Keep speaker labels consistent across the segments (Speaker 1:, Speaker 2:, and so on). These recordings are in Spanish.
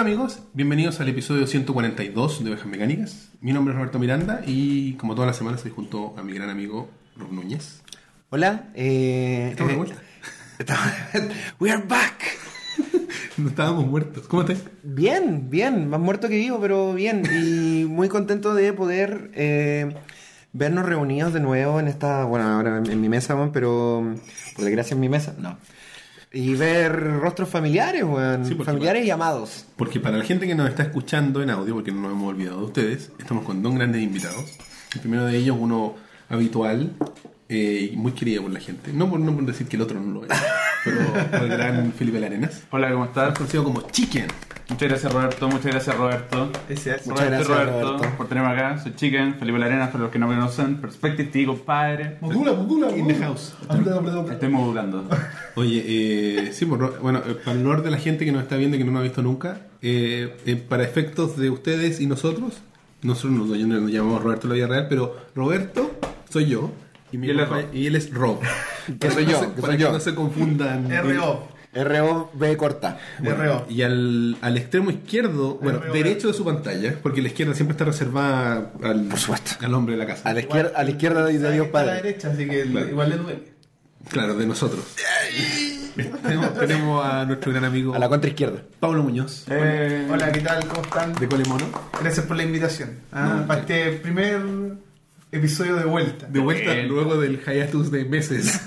Speaker 1: amigos? Bienvenidos al episodio 142 de Ovejas Mecánicas. Mi nombre es Roberto Miranda y como todas las semanas estoy junto a mi gran amigo Rob Núñez.
Speaker 2: Hola, eh,
Speaker 1: Estamos de
Speaker 2: eh,
Speaker 1: vuelta.
Speaker 2: estamos- We are back.
Speaker 1: No estábamos muertos. ¿Cómo estás?
Speaker 2: Bien, bien, más muerto que vivo, pero bien. Y muy contento de poder eh, vernos reunidos de nuevo en esta, bueno, ahora en, en mi mesa, weón, pero por desgracia en mi mesa, no. Y ver rostros familiares, weón,
Speaker 1: Sí, porque-
Speaker 2: familiares y amados.
Speaker 1: Porque para la gente que nos está escuchando en audio, porque no nos hemos olvidado de ustedes, estamos con dos grandes invitados. El primero de ellos, uno habitual eh, y muy querido por la gente. No por, no por decir que el otro no lo es, pero el gran Felipe Larenas.
Speaker 3: Hola, ¿cómo estás?
Speaker 1: Conocido como Chicken.
Speaker 3: Muchas gracias Roberto, muchas gracias Roberto.
Speaker 2: Muchas gracias, Roberto.
Speaker 3: por tenerme acá. Soy Chicken, Felipe Arenas, para los que no me conocen, Perspective, te digo padre.
Speaker 1: In the house.
Speaker 3: Estoy modulando.
Speaker 1: Oye, eh, sí, por ro- bueno, eh, para el honor de la gente que nos está viendo y que no nos ha visto nunca, eh, eh, para efectos de ustedes y nosotros, nosotros nos, yo no- nos llamamos Roberto en la vida real, pero Roberto soy yo y, mi
Speaker 3: Y él es
Speaker 1: compa-
Speaker 3: Rob.
Speaker 1: y él es Rob.
Speaker 2: Que soy yo,
Speaker 1: Para
Speaker 2: que
Speaker 1: para
Speaker 2: soy yo.
Speaker 1: no se confundan.
Speaker 4: RO.
Speaker 2: R.O.B. corta.
Speaker 1: Bueno,
Speaker 4: RO.
Speaker 1: Y al, al extremo izquierdo, bueno,
Speaker 4: RO.
Speaker 1: derecho de su pantalla, porque la izquierda siempre está reservada al,
Speaker 2: Por supuesto.
Speaker 1: al hombre de la casa.
Speaker 2: A la izquierda, a la izquierda de Dios
Speaker 4: A la
Speaker 2: Padre.
Speaker 4: derecha, así que
Speaker 1: Claro.
Speaker 4: igual le duele.
Speaker 1: Claro, de nosotros. tenemos, tenemos a nuestro gran amigo
Speaker 2: A la contra izquierda.
Speaker 1: Pablo Muñoz,
Speaker 3: Eh,
Speaker 4: Hola, ¿qué tal? ¿Cómo están?
Speaker 1: de Colemono.
Speaker 4: Gracias por la invitación. Ah,
Speaker 1: No,
Speaker 4: para este primer episodio de vuelta.
Speaker 1: De vuelta
Speaker 3: Bien.
Speaker 1: luego del hiatus de meses.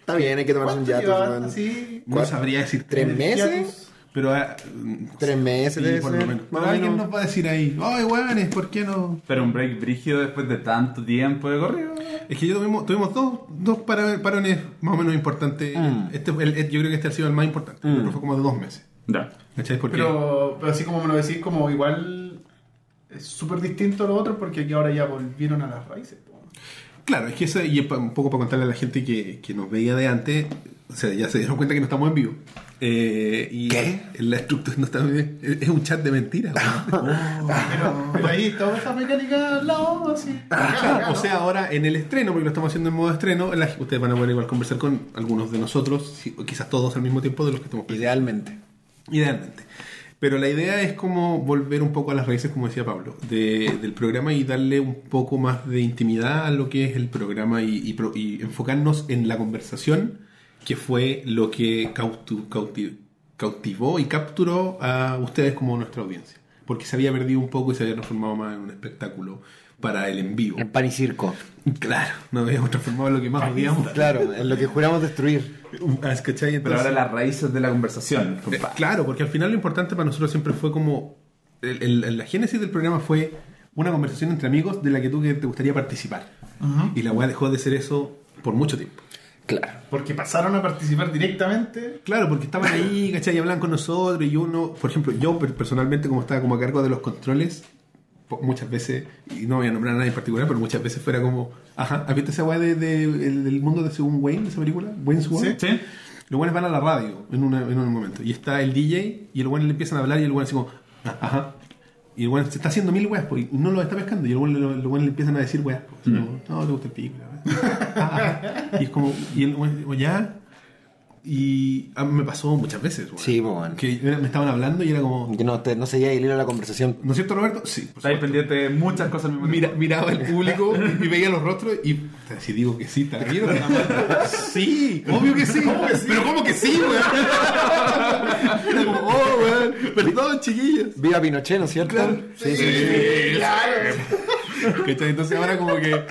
Speaker 2: Está bien, hay que tomarse un
Speaker 4: ¿Cuánto
Speaker 2: yato,
Speaker 4: llevaban
Speaker 2: weón.
Speaker 4: así?
Speaker 1: No sabría decir
Speaker 2: ¿Tres pues, meses?
Speaker 4: Hiatus.
Speaker 1: Pero ah, mm,
Speaker 2: Tres meses,
Speaker 1: sí,
Speaker 2: debe
Speaker 1: por
Speaker 2: ser,
Speaker 1: lo menos.
Speaker 2: más
Speaker 1: Pero
Speaker 2: o
Speaker 1: alguien
Speaker 2: menos.
Speaker 1: nos va a decir ahí, ¡ay, huevones! ¿Por qué no?
Speaker 3: pero un break brígido después de tanto tiempo de corrido.
Speaker 1: Es que yo tuvimos, tuvimos dos, dos para- parones más o menos importantes.
Speaker 2: Mm.
Speaker 1: Este, el- el- yo creo que este ha sido el más importante.
Speaker 2: Mm.
Speaker 1: El otro fue como de dos meses.
Speaker 3: Ya.
Speaker 1: ¿Cachai? Porque
Speaker 4: Pero, pero así como me lo decís, como igual es súper distinto a lo otro porque aquí ahora ya volvieron a las raíces. po.
Speaker 1: Claro, es que eso, y pa- un poco para contarle a la gente que, que nos veía de antes, o sea, ya se dieron cuenta que no estamos en vivo. Eh, y
Speaker 2: ¿Qué?
Speaker 1: La estructura no está Es un chat de mentiras. weón.
Speaker 4: Pero, pero ahí está esa mecánica al lado, así. Acá, acá,
Speaker 1: Ah, o
Speaker 4: ¿no?
Speaker 1: sea, ahora en el estreno, porque lo estamos haciendo en modo estreno, la- ustedes van a poder igual conversar con algunos de nosotros, si- o quizás todos al mismo tiempo de los que estamos presentes.
Speaker 2: Idealmente.
Speaker 1: Idealmente. Pero la idea es como volver un poco a las raíces, como decía Pablo, de- del programa y darle un poco más de intimidad a lo que es el programa y, y pro- y enfocarnos en la conversación, que fue lo que cautu- cauti- cautivó y capturó a ustedes como nuestra audiencia. Porque se había perdido un poco y se había transformado más en un espectáculo para el en vivo.
Speaker 2: En pan y circo.
Speaker 1: Claro, nos habíamos transformado en lo que más odiamos.
Speaker 2: Claro, en lo que juramos destruir.
Speaker 1: Ah, ¿cachai?
Speaker 3: Pero
Speaker 1: Entonces-
Speaker 3: ahora las raíces de la conversación.
Speaker 1: Eh,
Speaker 3: compa.
Speaker 1: claro, porque al final lo importante para nosotros siempre fue como. el- el- la génesis del programa fue una conversación entre amigos de la que tú que te gustaría participar.
Speaker 4: Ujú.
Speaker 1: Y la weá dejó de ser eso por mucho tiempo.
Speaker 2: Claro.
Speaker 4: Porque pasaron a participar directamente.
Speaker 1: Claro, porque estaban ahí, ¿cachai? Y hablaban con nosotros y uno, por ejemplo, yo per- personalmente como estaba como a cargo de los controles, po- muchas veces, y no voy a nombrar a nadie en particular, pero muchas veces fuera como, ajá, ¿has visto esa weá de, de- el- del mundo de según Wayne, esa película? Wayne's World.
Speaker 3: ¿Sí?
Speaker 1: Los buenos van a la radio en, una- en un momento. Y está el DJ y el bueno le empiezan a hablar y el bueno así como, "Ah, ajá. Y el bueno se está haciendo mil weas pues, y no lo está pescando. Y el bueno, lo, bueno le empiezan a decir weas. pues, así como, no, te gusta el pico. la wea". Ah, ajá. y es como, y el weón, como, ya. Y a mí me pasó muchas veces, weón.
Speaker 2: Sí, po, weón.
Speaker 1: Que era- me estaban hablando y era como,
Speaker 2: Que no, te, no seguía el hilo de la conversación.
Speaker 1: ¿no es cierto, Roberto? Sí. por
Speaker 3: Estáis
Speaker 1: supuesto.
Speaker 3: pendiente de muchas cosas al mismo tiempo.
Speaker 1: Mira- miraba al público y veía los rostros y puta, si digo que sí, está bien. Sí, obvio que sí. Pero ¿cómo que sí, weón? Era como, oh, weón. Perdón, chiquillos.
Speaker 2: Viva Pinochet, ¿no es cierto? Sí, sí.
Speaker 1: ¿Cachai? Entonces ahora como que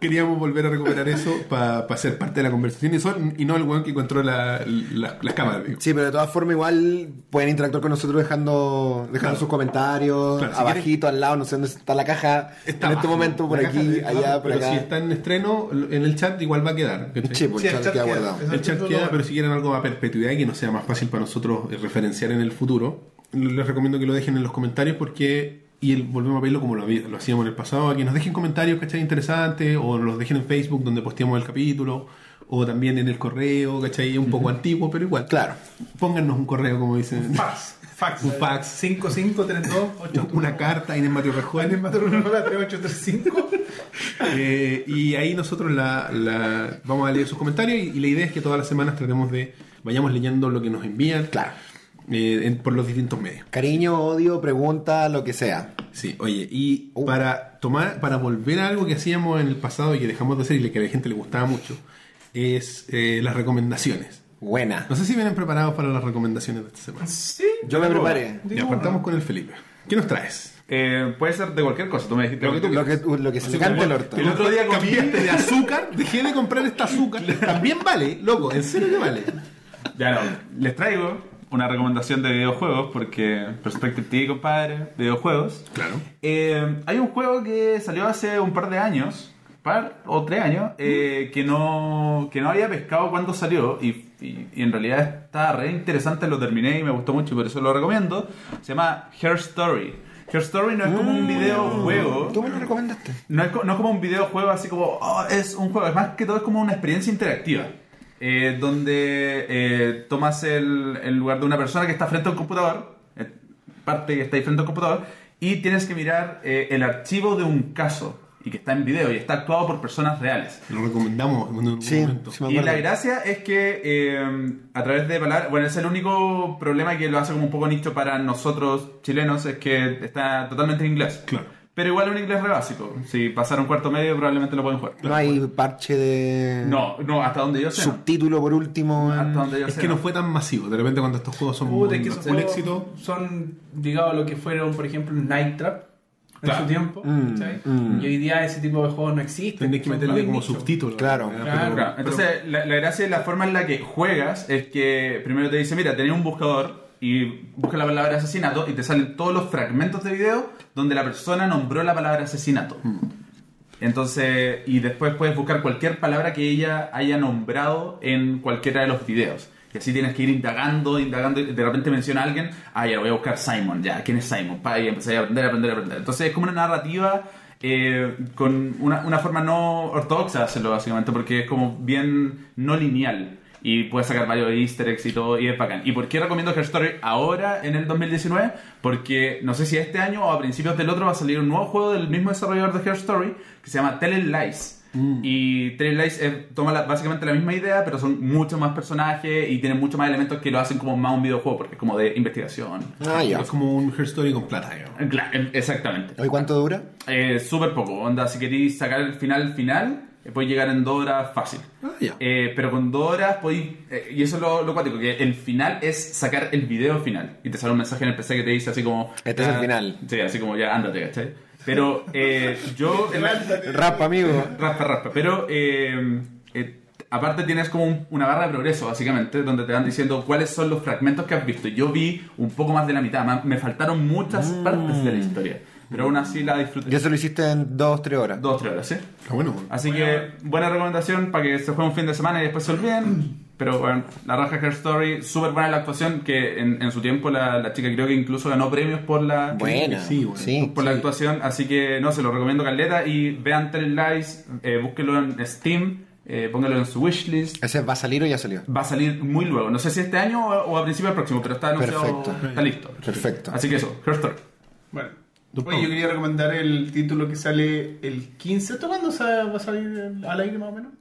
Speaker 1: queríamos volver a recuperar eso para ser parte de la conversación y, son- y no el weón que controla la- las cámaras. digo.
Speaker 2: Sí, pero de todas formas igual pueden interactuar con nosotros dejando, dejando
Speaker 1: Claro.
Speaker 2: sus comentarios,
Speaker 1: Claro, si
Speaker 2: abajito, al lado, no sé dónde está la caja,
Speaker 1: Está
Speaker 2: en este
Speaker 1: abajo.
Speaker 2: momento, por
Speaker 1: La caja
Speaker 2: aquí,
Speaker 1: de-
Speaker 2: allá, por
Speaker 1: pero
Speaker 2: acá.
Speaker 1: si está en estreno, en el chat igual va a quedar. ¿cachai?
Speaker 2: Sí, por
Speaker 4: Sí, el chat
Speaker 2: queda
Speaker 4: queda.
Speaker 2: guardado.
Speaker 4: Eso-
Speaker 1: El chat queda, pero si quieren algo a perpetuidad y que nos sea más fácil para nosotros eh, referenciar en el futuro, les recomiendo que lo dejen en los comentarios porque. Y el- volvemos a verlo como lo, había- lo hacíamos en el pasado, que nos dejen comentarios, ¿cachai? Interesantes, o los dejen en Facebook donde posteamos el capítulo, o también en el correo, ¿cachai? Un poco antiguo, pero igual.
Speaker 2: Claro.
Speaker 1: Pónganos un correo, como dicen.
Speaker 4: Fax. Fax.
Speaker 1: Un fax.
Speaker 4: 5532
Speaker 1: Una carta, Inés Mateo Rajoy.
Speaker 4: Juan Mateo Ronola 3835.
Speaker 1: Eh, y ahí nosotros la, la- vamos a leer sus comentarios y, y la idea es que todas las semanas tratemos de vayamos leyendo lo que nos envían.
Speaker 2: Claro.
Speaker 1: eh, en- por los distintos medios.
Speaker 2: Cariño, odio, pregunta, lo que sea.
Speaker 1: Sí, oye, y para tomar, para volver a algo que hacíamos en el pasado y que dejamos de hacer y que a la gente le gustaba mucho, es eh, las recomendaciones.
Speaker 2: Buena.
Speaker 1: No sé si vienen preparados para las recomendaciones de esta semana.
Speaker 4: Sí.
Speaker 2: Yo me preparé.
Speaker 1: Ya, partamos con el Felipe. ¿Qué nos traes?
Speaker 3: Eh, puede ser de cualquier cosa, tú me dijiste.
Speaker 1: Lo que tú
Speaker 2: Lo que, lo que se le canta el orto.
Speaker 3: El otro día comí.
Speaker 1: Cambiaste de azúcar, dejé de comprar esta azúcar. También vale, loco, en serio que vale.
Speaker 3: Ya no, les traigo una recomendación de videojuegos porque Perspective TV, compadre, videojuegos.
Speaker 1: Claro.
Speaker 3: Eh, hay un juego que salió hace un par de años, par o tres años, eh, que, no, que no había pescado cuando salió y, y- y en realidad está re interesante, lo terminé y me gustó mucho y por eso lo recomiendo. Se llama Her Story. Her Story no es como
Speaker 2: Ah,
Speaker 3: un videojuego.
Speaker 2: Tú me lo recomendaste.
Speaker 3: No es, co- no es como un videojuego así como, "Oh, es un juego, es más que todo es como una experiencia interactiva. eh, donde eh, tomas el, el lugar de una persona que está frente a un computador, eh, parte que está ahí frente a un computador, y tienes que mirar eh, el archivo de un caso, y que está en video, y está actuado por personas reales.
Speaker 1: Lo recomendamos en un
Speaker 2: Sí,
Speaker 1: momento.
Speaker 2: sí me
Speaker 3: Y
Speaker 2: acuerdo.
Speaker 3: la gracia es que eh, a través de palabras, bueno, es el único problema que lo hace como un poco nicho para nosotros chilenos, es que está totalmente en inglés.
Speaker 1: Claro.
Speaker 3: Pero igual un inglés re básico. Si pasaron cuarto medio probablemente lo pueden jugar.
Speaker 2: No hay parche de.
Speaker 3: No, no, hasta donde yo sé. no.
Speaker 2: Subtítulo por último. en-
Speaker 3: Hasta donde yo
Speaker 1: Es
Speaker 3: sé.
Speaker 1: que no fue tan masivo. De repente cuando estos juegos son
Speaker 4: Puta,
Speaker 1: un,
Speaker 4: es que esos
Speaker 1: un
Speaker 4: juegos
Speaker 1: éxito,
Speaker 4: Son, digamos, lo que fueron, por ejemplo, Night Trap en
Speaker 1: Claro.
Speaker 4: su tiempo.
Speaker 2: Mm,
Speaker 4: ¿cachai?
Speaker 2: mm.
Speaker 4: Y hoy día ese tipo de juegos no existen.
Speaker 1: tendrías que
Speaker 4: son
Speaker 1: meterle
Speaker 4: muy
Speaker 1: como
Speaker 4: nicho.
Speaker 1: subtítulos.
Speaker 2: Claro.
Speaker 1: ¿verdad?
Speaker 4: Claro.
Speaker 1: Pero-
Speaker 3: Claro, Entonces, la, la gracia y la forma en la que juegas es que primero te dice, mira, tenés un buscador y busca la palabra asesinato y te salen todos los fragmentos de video donde la persona nombró la palabra asesinato. Entonces, y después puedes buscar cualquier palabra que ella haya nombrado en cualquiera de los videos. Y así tienes que ir indagando, indagando, y de repente menciona a alguien, ah, ya voy a buscar Simon, ya, ¿quién es Simon? Pa, y empecé a aprender, a aprender, a aprender. Entonces es como una narrativa eh, con una, una forma no ortodoxa de hacerlo, básicamente, porque es como bien no lineal. Y puedes sacar varios easter eggs y todo, y es bacán. ¿Y por qué recomiendo Her Story ahora, en el 2019? Porque no sé si este año o a principios del otro va a salir un nuevo juego del mismo desarrollador de Her Story que se llama Tell It Lies. Y Tell It Lies es- toma la- básicamente la misma idea, pero son muchos más personajes y tienen muchos más elementos que lo hacen como más un videojuego, porque es como de investigación.
Speaker 2: Ah, ya.
Speaker 1: Es como un hair story con plata, digamos.
Speaker 4: Ah.
Speaker 3: Claro, exactamente.
Speaker 2: ¿Hoy cuánto dura?
Speaker 3: Eh, Súper poco, onda, si queréis sacar el final final, eh, podéis llegar en dos horas fácil.
Speaker 1: Ah, ya.
Speaker 3: Eh, pero con dos horas podéis... eh, y eso es lo, lo cuático, que el final es sacar el video final. Y te sale un mensaje en el PC que te dice así como...
Speaker 2: Este es
Speaker 3: ya-
Speaker 2: el final.
Speaker 3: Sí, así como ya, ándate, ¿cachai? Pero eh, yo... en la-
Speaker 2: Eh, Rap, amigo.
Speaker 3: raspa, raspa. Pero eh, eh, aparte tienes como un- una barra de progreso, básicamente, donde te van diciendo cuáles son los fragmentos que has visto. Yo vi un poco más de la mitad, ma- me faltaron muchas partes de la historia. Pero aún así la disfruté.
Speaker 2: Mm. Yo se lo hiciste en dos, tres horas.
Speaker 3: Dos, tres horas, ¿sí?
Speaker 1: Está bueno. bueno.
Speaker 3: Así que buena recomendación para que se juegue un fin de semana y después se olviden. Pero bueno, la raja Her Story, súper buena la actuación, que en, en su tiempo la, la chica creo que incluso ganó premios por la...
Speaker 2: Buena.
Speaker 1: Sí, bueno.
Speaker 2: Sí.
Speaker 3: Por la actuación, así que no, se lo recomiendo Caleta y vean Tell Lies, eh, búsquelo en Steam, eh, póngalo en su wishlist.
Speaker 2: ¿Ese va a salir o ya salió?
Speaker 3: Va a salir muy luego, no sé si este año o, o a principios del próximo, pero está anunciado,
Speaker 2: Perfecto.
Speaker 3: está listo.
Speaker 2: Perfecto.
Speaker 3: Así que eso, Her Story.
Speaker 4: Bueno.
Speaker 1: Dos
Speaker 4: Oye, yo
Speaker 1: pavos.
Speaker 4: quería recomendar el título que sale el 15. ¿Esto cuándo sa- va a salir el- al aire más o menos?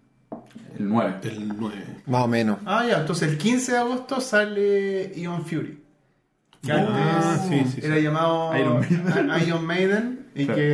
Speaker 3: El 9.
Speaker 1: El 9.
Speaker 2: Más o menos.
Speaker 4: Ah, ya, entonces el 15 de agosto sale Ion Fury. Que
Speaker 1: Ah,
Speaker 4: antes
Speaker 1: sí, sí, sí.
Speaker 4: era llamado
Speaker 3: Iron
Speaker 4: Maiden. Iron Maiden y
Speaker 3: Claro.
Speaker 4: que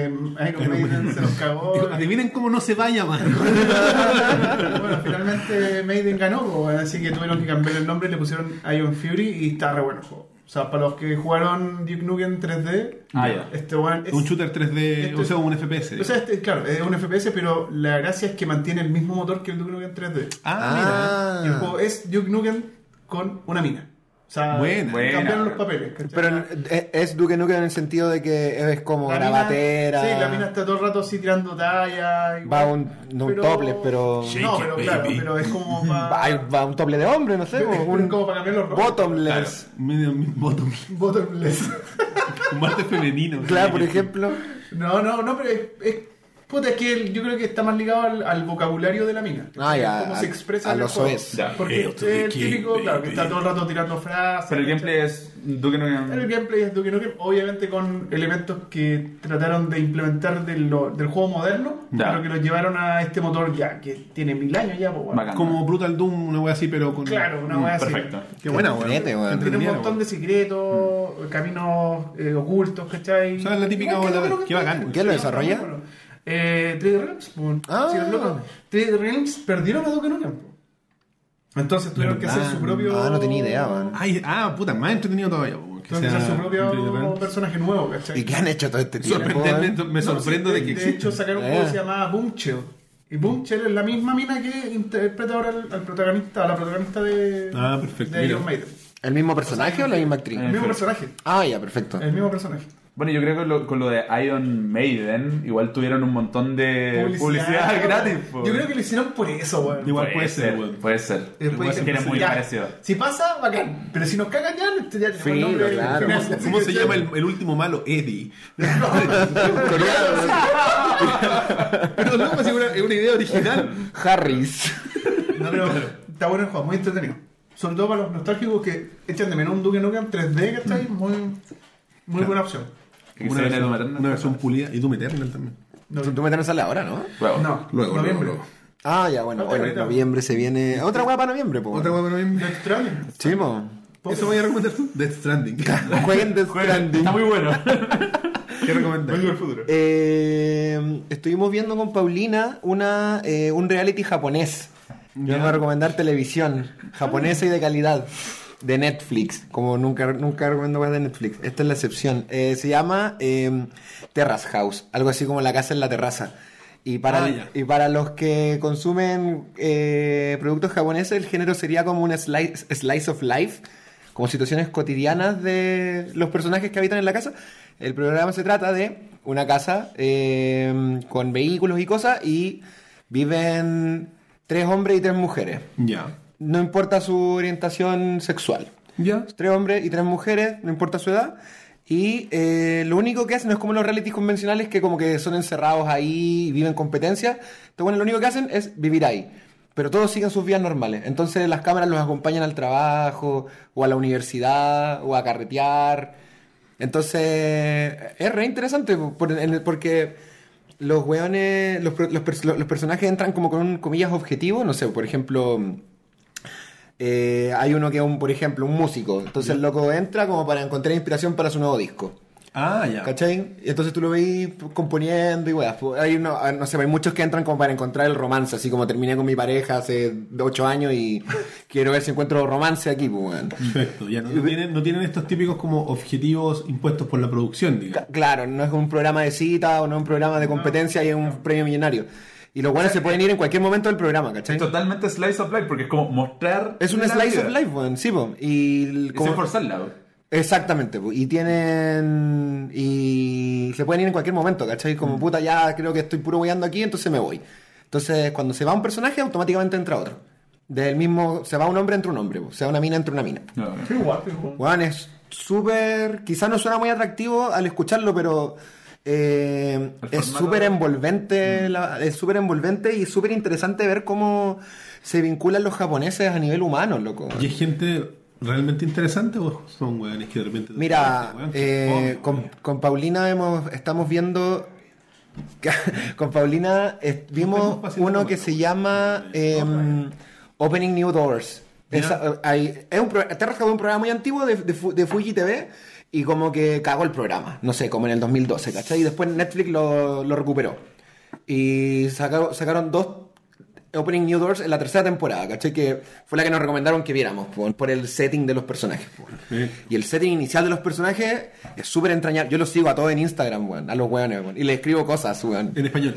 Speaker 4: Iron, Maiden se los cagó.
Speaker 1: Digo, Adivinen cómo no se vaya, man.
Speaker 4: bueno, finalmente Maiden ganó, pues, así que tuvieron que cambiar el nombre y le pusieron Ion Fury y está re bueno el juego. O sea, para los que jugaron Duke Nukem 3D,
Speaker 3: Ah, ya.
Speaker 4: este weón es-
Speaker 1: Un shooter 3D,
Speaker 4: Esto
Speaker 1: o
Speaker 4: es-
Speaker 1: sea, un FPS.
Speaker 4: O sea, este, claro, es un FPS, pero la gracia es que mantiene el mismo motor que el Duke Nukem 3D.
Speaker 1: ah,
Speaker 4: Y el juego es Duke Nukem con una mina. O sea,
Speaker 1: Buena.
Speaker 3: Buena.
Speaker 4: cambiaron los papeles. ¿cachai?
Speaker 2: Pero en- es- es Duke Nukem en el sentido de que es como
Speaker 4: mina-
Speaker 2: grabatera.
Speaker 4: Sí, la mina está todo el rato así tirando talla.
Speaker 2: Va un- no un topless, pero-
Speaker 1: Shake
Speaker 4: No,
Speaker 1: it,
Speaker 4: pero
Speaker 1: baby.
Speaker 4: claro, pero es como
Speaker 2: Va,
Speaker 4: para.
Speaker 2: va un doble de hombre, no sé. como
Speaker 4: un...
Speaker 2: un
Speaker 4: como para cambiar los roles.
Speaker 1: mira. Claro,
Speaker 2: bottomless.
Speaker 1: medio mi voto.
Speaker 4: Bottomless.
Speaker 1: Un martes femenino.
Speaker 2: Claro, por ejemplo.
Speaker 4: No, no, no, pero es, es Puta, es que el- yo creo que está más ligado al, al vocabulario de la mina.
Speaker 2: Ah, ya,
Speaker 4: Cómo
Speaker 2: a-
Speaker 4: se expresa
Speaker 2: a
Speaker 4: en el
Speaker 2: los
Speaker 4: juego.
Speaker 2: OS.
Speaker 3: Ya.
Speaker 4: Porque
Speaker 1: Hail to
Speaker 4: es
Speaker 1: the
Speaker 4: el
Speaker 1: king,
Speaker 4: típico, claro, que
Speaker 1: baby.
Speaker 4: está todo el rato tirando frases.
Speaker 3: Pero el
Speaker 4: ¿cachai?
Speaker 3: gameplay es Duke Nukem.
Speaker 4: El gameplay es Duke Nukem, obviamente con elementos que trataron de implementar de lo- del juego moderno,
Speaker 3: Ya.
Speaker 4: pero que los llevaron a este motor ya, que tiene mil años ya, pues, bueno.
Speaker 3: Bacán.
Speaker 1: Como Brutal Doom, una wea así, pero con.
Speaker 4: Claro, una
Speaker 3: Mm,
Speaker 4: weá así.
Speaker 3: Perfecto.
Speaker 1: Qué buena, weón.
Speaker 2: Entretenete, weón.
Speaker 4: Tiene un
Speaker 1: Entretenida,
Speaker 4: montón de
Speaker 1: weón.
Speaker 4: secretos,
Speaker 3: Mm.
Speaker 4: caminos eh, ocultos, ¿cachai?
Speaker 1: O sea, la típica
Speaker 4: Igual que
Speaker 1: bola-
Speaker 4: lo que-
Speaker 1: qué bacán, weón.
Speaker 2: ¿Quién lo desarrolla?
Speaker 4: Eh, 3D Realms, weón.
Speaker 2: Ah.
Speaker 4: Sí, los locos. 3D Realms perdieron a Duke Nukem. weón. Entonces tuvieron que hacer
Speaker 1: Verdad.
Speaker 4: su propio.
Speaker 2: Ah, no tenía idea, weón.
Speaker 1: Ay, ah, puta, más entretenido todavía, weón. Que
Speaker 4: Tuvieron que
Speaker 1: sea
Speaker 4: hacer su propio
Speaker 1: entretenimiento.
Speaker 4: personaje nuevo,
Speaker 2: ¿Y
Speaker 4: ¿cachai?
Speaker 2: qué han hecho todo este tiempo?
Speaker 1: Sorprendentemente, me
Speaker 4: No,
Speaker 1: sorprendo
Speaker 4: sí,
Speaker 1: de que Mm. exista.
Speaker 4: hecho, sacaron un
Speaker 2: Eh.
Speaker 4: juego que se llamaba Boomchell. Y Boomchell es la misma mina que interpreta ahora al, al protagonista, a la protagonista de,
Speaker 1: Ah, perfecto,
Speaker 4: de
Speaker 1: mira.
Speaker 4: Iron Maiden.
Speaker 2: ¿El mismo personaje o la misma actriz?
Speaker 4: El mismo personaje.
Speaker 2: Ah, ya, perfecto.
Speaker 4: El mismo personaje.
Speaker 3: Bueno, yo creo que lo- con lo de Iron Maiden, igual tuvieron un montón
Speaker 1: Eh,
Speaker 3: de publicidad,
Speaker 4: weón.
Speaker 3: gratis. po.
Speaker 4: Yo creo que lo hicieron por eso, weón.
Speaker 1: Igual puede ser, weón.
Speaker 3: Puede ser.
Speaker 4: Y después
Speaker 3: que
Speaker 4: dijeron,
Speaker 3: era muy
Speaker 4: ya,
Speaker 3: parecido.
Speaker 4: Si pasa, bacán. Pero si nos cagan ya, este ya tenemos
Speaker 2: Sí,
Speaker 4: el nombre.
Speaker 2: claro.
Speaker 4: original.
Speaker 2: ¿Cómo-
Speaker 1: ¿Cómo se llama el, el último malo? Eddie.
Speaker 4: Pero no, pues, es una- es una idea original.
Speaker 2: Harris.
Speaker 4: No, pero está bueno el juego, muy entretenido. Sobre todo para los nostálgicos que echan de menos un Duke Nukem 3D, ¿cachai? Muy, muy buena opción.
Speaker 3: Que se
Speaker 1: Una
Speaker 3: viene
Speaker 1: versión,
Speaker 3: Doom Eternal.
Speaker 1: una versión pulida. Y Doom Eternal también.
Speaker 4: No,
Speaker 2: Tú me sale ahora, ¿no?
Speaker 3: Luego.
Speaker 4: no,
Speaker 1: Luego,
Speaker 4: noviembre.
Speaker 1: luego, luego.
Speaker 2: Ah, ya, bueno.
Speaker 4: Otra
Speaker 2: Bueno, en
Speaker 4: vuelta.
Speaker 2: noviembre se viene. Otra guapa para noviembre, po.
Speaker 1: Otra
Speaker 2: weón.
Speaker 1: wea para mí.
Speaker 4: Lo extraño.
Speaker 2: Sí, po.
Speaker 1: Eso voy a recomendar tú. Death Stranding. ¿Qué
Speaker 2: Jueguen Death
Speaker 3: Juega,
Speaker 2: Stranding.
Speaker 3: Está muy bueno.
Speaker 1: recomendas?
Speaker 4: Vengo del futuro.
Speaker 2: Eh, estuvimos viendo con Paulina una, eh, un reality japonés. Yo voy a recomendar televisión japonesa y de calidad de Netflix. Como nunca, nunca recomiendo cosas de Netflix. Esta es la excepción. Eh, se llama eh, Terrace House, algo así como la casa en la terraza. Y para,
Speaker 1: Ah, ya.
Speaker 2: y para los que consumen eh, productos japoneses, el género sería como un slice, slice of life, como situaciones cotidianas de los personajes que habitan en la casa. El programa se trata de una casa eh, con vehículos y cosas y viven tres hombres y tres mujeres.
Speaker 1: Ya.
Speaker 2: No importa su orientación sexual
Speaker 1: Ya.
Speaker 2: tres hombres y tres mujeres, no importa su edad. Y eh, lo único que hacen no es como los realities convencionales que como que son encerrados ahí y viven competencias. Entonces, bueno, lo único que hacen es vivir ahí. Pero todos siguen sus vías normales. Entonces las cámaras los acompañan al trabajo, o a la universidad, o a carretear. Entonces es re interesante por- en el- porque los weones, los, pro- los pers- los personajes entran como con un, comillas objetivo. No sé, por ejemplo... Eh, hay uno que es, un, por ejemplo, un músico. Entonces el loco entra como para encontrar inspiración para su nuevo disco.
Speaker 1: Ah, ya.
Speaker 2: ¿Cachai? Y entonces tú lo veis componiendo y weas. Pues, Hay uno, ah, no sé, hay muchos que entran como para encontrar el romance, así como terminé con mi pareja hace ocho años y quiero ver si encuentro romance aquí, pues weón.
Speaker 1: Perfecto. Ya no, no tienen, no tienen estos típicos como objetivos impuestos por la producción,
Speaker 2: Ca-
Speaker 1: digamos.
Speaker 2: Claro, no es un programa de cita o no es un programa de competencia y es un premio millonario. Y los buenos se pueden ir en cualquier momento del programa, ¿cachai?
Speaker 3: Es totalmente slice of life porque es como mostrar.
Speaker 2: Es un
Speaker 3: la
Speaker 2: slice
Speaker 3: vida.
Speaker 2: of life, weón, sí, po. Y el-
Speaker 3: Y sin forzarla. po.
Speaker 2: Exactamente, pu, y tienen. Y se pueden ir en cualquier momento, ¿cachai? Como
Speaker 3: Mm.
Speaker 2: puta, ya creo que estoy puro guiando aquí, entonces me voy. Entonces, cuando se va un personaje, automáticamente entra otro. Del mismo. Se va un hombre, entra un hombre, pu, se va una mina, entra una mina.
Speaker 3: No, no.
Speaker 4: Qué guapo, weón.
Speaker 2: Weón, es súper. Quizás no suena muy atractivo al escucharlo, pero. eh,
Speaker 3: El
Speaker 2: es
Speaker 3: formato- Mm.
Speaker 2: súper envolvente. la- es súper envolvente y súper interesante ver cómo se vinculan los japoneses a nivel humano, loco.
Speaker 1: ¿Y es gente realmente interesante o son weones que de repente.
Speaker 2: Mira,
Speaker 1: Weón,
Speaker 2: eh,
Speaker 1: obvio,
Speaker 2: con,
Speaker 1: weón.
Speaker 2: con Paulina hemos, estamos viendo. con Paulina eh,
Speaker 1: Estamos
Speaker 2: vimos
Speaker 1: pasando
Speaker 2: uno
Speaker 1: como
Speaker 2: que
Speaker 1: el-
Speaker 2: se llama eh, Opening New Doors.
Speaker 1: Ya.
Speaker 2: Esa- eh, hay- es un pro- Terra House es un programa muy antiguo de, de Fu- de Fuji TV y como que cagó el programa, no sé, como en el 2012, ¿cachai? Y después Netflix lo, lo recuperó. Y saca- sacaron dos Opening New Doors en la tercera temporada, ¿cachai? Que fue la que nos recomendaron que viéramos por, por el setting de los personajes. po.
Speaker 1: Sí.
Speaker 2: Y el setting inicial de los personajes es súper entrañable. Yo los sigo a todos en Instagram, weón, a los weones, weón. Y les escribo cosas, weón.
Speaker 1: En español.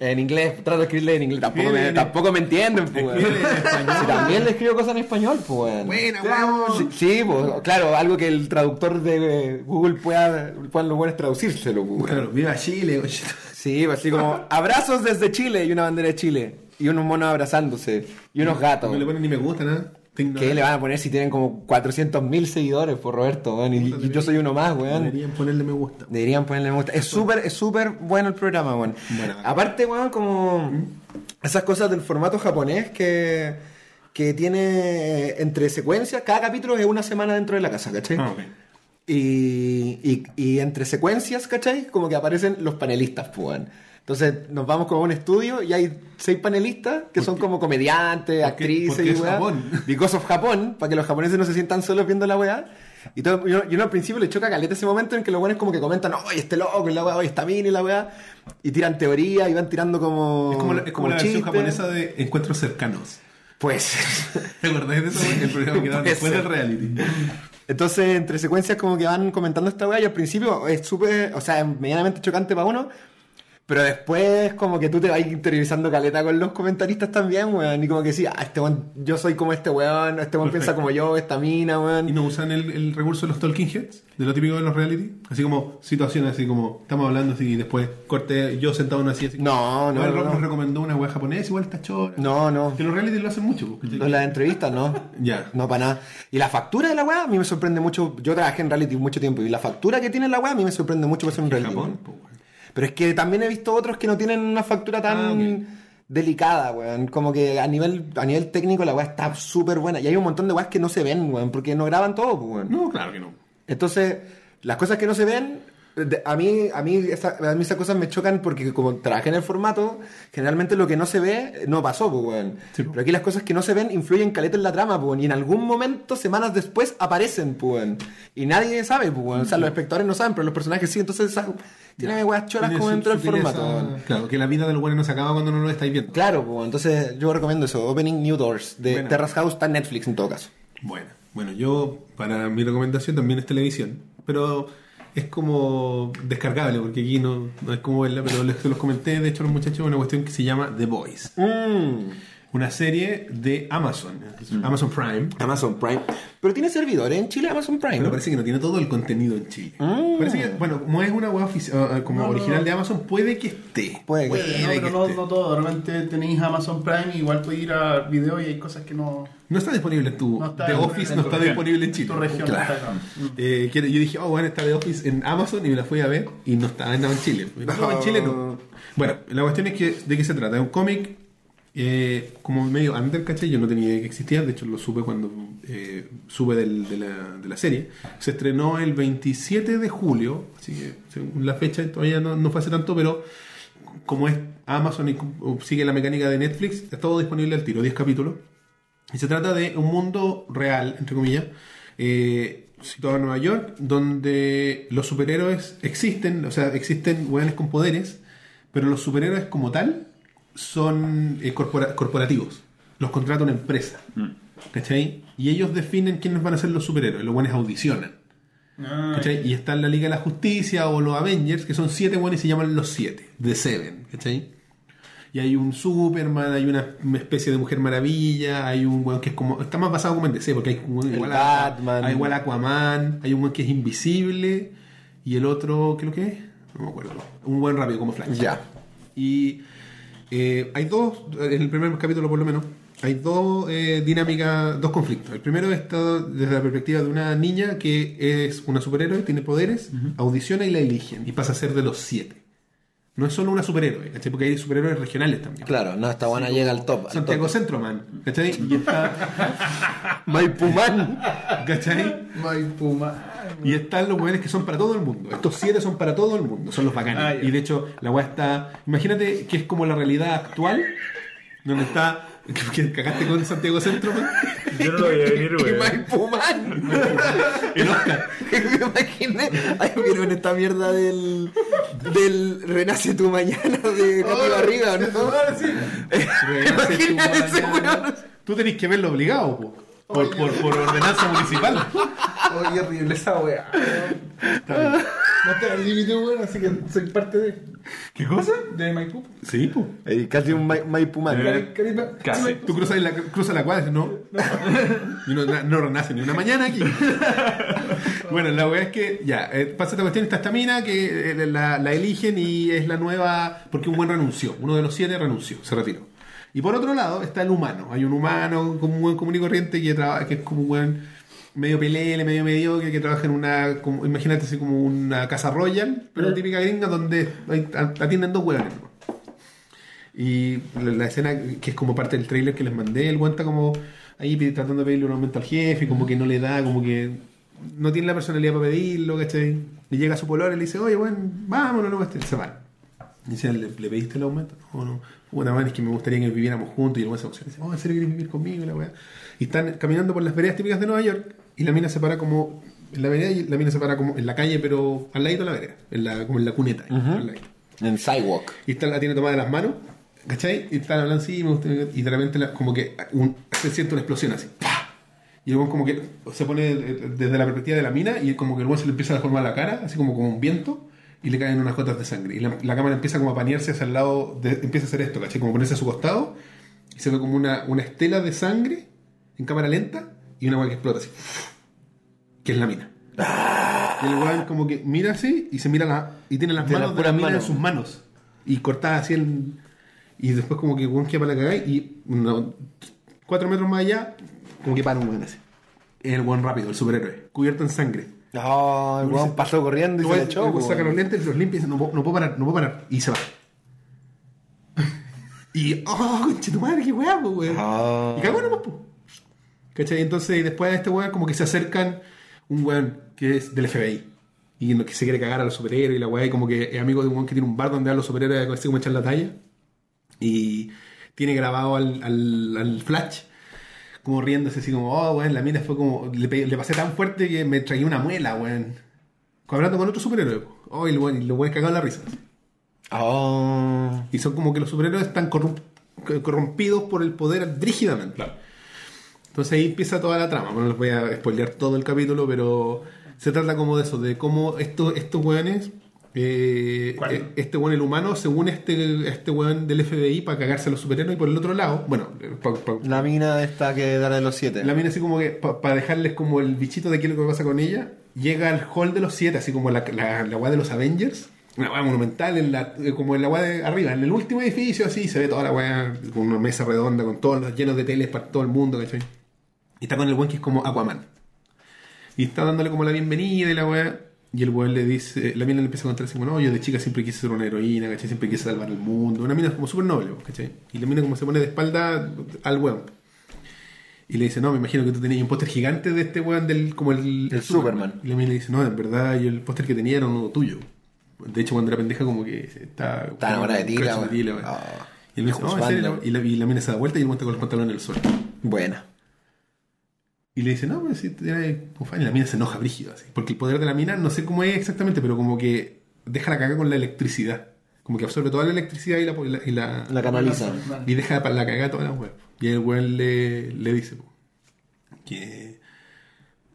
Speaker 2: En inglés, trato de escribirle en inglés. Tampoco, me,
Speaker 1: Escribe-
Speaker 2: tampoco me entienden, pues, weón.
Speaker 1: Escribe en español.
Speaker 2: Si también le escribo cosas en español, pues, weón.
Speaker 1: Buena, weón.
Speaker 2: Sí, sí, pues, claro, algo que el traductor de eh, Google pueda, puedan los buenos traducírselo, pues, weón.
Speaker 1: Claro, viva Chile, weón.
Speaker 2: Sí, pues, así como abrazos desde Chile y una bandera de Chile. Y unos monos abrazándose. Y unos gatos.
Speaker 1: No le ponen ni me gusta nada. Tengo-
Speaker 2: ¿Qué le van a poner si tienen como 400.000 seguidores por Roberto, weón? Y, y
Speaker 1: Puta,
Speaker 2: yo soy uno más, weón.
Speaker 1: Deberían ponerle me gusta.
Speaker 2: Deberían ponerle me gusta. Es súper, es súper bueno el programa, weón.
Speaker 1: Bueno.
Speaker 2: Aparte, weón, como
Speaker 1: ¿Mm?
Speaker 2: esas cosas del formato japonés que, que tiene eh, entre secuencias, cada capítulo es una semana dentro de la casa, ¿cachai?
Speaker 1: Ah, ok.
Speaker 2: Y, y- y entre secuencias, ¿cachai? Como que aparecen los panelistas, pues. weón. Entonces nos vamos como a un estudio y hay seis panelistas que son como comediantes, actrices
Speaker 1: porque
Speaker 2: y
Speaker 1: es
Speaker 2: weá.
Speaker 1: Japón.
Speaker 2: Because of Japón, para que los japoneses no se sientan solos viendo la weá. Y todo, yo, yo al principio le choca caleta ese momento en que los buenos como que comentan, oye, este loco, y la weá, oye, esta mina, y la weá. Y tiran teoría y van tirando como.
Speaker 1: Es como, la- es como la versión
Speaker 2: chistes.
Speaker 1: japonesa de Encuentros Cercanos.
Speaker 2: Pues.
Speaker 1: ¿Te acordás de eso? El programa que daban
Speaker 2: Puede
Speaker 1: después
Speaker 2: ser.
Speaker 1: del reality.
Speaker 2: Entonces, entre secuencias como que van comentando esta weá y al principio es súper, o sea, es medianamente chocante para uno, pero después como que tú te vas interiorizando caleta con los comentaristas también, weón, y como que sí, ah, este weón, yo soy como este weón, este weón piensa
Speaker 1: Perfecto.
Speaker 2: como yo, esta mina, weón.
Speaker 1: Y no usan el, el recurso de los talking heads, de lo típico de los reality. Así como situaciones, así como estamos hablando así, y después corte yo sentado en una silla. Así como,
Speaker 2: No, no,
Speaker 1: "Oye, el
Speaker 2: no,
Speaker 1: Rob
Speaker 2: no.
Speaker 1: nos recomendó una wea japonesa, igual está chora.
Speaker 2: No, no,
Speaker 1: Que los reality lo hacen mucho. porque-
Speaker 2: no las entrevistas, no.
Speaker 1: Ya.
Speaker 2: No, para nada. Y la factura de la weá a mí me sorprende mucho. Yo trabajé en reality mucho tiempo y la factura que tiene la weá a mí me sorprende mucho para ser un
Speaker 1: En
Speaker 2: reality.
Speaker 1: Japón,
Speaker 2: weón.
Speaker 1: po, weón.
Speaker 2: Pero es que también he visto otros que no tienen una factura tan
Speaker 1: Ah, ok.
Speaker 2: delicada, weón. Como que a nivel, a nivel técnico la weá está súper buena. Y hay un montón de weas que no se ven, weón, porque no graban todo, pues, weón.
Speaker 1: No, claro que no.
Speaker 2: Entonces, las cosas que no se ven, de- a mí, a mí, esa- a mí esas cosas me chocan porque como trabajé en el formato, generalmente lo que no se ve eh, no pasó, pues, weón.
Speaker 1: Sí, pues.
Speaker 2: Pero aquí las cosas que no se ven influyen caleta en la trama, pues, weón. Y en algún momento, semanas después, aparecen, pues, weón. Y nadie sabe, pues, weón. O sea, los espectadores no saben, pero los personajes sí. Entonces, esa- tiene weas choras
Speaker 1: Tiene
Speaker 2: como
Speaker 1: su-
Speaker 2: dentro del
Speaker 1: tiene
Speaker 2: formato,
Speaker 1: esa-
Speaker 2: weón.
Speaker 1: Claro, que la vida del bueno no se acaba cuando no lo estáis viendo.
Speaker 2: Claro, pues, entonces yo recomiendo eso. Opening New Doors de
Speaker 1: Bueno.
Speaker 2: Terrace House está en Netflix en todo caso.
Speaker 1: Bueno, bueno, yo para mi recomendación también es televisión, pero es como descargable porque aquí no, no es como verla, pero les, se los comenté de hecho a los muchachos una cuestión que se llama The Voice, Mm. una serie de Amazon, Amazon Prime,
Speaker 2: Amazon Prime. Pero tiene servidores en Chile Amazon Prime.
Speaker 1: pero parece que no tiene todo el contenido en Chile.
Speaker 2: Mm.
Speaker 1: Parece que, bueno, como es una web ofici- ah, ah, como
Speaker 4: No, no,
Speaker 1: original
Speaker 4: no.
Speaker 1: de Amazon, puede que esté.
Speaker 2: Puede que
Speaker 4: Puede, no,
Speaker 1: que
Speaker 4: pero no,
Speaker 1: esté.
Speaker 4: no todo. Realmente tenéis Amazon Prime, igual puedes ir a video y hay cosas que no.
Speaker 1: No está disponible en tu
Speaker 4: No está
Speaker 1: The
Speaker 4: en-
Speaker 1: Office,
Speaker 4: en
Speaker 1: no
Speaker 4: tu
Speaker 1: está
Speaker 4: región.
Speaker 1: disponible en Chile.
Speaker 4: Tu región no
Speaker 1: Claro.
Speaker 4: está acá.
Speaker 1: Eh, quiero- yo dije, oh, bueno, está de Office en Amazon y me la fui a ver y no estaba nada en Chile. No, en Chile no. Bueno, la cuestión es que, ¿de qué se trata? Es un cómic eh, como medio under, ¿cachai? Yo no tenía idea que existía, de hecho lo supe cuando eh, supe del- de, la, de la serie. Se estrenó el 27 de julio, así que según la fecha todavía no, no fue hace tanto, pero como es Amazon y cu- sigue la mecánica de Netflix, está todo disponible al tiro, 10 capítulos. Y se trata de un mundo real, entre comillas, eh, situado en Nueva York, donde los superhéroes existen, o sea, existen hueones con poderes, pero los superhéroes como tal son eh, corpora- corporativos. Los contrata una empresa. ¿Cachai? Y ellos definen quiénes van a ser los superhéroes. Los buenos audicionan.
Speaker 4: Ah,
Speaker 1: ¿Cachai? Y está en la Liga de la Justicia o los Avengers, que son siete buenos y se llaman los siete, The Seven, ¿cachai? Y hay un Superman, hay una una especie de Mujer Maravilla, hay un weón que es como. Está más basado como en DC, porque hay un weón
Speaker 2: El
Speaker 1: igual a-
Speaker 2: Batman.
Speaker 1: hay igual a Aquaman, hay un weón que es invisible, y el otro, ¿qué es lo que es? No me acuerdo. Un buen rápido como Flash.
Speaker 2: Ya.
Speaker 1: Y eh, hay dos, en el primer capítulo por lo menos, hay dos eh, dinámicas, dos conflictos. El primero está desde la perspectiva de una niña que es una superhéroe, tiene poderes, audiciona y la eligen y pasa a ser de los siete. No es solo una superhéroe, ¿cachai? Porque hay superhéroes regionales también.
Speaker 2: Claro, no, esta buena llega al top. Al
Speaker 1: Santiago
Speaker 2: top.
Speaker 1: Centroman, ¿cachai? Y está,
Speaker 2: Maipumán.
Speaker 1: ¿cachai?
Speaker 4: No hay puma.
Speaker 1: Y están los weones que son para todo el mundo. Estos siete son para todo el mundo. Son los bacanes.
Speaker 4: Ah, ya.
Speaker 1: y de hecho, la weá está. Imagínate que es como la realidad actual. Donde está. Que cagaste con Santiago Centro. man.
Speaker 5: Yo no lo voy a venir,
Speaker 2: Y
Speaker 5: güey.
Speaker 2: Maipumán.
Speaker 1: El Oscar.
Speaker 2: Me imaginé. Ay, vieron esta mierda del. del Renace tu mañana de Cati Barriga, ¿no? Imagínate ese weón.
Speaker 1: Tú tenés que verlo obligado, po. Por, por, por ordenanza municipal.
Speaker 4: Oye, horrible esa wea.
Speaker 1: Está bien.
Speaker 4: No está el límite, weón, así que soy parte de.
Speaker 1: ¿Qué cosa?
Speaker 4: de Maipú.
Speaker 1: Sí, po.
Speaker 2: Eh, Casi un Mai- Maipumán.
Speaker 4: Cari- Carisma.
Speaker 3: Casi.
Speaker 4: Maipú.
Speaker 1: Tú cruzas la, cruzas la cuadra y dices, no. Y no, na- no renace ni una mañana aquí. bueno, la weá es que ya, eh, pasa esta cuestión, está esta mina que eh, la, la eligen y es la nueva. Porque un buen renunció. Uno de los siete renunció, se retiró. Y por otro lado está el humano. Hay un humano como un buen común y corriente que, trabaja, que es como un buen medio pelele, medio mediocre, que trabaja en una, como- imagínate así como una casa royal, pero típica gringa donde hay- atienden dos hueones. ¿no? Y la, la escena que es como parte del trailer que les mandé, él cuenta como ahí pide- tratando de pedirle un aumento al jefe, como que no le da, como que no tiene la personalidad para pedirlo, ¿cachai? Y llega su color y le dice, oye, bueno, vámonos, no, este, se va. Y dice, ¿le, le pediste el aumento? No, no. Bueno, bueno, es que me gustaría que viviéramos juntos y luego esa opción. Dice, oh, ¿en serio querés vivir conmigo? Y La weá. Y están caminando por las veredas típicas de Nueva York y la mina se para como en la vereda y la mina se para como en la calle, pero al ladito de la vereda, en la, como en la cuneta, ahí, al ladito.
Speaker 2: En Sidewalk.
Speaker 1: Y está, la tiene tomada de las manos, ¿cachai? Y están hablando así, me gusta- y de repente la- como que un- se siente una explosión así. ¡pah! Y el weón como que se pone eh, desde la perspectiva de la mina y como que el weón se le empieza a deformar la cara, así como como un viento, y le caen unas gotas de sangre. Y la, la cámara empieza como a panearse hacia el lado, de- empieza a hacer esto, ¿cachai? Como ponerse a su costado, y se ve como una, una estela de sangre en cámara lenta y una weá que explota así. Que es la mina. Y el weón como que mira así y se mira la, y tiene las
Speaker 2: De
Speaker 1: manos
Speaker 2: las
Speaker 1: de la
Speaker 2: puras
Speaker 1: mina
Speaker 2: manos.
Speaker 1: en sus manos. Y cortada así el. Y después como que el weón queda para la cagada y uno- cuatro metros más allá, como que para un weón así. El weón rápido, el superhéroe, cubierto en sangre.
Speaker 2: No, Ah, el weón pasó corriendo y se
Speaker 1: Luego
Speaker 2: le
Speaker 1: el-
Speaker 2: echó.
Speaker 1: el weón
Speaker 2: weón.
Speaker 1: saca los lentes, los limpia y dice, no, puedo- no puedo parar, no puedo parar. Y se va. y, oh, conche tu madre, qué weá, pues, weón.
Speaker 2: Ah.
Speaker 1: Y cagó nomás, pues. ¿Cachai? Entonces, después de este weón, como que se acercan un weón que es del FBI. Y no- que se quiere cagar a los superhéroes y la weá, y como que es amigo de un weón que tiene un bar donde a los superhéroes así como echar la talla. Y tiene grabado al, al, al Flash como riéndose así como, oh, weón, la mina fue como, le, pe- le pasé tan fuerte que me tragué una muela, weón. Hablando con otro superhéroe. po. Oh, y los weones lo weones cagados en la risa.
Speaker 2: Ah.
Speaker 1: Y son como que los superhéroes están corromp- corrompidos por el poder rígidamente. Entonces ahí empieza toda la trama. Bueno, les voy a spoilear todo el capítulo, pero se trata como de eso, de cómo estos, estos weones, eh,
Speaker 4: ¿Cuál?
Speaker 1: eh, este weón el humano, según este, este weón del FBI para cagarse a los superhéroes, y por el otro lado, bueno, eh, pa- pa-
Speaker 2: La mina esta que da de los siete.
Speaker 1: la mina así como que para dejarles como el bichito de qué es lo que pasa con ella, llega al hall de los siete, así como la, la, la weá de los Avengers, una weá monumental, en la, eh, como en la weá de arriba, en el último edificio así, se ve toda la weá con una mesa redonda, con todos los llenos de teles para todo el mundo, ¿cachai? Y está con el buen que es como Aquaman. Y está dándole como la bienvenida y la weá. Y el weón le dice, la mina le empieza a contar así, bueno, no, yo de chica siempre quise ser una heroína, ¿cachai? Siempre quise salvar el mundo. Una mina como súper noble, ¿cachai? Y la mina como se pone de espalda al weón. Y le dice, no, me imagino que tú tenías un póster gigante de este weón, del, como el,
Speaker 2: Del Superman.
Speaker 1: Y la mina le dice, no, en verdad, yo el póster que tenía era uno tuyo. De hecho, cuando era pendeja, como que está.
Speaker 2: Está enamorada de ti, la
Speaker 1: cacho
Speaker 2: weá.
Speaker 1: ti, la weá.
Speaker 2: Ah.
Speaker 1: Y él me dice, no, en serio. Y la, y la mina se da vuelta y el weón está con los pantalones en el suelo.
Speaker 2: Buena.
Speaker 1: Y le dice, no, pero si te tiene un fan. Y la mina se enoja brígido, así. Porque el poder de la mina, no sé cómo es exactamente, pero como que deja la caga con la electricidad. Como que absorbe toda la electricidad y la. Y, la- y la-
Speaker 2: La canaliza.
Speaker 1: y deja pa- la caga toda la web. Y el weón le, le dice, po, que.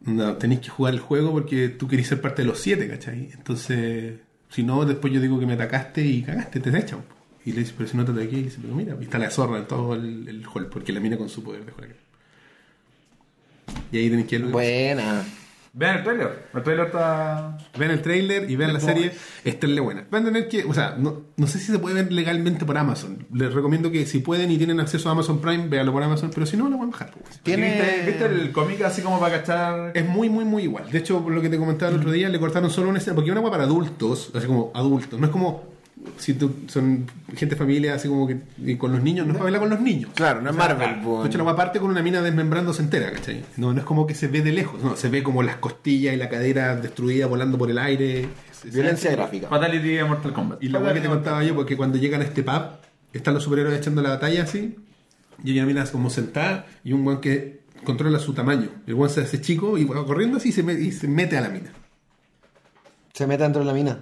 Speaker 1: No, tenéis que jugar el juego porque tú querés ser parte de los siete, ¿cachai? Entonces, si no, después yo digo que me atacaste y cagaste, te echan. po. Y le dice, pero si no te ataqué, y dice, pero mira, y está la zorra en todo el, el hall, porque la mina con su poder dejó la caga. Y ahí tenéis que ver lo que
Speaker 2: Buena.
Speaker 3: Vean el trailer. El trailer está.
Speaker 1: Vean el trailer y vean la serie, esténle buena. Van a tener que, o sea, no, no sé si se puede ver legalmente por Amazon. Les recomiendo que si pueden y tienen acceso a Amazon Prime, véanlo por Amazon, pero si no, lo van a bajar. pues.
Speaker 2: Tiene-
Speaker 3: ¿Viste, viste el cómic así como para cachar?
Speaker 1: Es muy, muy, muy igual. De hecho, por lo que te comentaba el
Speaker 2: Mm.
Speaker 1: otro día, le cortaron solo una escena, porque una agua para adultos, así como adultos, no es como si tú, son gente familia, así como que y con los niños, no es pues. para verla con los niños.
Speaker 2: Claro, pues, no es
Speaker 1: De
Speaker 2: Marvel,
Speaker 1: hecho, la
Speaker 2: weón.
Speaker 1: agua parte con una mina desmembrándose entera, ¿cachai? No, no es como que se ve de lejos, no, se ve como las costillas y la cadera destruida volando por el aire. Es- es-
Speaker 2: Violencia gráfica.
Speaker 3: Fatality de Mortal Kombat.
Speaker 1: y la weá que te contaba yo, porque cuando llegan a este pub, están los superhéroes echando la batalla así, y ella mira como sentada, y un weón que controla su tamaño. El weón se hace chico y va corriendo así y se, me- y se mete a la mina.
Speaker 2: Se mete dentro de la mina.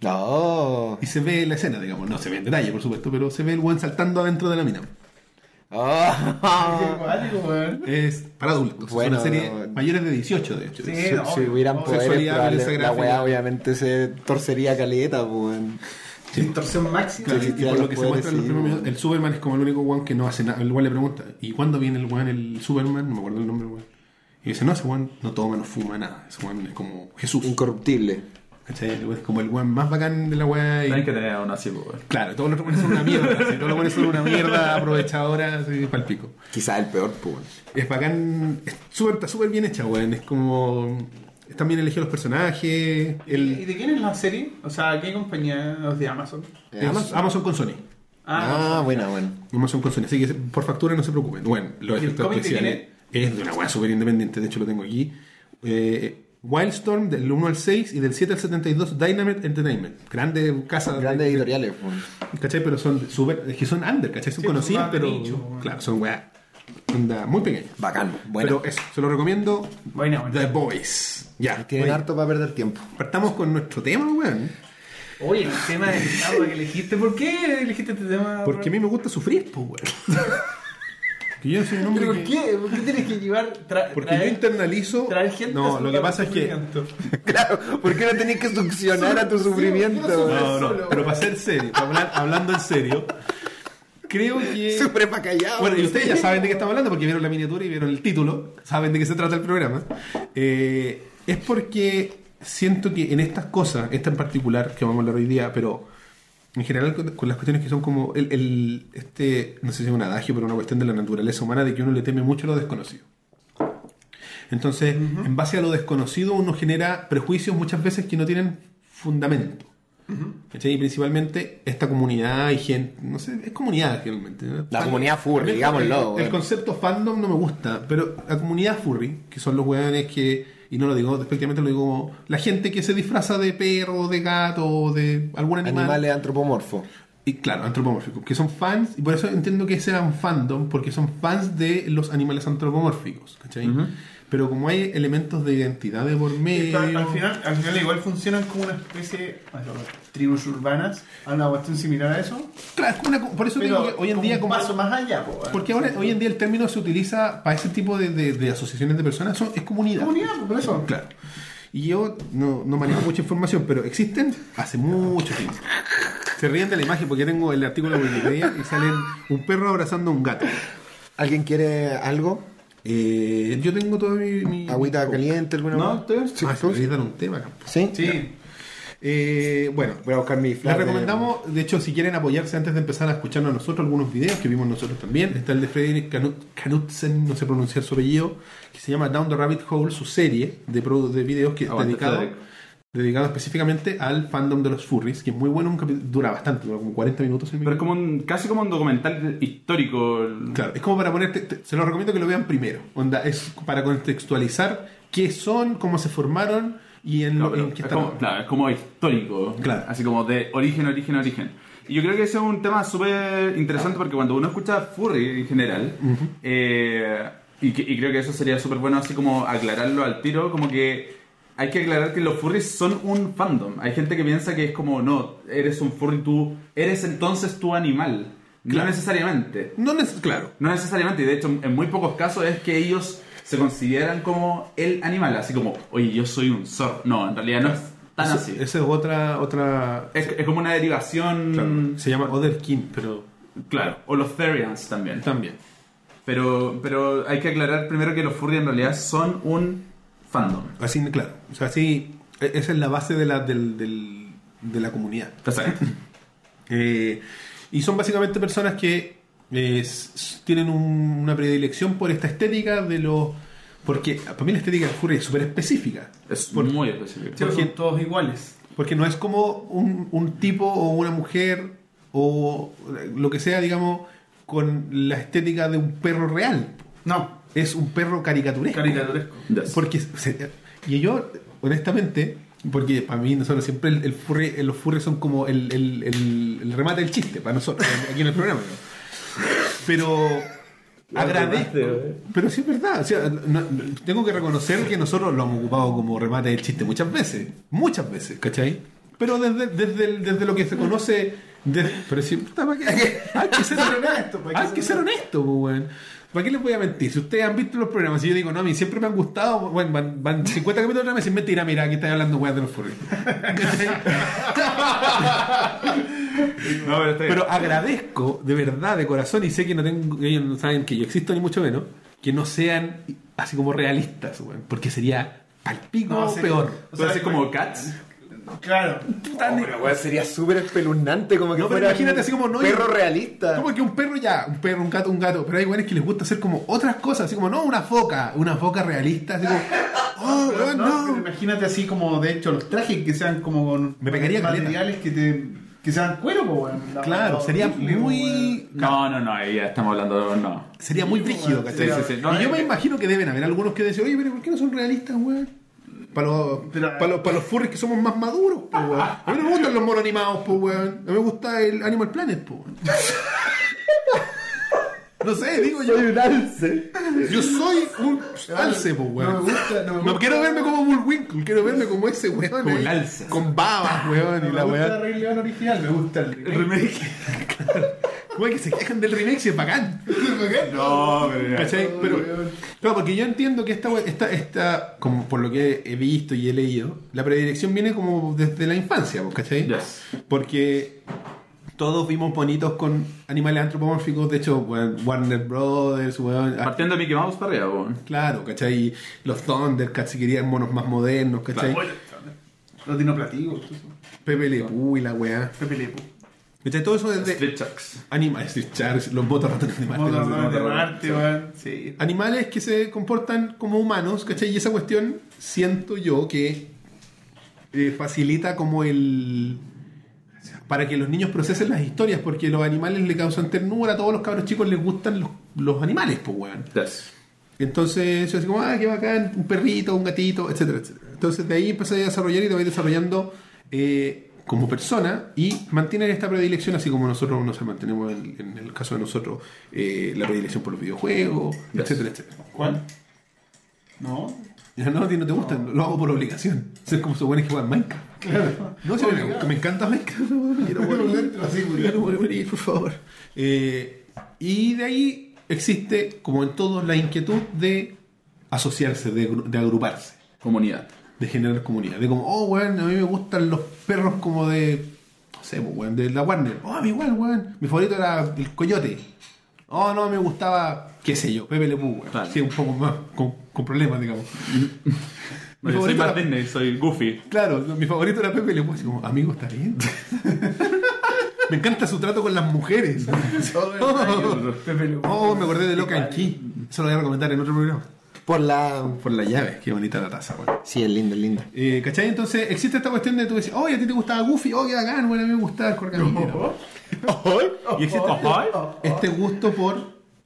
Speaker 2: No.
Speaker 1: Y se ve la escena, digamos, no se ve en detalle, por supuesto, pero se ve el weón saltando adentro de la mina.
Speaker 2: Ah.
Speaker 1: Es para adultos.
Speaker 2: Bueno,
Speaker 1: es una serie
Speaker 2: no.
Speaker 1: mayores de 18, de hecho.
Speaker 4: Sí.
Speaker 2: Si,
Speaker 4: no,
Speaker 2: si hubieran
Speaker 4: no,
Speaker 2: poderes,
Speaker 1: sexualidad,
Speaker 2: probable-
Speaker 1: violencia
Speaker 2: la
Speaker 1: gráfica.
Speaker 2: weá obviamente se torcería caleta, pues, weón.
Speaker 4: Distorsión máxima.
Speaker 1: Claro, y
Speaker 2: Sí,
Speaker 1: por
Speaker 2: los
Speaker 1: lo que se
Speaker 2: poderes,
Speaker 1: muestra en los
Speaker 2: sí,
Speaker 1: primeros
Speaker 2: weón.
Speaker 1: minutos, el Superman es como el único weón que no hace nada. El weón le pregunta, ¿y cuándo viene el weón, el Superman? No me acuerdo el nombre, del weón. Y dice, no, ese weón no toma, no fuma, nada. Ese weón es como Jesús.
Speaker 2: Incorruptible.
Speaker 1: ¿Cachai? ¿Cachai? Es como el weón más bacán de la weá.
Speaker 3: Tienen
Speaker 1: y-
Speaker 3: que tener a uno así, pues, weón.
Speaker 1: Claro, todos los otros weones son una mierda. así, todos los weones son una mierda aprovechadora, así, pa'l pico.
Speaker 2: Quizás el peor, pues. weón.
Speaker 1: Es bacán, es súper- está súper bien hecha, weón. Es como. Están bien elegidos los personajes.
Speaker 4: ¿Y
Speaker 1: El,
Speaker 4: de quién es la serie? O sea, ¿qué compañía es de Amazon?
Speaker 1: es Amazon. con Sony.
Speaker 2: Ah, buena, buena.
Speaker 1: Amazon con Sony. Así que por factura no se preocupen. Bueno, los
Speaker 4: ¿Y el
Speaker 1: efectos
Speaker 4: cómic de quién
Speaker 1: especiales. Es de una weá súper independiente, de hecho lo tengo aquí. Eh, Wildstorm del 1 al 6 y del 7 al 72 Dynamite Entertainment. Grande casa. de-
Speaker 2: Grandes editoriales, pues.
Speaker 1: ¿Cachai? Pero son súper. Es que son under, ¿cachai? pues, Son
Speaker 4: Sí,
Speaker 1: conocidos,
Speaker 4: son más
Speaker 1: pero.
Speaker 4: nicho, weón.
Speaker 1: claro, son weá. Onda muy pequeñas.
Speaker 2: Bacán, bueno.
Speaker 1: Pero eso, se lo recomiendo.
Speaker 4: Buena, buena.
Speaker 1: The Boys. Ya.
Speaker 2: Tienen
Speaker 1: oye,
Speaker 2: eh, harto para perder tiempo.
Speaker 1: Partamos con nuestro tema, weón.
Speaker 4: Oye, el tema del agua que elegiste. ¿Por qué elegiste este tema?
Speaker 1: Porque a mí me gusta sufrir, pues, weón. que yo soy un hombre.
Speaker 4: ¿Pero por
Speaker 1: que-
Speaker 4: qué? ¿Por qué tienes que llevar... tra-
Speaker 1: Porque yo
Speaker 4: traer-
Speaker 1: internalizo.
Speaker 4: traer gente a
Speaker 1: no,
Speaker 4: su
Speaker 1: lo que
Speaker 4: lado
Speaker 1: pasa es que.
Speaker 4: sufrimiento?
Speaker 2: Claro, ¿por qué no tenés que succionar a tu
Speaker 4: quiero
Speaker 2: sufrimiento?
Speaker 4: sufrir.
Speaker 1: No, no,
Speaker 4: Solo,
Speaker 1: pero para ser serio, para hablar, hablando en serio, creo que.
Speaker 2: Siempre para callado.
Speaker 1: Bueno, y ustedes ya saben de qué estamos hablando porque vieron la miniatura y vieron el título, saben de qué se trata el programa. Eh, es porque siento que en estas cosas, esta en particular que vamos a hablar hoy día, pero en general con, con las cuestiones que son como el, el- este, no sé si es un adagio, pero una cuestión de la naturaleza humana de que uno le teme mucho a lo desconocido. Entonces, en base a lo desconocido, uno genera prejuicios muchas veces que no tienen fundamento. ¿Cachai? Y principalmente esta comunidad y gente, no sé, es comunidad realmente. ¿no?
Speaker 2: La
Speaker 1: Fan-
Speaker 2: comunidad
Speaker 1: a
Speaker 2: furry,
Speaker 1: mí el-
Speaker 2: digámoslo,
Speaker 1: El,
Speaker 2: bueno.
Speaker 1: concepto fandom no me gusta, pero la comunidad furry, que son los weones que, y no lo digo despectivamente, lo digo como la gente que se disfraza de perro, de gato, o de algún animal.
Speaker 2: Animales antropomorfos.
Speaker 1: Y claro, antropomórficos, que son fans, y por eso entiendo que sean fandom, porque son fans de los animales antropomórficos, ¿cachai? Pero como hay elementos de identidad de por medio.
Speaker 4: Al, al final, al final igual funcionan como una especie bueno, tribus urbanas, a una cuestión similar a eso.
Speaker 1: Claro, es como una- por eso
Speaker 4: Pero
Speaker 1: digo que hoy en
Speaker 4: con
Speaker 1: día
Speaker 4: un
Speaker 1: como-
Speaker 4: paso más allá, po,
Speaker 1: Porque ahora, hoy en día el término se utiliza para ese tipo de, de- de asociaciones de personas, son- es comunidad.
Speaker 4: comunidad, po, por eso.
Speaker 1: Claro. Y yo no, no manejo mucha información, pero existen hace mucho tiempo. Se ríen de la imagen porque tengo el artículo de Wikipedia y salen un perro abrazando a un gato.
Speaker 2: ¿Alguien quiere algo?
Speaker 1: Eh, yo tengo todo mi... mi-
Speaker 2: ¿Agüita
Speaker 1: mi-
Speaker 2: caliente? alguna
Speaker 4: No,
Speaker 2: cosa?
Speaker 4: estoy bien.
Speaker 1: Ah, se me olvidó dar un tema, Campos.
Speaker 2: ¿Sí?
Speaker 4: Sí.
Speaker 1: Eh, bueno,
Speaker 2: Voy a buscar mi
Speaker 1: les
Speaker 2: flash de-
Speaker 1: recomendamos, de hecho, si quieren apoyarse antes de empezar a escucharnos a nosotros, algunos videos que vimos nosotros también. Está el de Frederick Canut- Knudsen, no sé pronunciar su apellido, que se llama Down the Rabbit Hole, su serie de, produ- de videos que está
Speaker 3: Aguante,
Speaker 1: dedicado,
Speaker 3: Ah, Frederick.
Speaker 1: dedicado específicamente al fandom de los furries, que es muy bueno, un capi- dura bastante, dura como 40 minutos. si no me
Speaker 3: Pero es como un, casi como un documental histórico. el-
Speaker 1: Claro, es como para ponerte. te- se los recomiendo que lo vean primero. Onda, es para contextualizar qué son, cómo se formaron y en,
Speaker 3: No,
Speaker 1: lo-
Speaker 3: pero
Speaker 1: en qué
Speaker 3: es
Speaker 1: están.
Speaker 3: como, claro, es como histórico.
Speaker 1: Claro.
Speaker 3: Así como de origen, origen, origen. Y yo creo que ese es un tema súper interesante porque cuando uno escucha furry en general, eh, y, que- y creo que eso sería súper bueno así como aclararlo al tiro, como que hay que aclarar que los furries son un fandom. Hay gente que piensa que es como, no, eres un furry, tú eres entonces tu animal. No
Speaker 1: Claro.
Speaker 3: necesariamente.
Speaker 1: No neces- claro.
Speaker 3: No necesariamente, y de hecho en muy pocos casos es que ellos se consideran como el animal, así como, oye, yo soy un zorro. No, en realidad no es tan
Speaker 1: Esa-
Speaker 3: así. Es,
Speaker 1: Esa es otra. otra
Speaker 3: es como una derivación,
Speaker 1: claro,
Speaker 3: claro,
Speaker 1: Se llama Other King, pero
Speaker 3: o los Therians también.
Speaker 1: también.
Speaker 3: Pero, pero hay que aclarar primero que los furry en realidad son un fandom.
Speaker 1: Así, claro. O sea, así. e- Esa es la base de la, del- del- de la comunidad.
Speaker 3: Exacto.
Speaker 1: Eh, y son básicamente personas que eh, s- s- tienen un- una predilección por esta estética de los. Porque para mí la estética del furry es súper específica.
Speaker 3: Es
Speaker 1: Por-
Speaker 3: muy específico.
Speaker 4: Sí, son todos iguales.
Speaker 1: Porque no es como un, un tipo o una mujer o lo que sea, digamos, con la estética de un perro real.
Speaker 4: No,
Speaker 1: Es un perro caricaturesco.
Speaker 4: caricaturesco.
Speaker 3: Yes.
Speaker 1: Porque, se- y yo, honestamente, porque para mí nosotros siempre el, el furry- los furries son como el, el- el- el remate del chiste para nosotros, aquí en el programa. ¿no? Pero agradezco. Pero sí es verdad. o sea, no- no- tengo que reconocer que nosotros lo hemos ocupado como remate del chiste muchas veces. Muchas veces, ¿cachai? Pero desde, desde, el- desde lo que se conoce. de- pero sí, puta, ¿para qué? Hay que ser honesto,
Speaker 4: ¿para qué
Speaker 1: hay
Speaker 4: ser
Speaker 1: que ser honesto, pues, weón. ¿Para qué les voy a mentir? Si ustedes han visto los programas y yo digo, no, a mí siempre me han gustado, bueno, van, van 50 capítulos atrás me dicen, mentira, mira, aquí estás hablando weón de los furries.
Speaker 3: No, pero está bien.
Speaker 1: Pero agradezco de verdad, de corazón, y sé que no tengo, que ellos no saben que yo existo ni mucho menos, que no sean así como realistas, weón, porque sería al pico
Speaker 4: No, sería-
Speaker 1: peor.
Speaker 3: Tú
Speaker 4: o sea,
Speaker 3: haces como cats.
Speaker 4: Claro.
Speaker 2: Oh, pero, weón, sería súper espeluznante, como que
Speaker 1: No, pero
Speaker 2: fuera
Speaker 1: imagínate
Speaker 2: un
Speaker 1: así como, no,
Speaker 2: perro
Speaker 1: yo-
Speaker 2: realista.
Speaker 1: Como que un perro ya, un perro, un gato, un gato. Pero hay weones que les gusta hacer como otras cosas, así como, no, una foca, una foca realista, así como, oh,
Speaker 4: Pero
Speaker 1: weón,
Speaker 4: no,
Speaker 1: no.
Speaker 4: pero imagínate así como, de hecho, los trajes que sean como con
Speaker 1: Me pegaría caleta.
Speaker 4: materiales que te que sean cuero, po, weón. La-
Speaker 1: Claro,
Speaker 4: la-
Speaker 1: sería
Speaker 4: horrible, po, weón.
Speaker 1: muy.
Speaker 3: No, no, no, ahí ya estamos hablando de no.
Speaker 1: Sería muy brígido, ¿cachai?
Speaker 4: Sí,
Speaker 3: sí, sí. No,
Speaker 1: y yo
Speaker 3: eh,
Speaker 1: me
Speaker 3: eh.
Speaker 1: imagino que deben haber algunos que dicen, oye, pero ¿por qué no son realistas, weón? Para los,
Speaker 4: Pero-
Speaker 1: pa' los, pa' los furries que somos más maduros, po, weón. A mí no me gustan los monos animados, po, weón. A mí me gusta el Animal Planet, po, weón. No sé, digo yo.
Speaker 2: un alce.
Speaker 1: Yo soy un alce, po,
Speaker 4: No
Speaker 1: weón.
Speaker 4: me gusta, no me
Speaker 1: No
Speaker 4: gusta.
Speaker 1: quiero verme como Bullwinkle, quiero verme como ese weón.
Speaker 3: Como el
Speaker 1: eh,
Speaker 3: alce.
Speaker 1: Con babas, weón,
Speaker 4: No
Speaker 1: y
Speaker 4: me
Speaker 1: la
Speaker 4: gusta el
Speaker 1: weón.
Speaker 4: Rey León original, me gusta el Rey
Speaker 3: El
Speaker 4: León.
Speaker 3: remake.
Speaker 1: Weón, que se quejan del remake, si es bacán.
Speaker 3: No, pero ya.
Speaker 1: ¿Cachai? Pero, claro, porque yo entiendo que esta, we- esta, esta, como por lo que he visto y he leído, la predilección viene como desde la infancia, pues, ¿cachai?
Speaker 3: Yes.
Speaker 1: Porque todos vimos bonitos con animales antropomórficos, de hecho, weón, Warner Brothers, weón, ah,
Speaker 3: Partiendo de Mickey Mouse para arriba, weón.
Speaker 1: claro, ¿cachai? Los Thundercats, si querían monos más modernos, ¿cachai?
Speaker 4: Oye, Los dinoplativos, tú sabes.
Speaker 1: Pepe Le Pew y la weá.
Speaker 4: Pepe Le Pew.
Speaker 1: ¿Cachai? Todo eso desde
Speaker 3: Street Chucks.
Speaker 1: animales, Steve Charles, los botas ratones de Marte,
Speaker 4: Modo
Speaker 1: los-
Speaker 4: de
Speaker 3: de-
Speaker 4: Marte, weón. Sí.
Speaker 1: animales que se comportan como humanos, ¿cachai? Y esa cuestión siento yo que eh, facilita como el... Para que los niños procesen las historias, porque los animales le causan ternura, a todos los cabros chicos les gustan los, los animales, pues, weón.
Speaker 3: Yes.
Speaker 1: Entonces, yo así como, ah, qué bacán, un perrito, un gatito, etcétera, etcétera. Entonces, de ahí empecé a desarrollar y te vas desarrollando eh, como persona y mantener esta predilección, así como nosotros, no sé, mantenemos en, en el caso de nosotros eh, la predilección por los videojuegos,
Speaker 3: Yes.
Speaker 1: etcétera, etcétera.
Speaker 4: ¿Cuál? No.
Speaker 1: Ya no, a ti no te gustan, lo hago por obligación. Eso es como se que juegan Minecraft.
Speaker 4: Claro.
Speaker 1: No, si me, me encanta Minecraft, weón, quiero
Speaker 4: Pero
Speaker 1: morir.
Speaker 4: dentro, así, güey.
Speaker 1: Quiero morir, por favor. Eh, y de ahí existe, como en todos, la inquietud de asociarse, de, agru- de agruparse,
Speaker 3: Comunidad.
Speaker 1: de generar comunidad. De como, oh, weón, a mí me gustan los perros como de, no sé, pues, weón, de la Warner. Oh, a mí igual, weón. Mi favorito era el coyote. Oh, no, me gustaba, qué sé yo, Pepe Le Pew, weón.
Speaker 3: Claro.
Speaker 1: Sí, un poco más, con, con problemas, digamos.
Speaker 3: No,
Speaker 1: Mi
Speaker 3: yo soy
Speaker 1: favorito
Speaker 3: más
Speaker 1: era-
Speaker 3: Disney, soy Goofy.
Speaker 1: Claro, mi favorito era Pepe Le Pew, así como, amigo, ¿está bien? me encanta su trato con las mujeres.
Speaker 4: Pepe Le Pew.
Speaker 1: oh, me acordé de Loca en Key. Eso lo voy a recomendar en otro programa.
Speaker 2: Por la.
Speaker 1: Por la llave, qué bonita la taza, güey.
Speaker 2: Sí, es linda, es linda.
Speaker 1: Eh, ¿Cachai? Entonces existe esta cuestión de tú decir, oye, a ti te gustaba Goofy, oye, bacán, bueno, a mí me gustaba el corcamino.
Speaker 3: Y existe Ajá.
Speaker 1: Este gusto por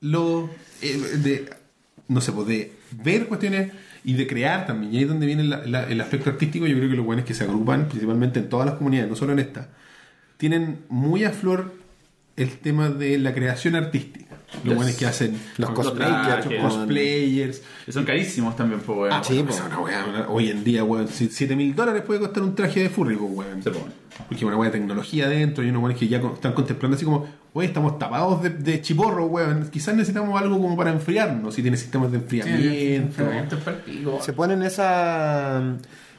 Speaker 1: lo. eh, de, no sé, pues de ver cuestiones y de crear también. Y ahí es donde viene la- la- el aspecto artístico. Yo creo que los buenos que se agrupan, principalmente en todas las comunidades, no solo en esta, tienen muy a flor el tema de la creación artística. Los
Speaker 3: Yes.
Speaker 1: buenos que hacen
Speaker 2: Los
Speaker 1: con-
Speaker 2: cosplayers,
Speaker 1: con-
Speaker 3: con-
Speaker 1: cosplayers.
Speaker 3: Y Son carísimos también, pues, weón.
Speaker 1: Ah,
Speaker 2: sí,
Speaker 1: bueno,
Speaker 2: po.
Speaker 1: esa es una weá, una- hoy en día, weón, 7 mil dólares puede costar un traje de furry, po, weón.
Speaker 3: Se ponen.
Speaker 1: Porque hay una weá de tecnología adentro y unos weones que ya con- están contemplando así como, oye, estamos tapados de, de chiporro, weón. Quizás necesitamos algo como para enfriarnos, si tiene sistemas de enfriamiento.
Speaker 4: Esto es para el pico.
Speaker 2: Se ponen esa.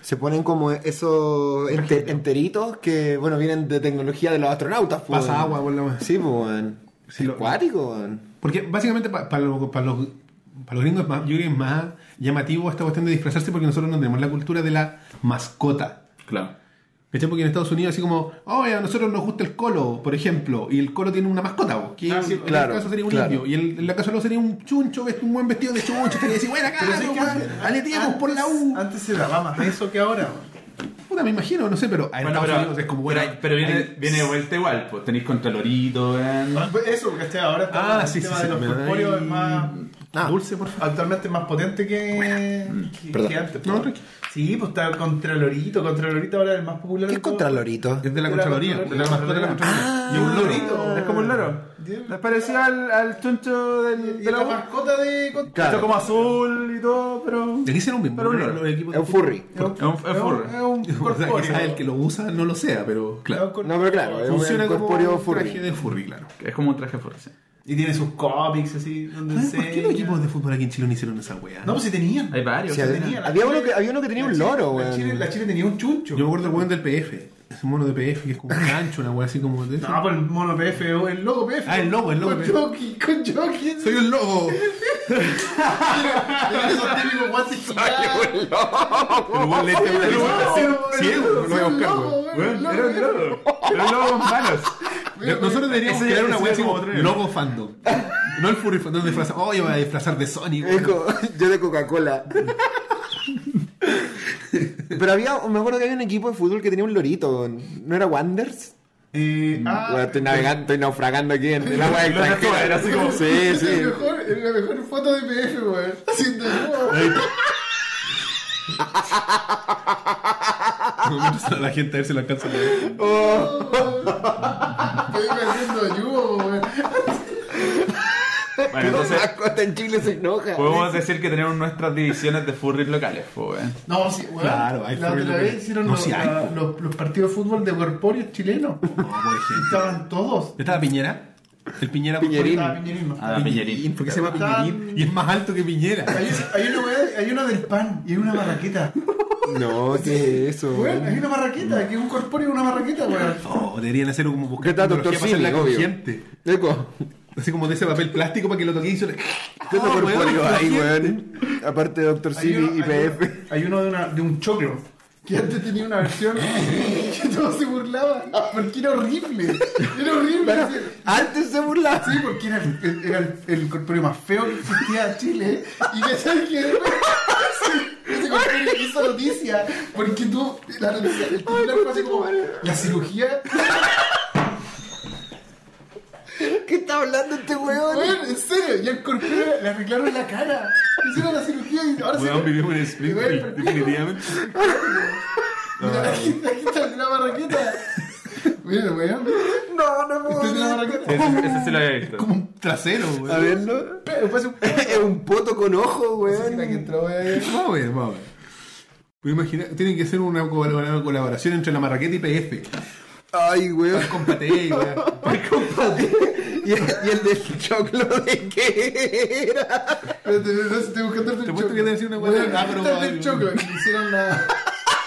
Speaker 2: Se ponen como esos ente- enteritos que, bueno, vienen de tecnología de los astronautas, pues.
Speaker 1: Pasa agua por la weá.
Speaker 2: Sí, pues, weón.
Speaker 1: Sí, lo-
Speaker 2: Acuático, weón.
Speaker 1: Porque básicamente para los, pa los, pa los gringos es más, yo creo que es más llamativo esta cuestión de disfrazarse porque nosotros no tenemos la cultura de la mascota.
Speaker 3: Claro.
Speaker 1: ¿Cachai? Porque en Estados Unidos así como, oye, a nosotros nos gusta el colo, por ejemplo, y el colo tiene una mascota, vos, que
Speaker 4: Ah, sí,
Speaker 1: en
Speaker 2: claro,
Speaker 1: el caso sería un
Speaker 2: claro.
Speaker 1: indio, y el- en la casa no sería un chuncho, ves un buen vestido de chuncho, estaría así, bueno, acá,
Speaker 4: Pero sí que
Speaker 1: weón,
Speaker 4: antes-
Speaker 1: aleteamos por la U.
Speaker 4: Antes se daba más eso que ahora, weón.
Speaker 1: Puta, me imagino, no sé, pero en
Speaker 3: Bueno,
Speaker 1: Estados
Speaker 3: pero,
Speaker 1: Unidos es como,
Speaker 3: pero,
Speaker 1: bueno,
Speaker 3: pero viene,
Speaker 1: hay-
Speaker 3: viene de vuelta igual, pues tenéis contra Lorito, weón.
Speaker 4: Pues Eso, ¿cachai? Ahora está
Speaker 1: Ah,
Speaker 4: el
Speaker 1: sí, sí,
Speaker 4: tema
Speaker 1: sí,
Speaker 4: de los
Speaker 1: me da
Speaker 4: corpóreos
Speaker 1: ahí-
Speaker 4: es más.
Speaker 1: Ah, dulce, por favor.
Speaker 4: Actualmente es más potente que, que-
Speaker 2: perdón.
Speaker 4: que antes.
Speaker 1: No,
Speaker 4: po.
Speaker 1: tranqui.
Speaker 4: sí, pues está Contralorito. Contralorito ahora es el más
Speaker 2: ¿Qué
Speaker 4: popular. de
Speaker 2: es
Speaker 4: todo.
Speaker 2: Contralorito?
Speaker 1: Es de la
Speaker 4: de la
Speaker 1: Contraloría, de
Speaker 4: Contraloría.
Speaker 1: la mascota de la Contraloría. Y un lorito.
Speaker 3: Es como un loro.
Speaker 4: Es
Speaker 3: parecido al, al chuncho del,
Speaker 4: Y la mascota de Contralorito.
Speaker 2: Claro.
Speaker 3: Está como azul y todo, pero.
Speaker 1: Le dicen un mismo,
Speaker 3: Pero un
Speaker 1: ¿no?
Speaker 3: loro.
Speaker 1: Los equipos
Speaker 2: Es un
Speaker 1: de
Speaker 2: furry.
Speaker 3: Es un- es un furry.
Speaker 4: Es un
Speaker 1: fútbol. O sea,
Speaker 4: corpóreo.
Speaker 1: quizás el que lo usa no lo sea, pero claro.
Speaker 2: No, pero claro, es
Speaker 1: Funciona
Speaker 2: un
Speaker 1: como
Speaker 2: corpóreo
Speaker 1: un
Speaker 2: furry.
Speaker 1: traje de furry, claro.
Speaker 3: Es como un traje fuerte. sí.
Speaker 4: Y tiene sus cómics así. Donde
Speaker 1: ¿Por qué los
Speaker 4: enseña.
Speaker 1: equipos de fútbol aquí en Chile no hicieron esa weá?
Speaker 4: No, pues sí tenían.
Speaker 3: Hay varios.
Speaker 2: Sí,
Speaker 3: sí.
Speaker 2: hay-
Speaker 4: Tenía la
Speaker 2: Había uno
Speaker 4: Chile-
Speaker 2: que- había uno que tenía
Speaker 4: la
Speaker 2: un
Speaker 4: Chile-
Speaker 2: loro,
Speaker 4: la
Speaker 2: weón.
Speaker 4: Chile, la Chile tenía un chuncho.
Speaker 1: Yo me acuerdo el weón del PF. Es un mono de PF que es como un gancho, una wea así como de eso.
Speaker 4: No, por el mono PF, o el logo PF.
Speaker 1: Ah, el logo, el logo
Speaker 4: Con
Speaker 1: PF.
Speaker 4: Jockey, con Jockey.
Speaker 1: ¡Soy un lobo!
Speaker 4: Tiene esos típicos guantes gigantes.
Speaker 3: Oh,
Speaker 1: El weón le echa una
Speaker 3: El este weón
Speaker 1: luz.
Speaker 3: así,
Speaker 1: Sí,
Speaker 4: el
Speaker 1: weón, lo voy a
Speaker 4: logo,
Speaker 1: buscar,
Speaker 4: weón,
Speaker 1: weón.
Speaker 4: el
Speaker 3: Bueno,
Speaker 4: logo.
Speaker 3: era un lobo. Era un lobo con manos.
Speaker 1: Nosotros deberíamos
Speaker 3: Ese ya-
Speaker 1: crear una
Speaker 3: ese
Speaker 1: wea
Speaker 3: ya
Speaker 1: así
Speaker 3: como
Speaker 1: como
Speaker 3: otro nivel.
Speaker 1: logo fandom. No el furry fandom disfrazado. Oh, yo voy a disfrazar de Sonic.
Speaker 2: Es
Speaker 1: weón.
Speaker 2: co- Yo de Coca-Cola. Pero había, me acuerdo que había un equipo de fútbol que tenía un lorito. ¿No era Wanders?
Speaker 1: Mm,
Speaker 4: Eh, ah,
Speaker 2: Bueno, estoy navegando, estoy naufragando aquí en el agua
Speaker 3: Lo dejó, era
Speaker 2: extranjera.
Speaker 3: así como-
Speaker 2: Sí,
Speaker 4: es
Speaker 2: sí.
Speaker 4: el mejor- es la mejor foto de PF, weón. Haciendo el logo.
Speaker 1: Mientras a la gente a ver si la alcanza a leer.
Speaker 2: Oh,
Speaker 4: PF haciendo ayudo, weón.
Speaker 3: Bueno, entonces
Speaker 2: La costa en Chile se enoja.
Speaker 3: podemos decir que tenemos nuestras divisiones de furries locales, pues, weón.
Speaker 4: No, sí, weón.
Speaker 1: Claro, hay
Speaker 4: la otra
Speaker 1: fútbol.
Speaker 4: vez hicieron
Speaker 1: No,
Speaker 4: los,
Speaker 1: sí hay,
Speaker 4: la-
Speaker 1: po.
Speaker 4: los, los partidos de fútbol de Werporios chilenos. po.
Speaker 1: No, por ejemplo.
Speaker 4: Estaban todos.
Speaker 1: ¿Estaba Piñera? El Piñera
Speaker 2: Piñerín.
Speaker 4: Estaba Piñerín, no
Speaker 3: Ah,
Speaker 4: estaba.
Speaker 3: Piñerín.
Speaker 1: ¿Por qué se llama
Speaker 4: Estaba-
Speaker 1: Piñerín? Y es más alto que Piñera.
Speaker 4: Hay, hay una, weá- hay una del pan y hay una barraqueta.
Speaker 2: No, ¿qué es eso?
Speaker 4: Weón, hay una barraqueta, que es un corpóreo y una barraqueta, weón.
Speaker 1: Oh, deberían hacer como buscar
Speaker 2: ¿Qué tal, doctor
Speaker 1: tecnología para
Speaker 2: Simi?
Speaker 1: hacerla
Speaker 2: Obvio.
Speaker 1: consciente.
Speaker 2: Eco.
Speaker 1: Así como de ese papel plástico para que lo toque y suene.
Speaker 2: ¿Qué te
Speaker 1: Oh,
Speaker 2: corpóreo
Speaker 1: weón,
Speaker 2: ahí,
Speaker 1: lo
Speaker 2: weón? Aparte de Dr.
Speaker 4: Hay uno-
Speaker 2: Simi y
Speaker 4: hay uno-
Speaker 2: PF.
Speaker 4: Hay uno de, una, de un choclo que antes tenía una versión que todos se burlaban porque era horrible. Era horrible. así-
Speaker 2: Antes se burlaba.
Speaker 4: Sí, porque era el, el- era el, el corpóreo más feo que existía en Chile. Y que sabes que ese corpóreo hizo noticia. Porque tú, la noticia, el titular fue así como la cirugía.
Speaker 2: ¿Qué está hablando este weón?
Speaker 4: Weón, en serio, y al corpóreo le arreglaron la cara. Le hicieron la cirugía y ahora
Speaker 3: Weón,
Speaker 4: se.
Speaker 3: vivimos en Springfield, definitivamente.
Speaker 4: Mira, aquí, aquí está la barraqueta. Mira, weón.
Speaker 2: No, no puedo.
Speaker 4: Este es una
Speaker 2: creer.
Speaker 4: barraqueta.
Speaker 3: Ese, ese sí lo había visto.
Speaker 1: Como un trasero, weón.
Speaker 2: A verlo.
Speaker 4: Pero pasa un poco.
Speaker 2: Es un poto con ojo,
Speaker 4: Mira que
Speaker 2: weón.
Speaker 4: entró, eh.
Speaker 1: Vamos a ver, vamos a ver. Pero imagina, tiene que ser una co- una colaboración entre la marraqueta y PF.
Speaker 2: Ay, weón.
Speaker 1: Con Patey, weón.
Speaker 2: ¿Y el, y el del choclo de qué era?
Speaker 4: Pero te- no sé, estoy buscando el del
Speaker 1: Te puesto
Speaker 4: choclo.
Speaker 1: que te decía una
Speaker 4: Bueno,
Speaker 1: weá. Ah, pero
Speaker 4: está el
Speaker 1: vale.
Speaker 4: del choclo, que hicieron la.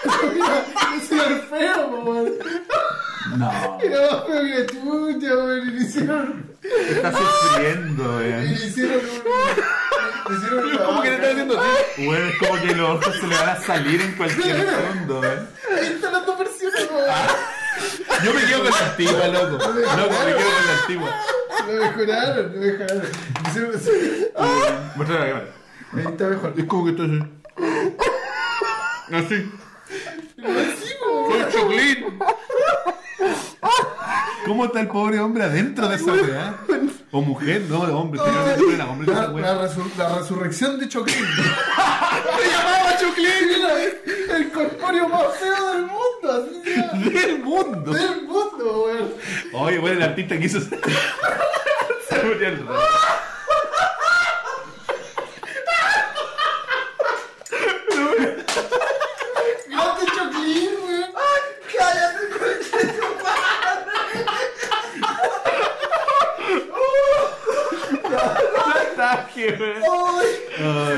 Speaker 4: Le hicieron feo, po, weón.
Speaker 3: No.
Speaker 4: Era más feo que la chucha, weón. Y le hicieron.
Speaker 3: Está sufriendo,
Speaker 4: Y
Speaker 3: weón.
Speaker 4: le hicieron un. Le hicieron una.
Speaker 1: ¿Cómo que le estás haciendo así?
Speaker 3: Weón, es como que los ojos se le van a salir en cualquier segundo, weón.
Speaker 4: Ahí están las dos versiones, po,
Speaker 3: Yo me quedo con la antigua, loco. Loco, me quedo con la antigua.
Speaker 4: weón. Lo mejoraron, lo mejoraron. Hicieron así.
Speaker 3: Muestra la cámara.
Speaker 4: Ahí está mejor.
Speaker 1: Es como que estás así. Así.
Speaker 4: Así, po, weón.
Speaker 1: ¿Cómo está el pobre hombre adentro de esa weá? O mujer, no, de hombre. señor, de hombre, la hombre de
Speaker 4: La,
Speaker 1: esa weá.
Speaker 4: la resur- la resurrección de Choclín. ¡Se llamaba Choclín! El corpóreo más feo del mundo. así se llama.
Speaker 1: ¡Del mundo!
Speaker 4: Del mundo, weón.
Speaker 1: Oye, bueno, el artista quiso ser.
Speaker 3: Se murió el rato.
Speaker 4: ¡Grande Choclín, weón!
Speaker 3: Ataque, weón.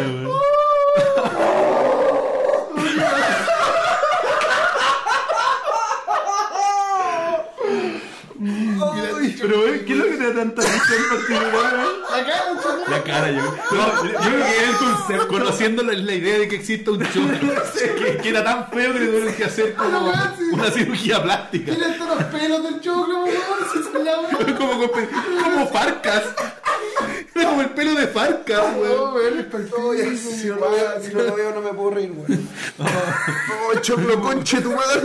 Speaker 1: ¿eh?
Speaker 3: Pero, weón, ¿qué es lo que te da tanta risa en particular, weón?
Speaker 4: La cara de Choclín.
Speaker 3: La cara, yo.
Speaker 1: No, yo creo que el concepto, conociéndolo, es la idea de que exista un choclo que, que era tan feo que le tuvieron que hacer como una cirugía plástica.
Speaker 4: Mira hasta los pelos del choclo, weón. Si es la weón.
Speaker 1: Como, con pe- como Farcas. Era como el pelo de Farcas, weón.
Speaker 4: No, weón, es perfecto.
Speaker 2: Si no, lo veo, si no lo veo, no me puedo reír, weón. Oh, choclo conche tu madre.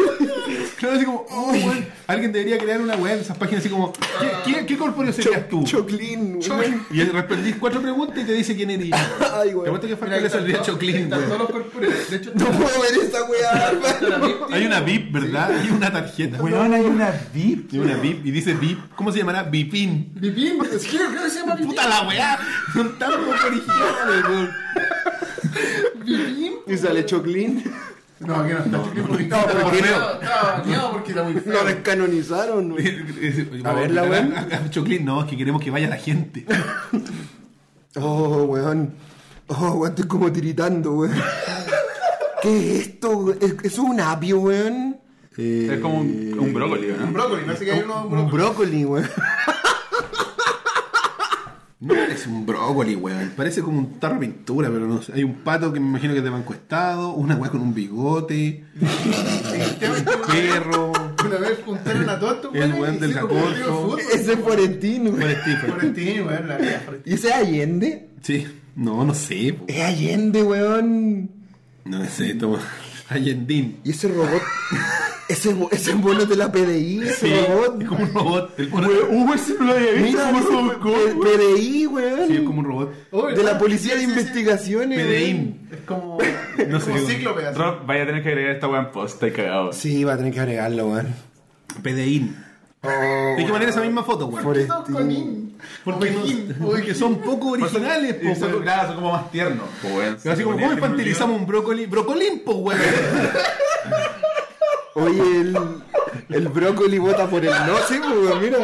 Speaker 1: Claro, así como, oh, weón, alguien debería crear una web, esas páginas así como, ¿qué, qué, qué corpóreo serías tú?
Speaker 2: Choclín, weón.
Speaker 1: Y él respondís cuatro preguntas y te dice quién eres.
Speaker 2: Ay,
Speaker 1: Te
Speaker 2: weón.
Speaker 1: apuesto que Farcas
Speaker 4: Mira,
Speaker 1: le
Speaker 4: ahí
Speaker 1: saldría
Speaker 4: están todos- ahí
Speaker 1: Choclín,
Speaker 4: están
Speaker 1: weón.
Speaker 4: todos los corpóreos. De hecho,
Speaker 2: No puedo ver esa weá, hermano.
Speaker 1: Hay una VIP, ¿verdad? Hay una tarjeta.
Speaker 3: Weón, hay una VIP.
Speaker 1: Y una VIP, y dice VIP, ¿cómo se llamará? VIPIN.
Speaker 4: Vivimos. Es que creo que se llama Vivim.
Speaker 1: ¡Puta la weá! Son tan poco originales, weón.
Speaker 4: Vivim.
Speaker 2: Y sale Choclín.
Speaker 4: No, aquí no está Choclín porque estaba
Speaker 2: no, porque no.
Speaker 4: bañado, Estaba bañado porque era muy
Speaker 2: No
Speaker 4: feo.
Speaker 2: descanonizaron, weón.
Speaker 1: A
Speaker 2: A ver, la weón.
Speaker 1: Choclín, no, es que queremos que vaya la gente.
Speaker 2: Oh, weón. Oh, weón, estoy como tiritando, weón. ¿Qué es esto? weón? ¿Es, es un apio, weón?
Speaker 1: Eh,
Speaker 3: Es como un, un brócoli,
Speaker 4: Un
Speaker 3: ¿no?
Speaker 4: brócoli, parece que hay uno.
Speaker 2: Un brócoli, weón.
Speaker 1: No es un brócoli, weón. Parece como un tarro de pintura, pero no sé. Hay un pato que me imagino que es de banco estado, una weá con un bigote,
Speaker 4: El tema es que
Speaker 1: un perro.
Speaker 4: Una vez juntaron a todos estos
Speaker 1: El
Speaker 4: weones
Speaker 1: weón
Speaker 4: y
Speaker 1: del
Speaker 4: hicieron un
Speaker 1: Jacorzo.
Speaker 4: partido de fútbol.
Speaker 2: Ese es Florentino, weón.
Speaker 1: Forestifer.
Speaker 4: Florentino, weón, la vida, Florentino.
Speaker 2: ¿Y ese es Allende?
Speaker 1: Sí, no, no sé. po.
Speaker 2: Es Allende, weón.
Speaker 1: No sé, toma. Allendín.
Speaker 2: Y ese robot. ese, bo- ese mono de la PDI, ese
Speaker 1: Sí,
Speaker 2: robot.
Speaker 1: es como un robot. El mono-
Speaker 3: Uber si no lo había
Speaker 2: Mira,
Speaker 3: como
Speaker 2: ese P- PDI, weón.
Speaker 1: Sí, es como un robot.
Speaker 4: Oh,
Speaker 2: De la
Speaker 4: ¿verdad?
Speaker 2: Policía de
Speaker 4: Sí, sí, sí.
Speaker 2: Investigaciones. weón.
Speaker 1: PDIM.
Speaker 4: Es como. No
Speaker 1: sé,
Speaker 4: como
Speaker 1: weón.
Speaker 4: cíclope, así.
Speaker 3: Rob, vaya a tener que agregar esta weá en post, está cagado.
Speaker 2: Sí, va a tener que agregarlo, weón.
Speaker 1: PDIN. Hay que poner esa misma foto, weón.
Speaker 4: ¿Por qué todos
Speaker 2: Florentino.
Speaker 4: con in?
Speaker 1: Porque, no-
Speaker 4: Ovejin,
Speaker 1: porque
Speaker 4: ovejin.
Speaker 1: son poco originales, po,
Speaker 3: Y son-
Speaker 1: weón.
Speaker 3: Claro, son como más tiernos, po, weón.
Speaker 1: Así como, ¿cómo infantilizamos un brócoli? ¡Brocolín, po, weón!
Speaker 2: Oye, el, el brócoli vota por el no, sí, pues, weón, mira.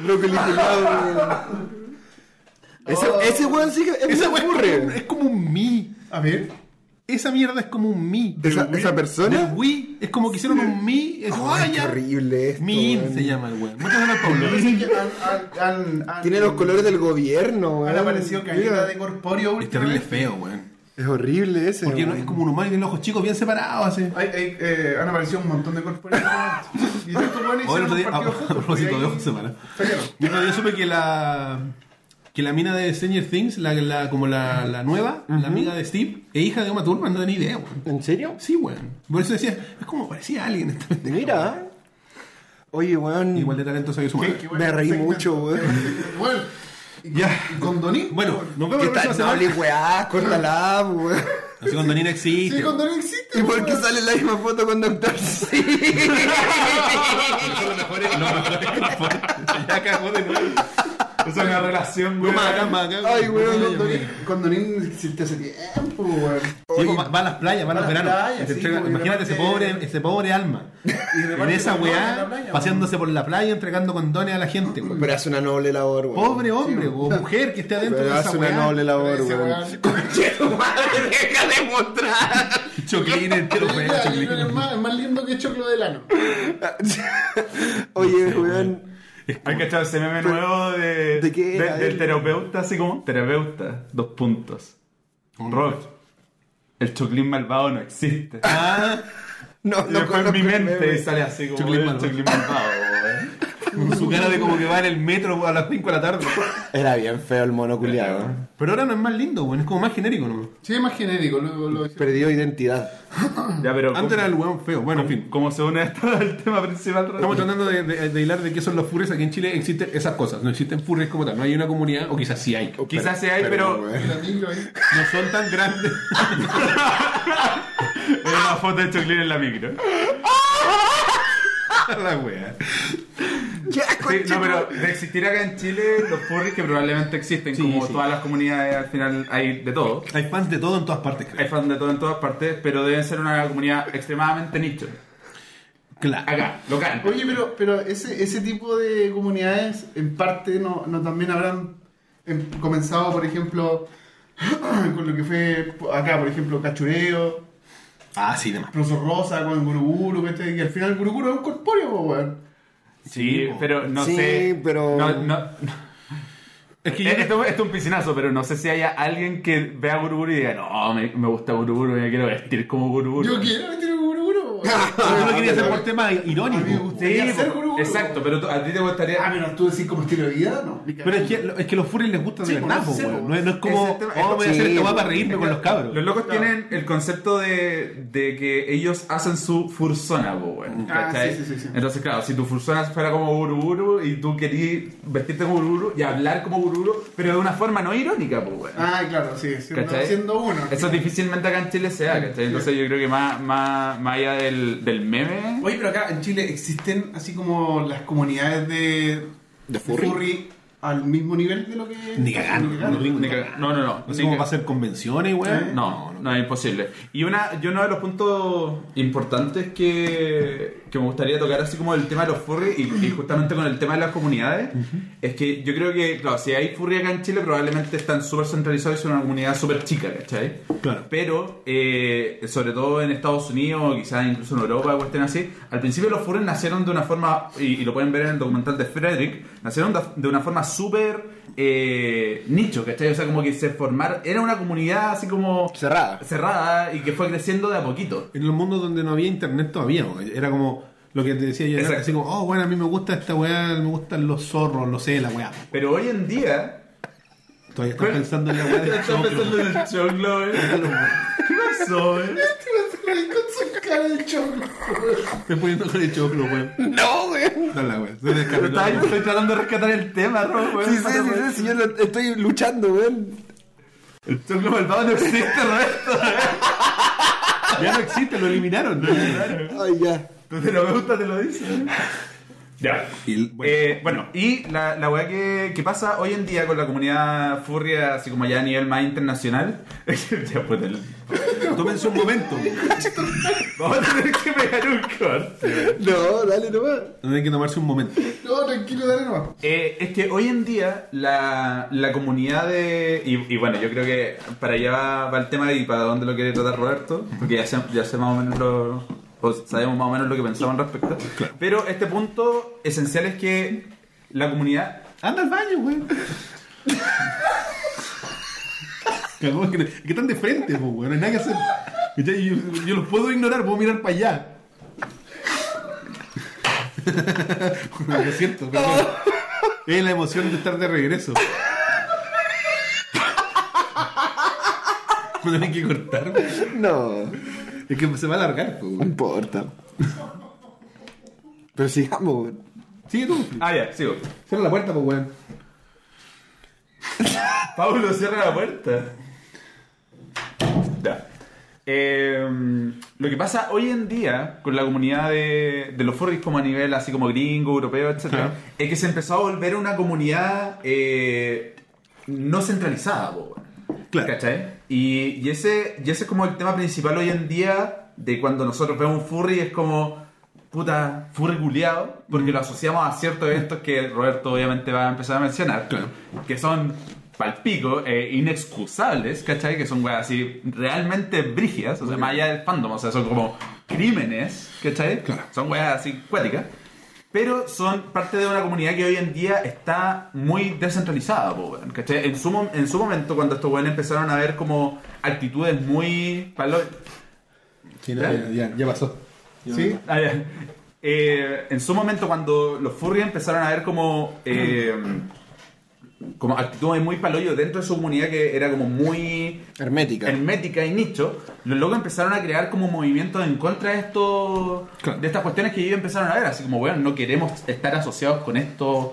Speaker 2: Brócoli pelado, weón. Ese, ese weón sí que es
Speaker 1: Esa
Speaker 2: muy
Speaker 1: weón es, como un-
Speaker 2: furre.
Speaker 1: es como un mi.
Speaker 4: A ver.
Speaker 1: Esa mierda es como un mi.
Speaker 2: Esa,
Speaker 1: Del
Speaker 2: esa
Speaker 1: Del
Speaker 2: persona.
Speaker 1: Wii. Es como que hicieron un mi. Es como,
Speaker 2: Ay,
Speaker 1: ah,
Speaker 2: qué
Speaker 1: ya.
Speaker 2: horrible esto.
Speaker 1: Mi
Speaker 2: weón.
Speaker 1: se llama el weón. Muchas gracias, Pablo.
Speaker 4: Parece que han- han- han- han-
Speaker 2: Tiene los colores del gobierno, weón.
Speaker 4: Han aparecido
Speaker 2: Mira,
Speaker 4: caleta de corpóreo
Speaker 1: Es terrible
Speaker 4: últimamente.
Speaker 1: feo, weón.
Speaker 2: Es horrible ese.
Speaker 1: Porque no-
Speaker 2: weón.
Speaker 1: es como un humano y tiene los ojos chicos bien separados, así.
Speaker 4: Hay- hay, eh, han aparecido un montón de corpóreos. y estos weones
Speaker 1: Hoy el
Speaker 4: hicieron
Speaker 1: otro
Speaker 4: un
Speaker 1: día, a,
Speaker 4: partido de
Speaker 1: a
Speaker 4: fútbol,
Speaker 1: propósito
Speaker 4: y
Speaker 1: de
Speaker 4: ahí
Speaker 1: ojos separados.
Speaker 4: salieron.
Speaker 1: Yo no, yo supe que la que la mina de Stranger Things, la, la- como la, la nueva, la amiga de Steve, es hija de Uma Thurman, no tenía ni idea, weón.
Speaker 2: ¿En serio?
Speaker 1: Sí, weón. Por eso decía, es como parecía a alguien esta pendeja, weón.
Speaker 2: Mira. Oye, weón.
Speaker 1: Igual de talentosa que su
Speaker 4: Qué-
Speaker 1: madre.
Speaker 4: qué buen
Speaker 2: me reí
Speaker 4: segmento.
Speaker 2: mucho, weón.
Speaker 4: Bueno, y-
Speaker 1: Ya.
Speaker 4: y con Donín.
Speaker 1: Bueno, nos vemos
Speaker 2: ¿Qué
Speaker 1: la próxima
Speaker 2: tal? No hables
Speaker 1: semana.
Speaker 2: weá, córtala, weón.
Speaker 1: Así cuando Nina existe.
Speaker 4: Sí, con Donín existe.
Speaker 2: ¿Y por qué
Speaker 4: weón.
Speaker 2: sale la misma foto con Doctor Sí?
Speaker 1: Lo mejor es- lo mejor es- Ya cagó de nuevo.
Speaker 3: Es una relación,
Speaker 1: No
Speaker 3: weón.
Speaker 1: maga, maga.
Speaker 2: Ay,
Speaker 4: Weón,
Speaker 2: weón,
Speaker 4: con
Speaker 2: Doctor
Speaker 4: Donín- Con Donín existe hace tiempo, weón.
Speaker 1: Sí, va, va a las playas, va a
Speaker 4: Va
Speaker 1: los
Speaker 4: a las
Speaker 1: veranos.
Speaker 4: playas,
Speaker 1: Y te
Speaker 4: sí,
Speaker 1: entrega-
Speaker 4: porque
Speaker 1: imagínate ese
Speaker 4: reparte-
Speaker 1: pobre, ese pobre alma. En
Speaker 4: reparte
Speaker 1: esa
Speaker 4: condones en la
Speaker 1: weá,
Speaker 4: playa,
Speaker 1: paseándose por la playa, entregando condones a la gente, weón.
Speaker 2: Pero hace una noble labor, weón.
Speaker 1: Pobre hombre o mujer que esté adentro
Speaker 2: Pero
Speaker 1: de esa
Speaker 2: hace una
Speaker 1: weá.
Speaker 2: noble labor,
Speaker 4: Ese
Speaker 2: weón.
Speaker 4: weón.
Speaker 2: Conche tu madre, deja de mostrar.
Speaker 1: Choclín entero,
Speaker 4: Yo
Speaker 1: weá,
Speaker 4: creo que
Speaker 1: choclín.
Speaker 4: Es más, es más lindo que Choclo del Ano.
Speaker 2: Oye, weón.
Speaker 3: Hay cachado ese meme nuevo de,
Speaker 2: ¿De qué era él?
Speaker 3: del terapeuta, así como terapeuta, dos puntos. Rob, el choclín malvado no existe.
Speaker 1: Ah,
Speaker 2: No,
Speaker 3: Y
Speaker 2: no
Speaker 3: después en mi
Speaker 2: conozco el
Speaker 3: mente
Speaker 2: meme.
Speaker 3: sale así como
Speaker 1: Choclín
Speaker 3: el
Speaker 1: malvado.
Speaker 3: choclín malvado. weón.
Speaker 1: con su cara de como que va en el metro a las 5 de la tarde.
Speaker 2: Era bien feo el mono culiado.
Speaker 1: Pero ahora no es más lindo, weón, es como más genérico, ¿no?
Speaker 4: Sí, es más genérico. Lo, lo-
Speaker 2: Perdió identidad.
Speaker 3: Ya, pero
Speaker 1: Antes era el weón feo. Bueno, en fin.
Speaker 3: como se une esto al tema principal, Rob?
Speaker 1: Estamos tratando de, de- de hilar de qué son los furries. Aquí en Chile existen esas cosas. No existen furries como tal. No hay una comunidad, o quizás sí hay.
Speaker 3: Quizás sí hay, pero-
Speaker 2: weón.
Speaker 4: La micro ahí.
Speaker 1: No son tan grandes.
Speaker 3: Era una foto de choclín en la micro.
Speaker 1: la wea.
Speaker 2: Ya,
Speaker 3: Sí,
Speaker 2: conche
Speaker 3: no,
Speaker 2: tu-
Speaker 3: pero de existir acá en Chile, los furries que probablemente existen,
Speaker 1: Sí,
Speaker 3: como
Speaker 1: sí.
Speaker 3: todas las comunidades, al final hay de todo.
Speaker 1: Hay fans de todo en todas partes, creo.
Speaker 3: Hay fans de todo en todas partes, pero deben ser una comunidad extremadamente nicho.
Speaker 1: Claro.
Speaker 3: Acá, local.
Speaker 4: Oye, pero, pero ese, ese tipo de comunidades, en parte, no, no también habrán em, comenzado, por ejemplo, con lo que fue acá, por ejemplo, Cachureo,
Speaker 1: Ah, sí, demás.
Speaker 4: Rosso Rosa, con Guruguru, ¿cachai? Y al final Guruguru es un corpóreo, po, weón.
Speaker 3: Sí,
Speaker 1: po.
Speaker 3: pero no
Speaker 2: Sí,
Speaker 3: sé.
Speaker 2: pero-
Speaker 3: No, no-
Speaker 1: Es que
Speaker 3: Eh,
Speaker 1: yo-
Speaker 3: esto, esto es un piscinazo, pero no sé si haya alguien que vea Guruburu y diga, no, me, me gusta Guruburu, me quiero vestir como Guruburu.
Speaker 4: Yo quiero meter un Guruguru, weón.
Speaker 1: yo lo quería hacer por temas
Speaker 4: eh, A mí me
Speaker 1: irónicos.
Speaker 4: gusta.
Speaker 3: Sí,
Speaker 4: Quería ser
Speaker 3: po.
Speaker 4: Guruburu.
Speaker 3: exacto, pero tú- a ti te
Speaker 4: Ah,
Speaker 3: gustaría.
Speaker 4: pero tú decís como estilo de vida, no.
Speaker 1: Pero es que, es que los furries les gusta de
Speaker 4: Sí,
Speaker 1: verdad,
Speaker 4: pues,
Speaker 1: po,
Speaker 4: sí,
Speaker 1: weón.
Speaker 4: po.
Speaker 1: No, es- no es como,
Speaker 3: Ese es el tema.
Speaker 1: oh, voy a hacer
Speaker 2: Sí,
Speaker 1: esta weá
Speaker 2: po.
Speaker 1: para reírme con los cabros.
Speaker 3: Los locos
Speaker 4: Claro.
Speaker 3: tienen el concepto de, de que ellos hacen su fursona, po, weón,
Speaker 4: Ah,
Speaker 3: ¿cachai?
Speaker 4: sí, sí, sí, sí.
Speaker 3: Entonces, claro, si tu fursona fuera como Guruburu y tú querías vestirte como Guruburu y hablar como Guruburu, pero de una forma no irónica, pues, weón.
Speaker 4: Ah, claro, sí, siendo,
Speaker 3: ¿Cachai?
Speaker 4: siendo uno.
Speaker 3: Eso difícilmente acá en Chile se da, ¿cachai? Entonces yo creo que más, más, más allá del, del meme.
Speaker 4: Oye, pero acá en Chile existen así como las comunidades de,
Speaker 2: ¿De furry?
Speaker 4: furry al mismo nivel de lo que.
Speaker 1: Ni cagando, no tengo ni
Speaker 3: Ni caga- No, no, no. Así
Speaker 1: ¿Cómo
Speaker 3: que-
Speaker 1: va a ser convenciones, weón?
Speaker 3: No, no, es imposible. Y, una, y uno de los puntos importantes que, que me gustaría tocar, así como el tema de los furries y, y justamente con el tema de las comunidades, es que yo creo que, claro, si hay furry acá en Chile, probablemente están súper centralizados y son una comunidad súper chica, ¿cachai?
Speaker 1: Claro.
Speaker 3: Pero, eh, sobre todo en Estados Unidos, quizás incluso en Europa, o estén así, al principio los furries nacieron de una forma, y, y lo pueden ver en el documental de Frederick, nacieron de, de una forma súper. eh, nicho, ¿cachai? O sea, como que se formaron. Era una comunidad así como
Speaker 2: Cerrada.
Speaker 3: cerrada y que fue creciendo de a poquito.
Speaker 1: En los mundos donde no había internet todavía, weón. Era como lo que te decía yo, era
Speaker 3: Exacto.
Speaker 1: así como, oh, bueno, a mí me gusta esta weá, me gustan los zorros, lo sé, la weá.
Speaker 3: Pero hoy en día.
Speaker 1: Todavía estás pensando en la weá de
Speaker 3: Estás pensando en el choclo, eh. ¿Qué pasó, eh?
Speaker 4: Con su cara de choclo.
Speaker 1: Estoy poniendo con el choclo, weón.
Speaker 2: No, weón.
Speaker 1: No, la weá. Se
Speaker 3: Pero
Speaker 1: descarriló,
Speaker 3: estaba-
Speaker 1: weón.
Speaker 3: estoy tratando de rescatar el tema, eh, Rob, weón.
Speaker 2: Sí, sí, sí, sí, sí, yo lo- estoy luchando, weón.
Speaker 3: El choclo malvado no existe, Roberto.
Speaker 1: Ya no existe, lo eliminaron.
Speaker 2: Ay, ya.
Speaker 3: Entonces no me gusta, te lo dice. Ya.
Speaker 1: Y,
Speaker 3: Bueno,
Speaker 1: bueno,
Speaker 3: eh, bueno y la, la weá que, que pasa hoy en día con la comunidad furria, así como ya a nivel más internacional. ya, pues, el-
Speaker 1: tómense un momento.
Speaker 3: Vamos a tener que pegar un corte.
Speaker 2: No, dale nomás.
Speaker 1: Tienen que tomarse un momento.
Speaker 4: No, tranquilo, dale nomás.
Speaker 3: Eh, es que hoy en día la, la comunidad de... Y, y bueno, yo creo que para allá va, va el tema y para dónde lo quiere tratar Roberto, porque ya sé, ya sé más o menos lo... o sabemos más o menos lo que pensaban al respecto. Pero este punto esencial es que la comunidad...
Speaker 1: Anda al baño, weón. Cagó, que, que están de frente, po, weón. No hay nada que hacer. Ya, Yo, yo los puedo ignorar, puedo mirar para allá. Lo siento, perdón. Es la emoción de estar de regreso. Me tienen que cortar, weón.
Speaker 2: No,
Speaker 1: Es que se va a alargar, po,
Speaker 2: no
Speaker 1: weón.
Speaker 2: importa. Pero sigamos, weón.
Speaker 1: Sigue tú.
Speaker 3: Ah, ya, sigo.
Speaker 1: Cierra la puerta, pues, po, weón.
Speaker 3: Pablo, cierra la puerta. Ya. Eh, lo que pasa hoy en día con la comunidad de, de los furries como a nivel así como gringo, europeo, etcétera,
Speaker 1: Ajá.
Speaker 3: es que se empezó a volver una comunidad eh, no centralizada, po, weón.
Speaker 1: Claro.
Speaker 3: ¿Cachai? Y, y ese, y ese es como el tema principal hoy en día de cuando nosotros vemos un furry, es como, puta, furry culiado, porque lo asociamos a ciertos eventos que Roberto obviamente va a empezar a mencionar,
Speaker 1: Claro.
Speaker 3: que son palpico, eh, inexcusables, ¿cachai? Que son weas así realmente brigias, o sea, más allá del fandom, o sea, son como crímenes, ¿cachai?
Speaker 1: Claro.
Speaker 3: Son weas así cuáticas. Pero son parte de una comunidad que hoy en día está muy descentralizada, po, weón, ¿cachai? En su, mom- en su momento, cuando estos weones empezaron a ver como actitudes muy... palo-
Speaker 1: Sí, no, ya, ya, ya pasó.
Speaker 4: ¿Sí?
Speaker 3: Ah, ya. Eh, en su momento, cuando los furries empezaron a ver como... eh, como actitudes muy palollo dentro de su comunidad que era como muy
Speaker 2: Hermética.
Speaker 3: hermética y nicho, los locos empezaron a crear como movimientos en contra de esto,
Speaker 1: Claro.
Speaker 3: de estas cuestiones que ellos empezaron a ver, así como, weón, no queremos estar asociados con estos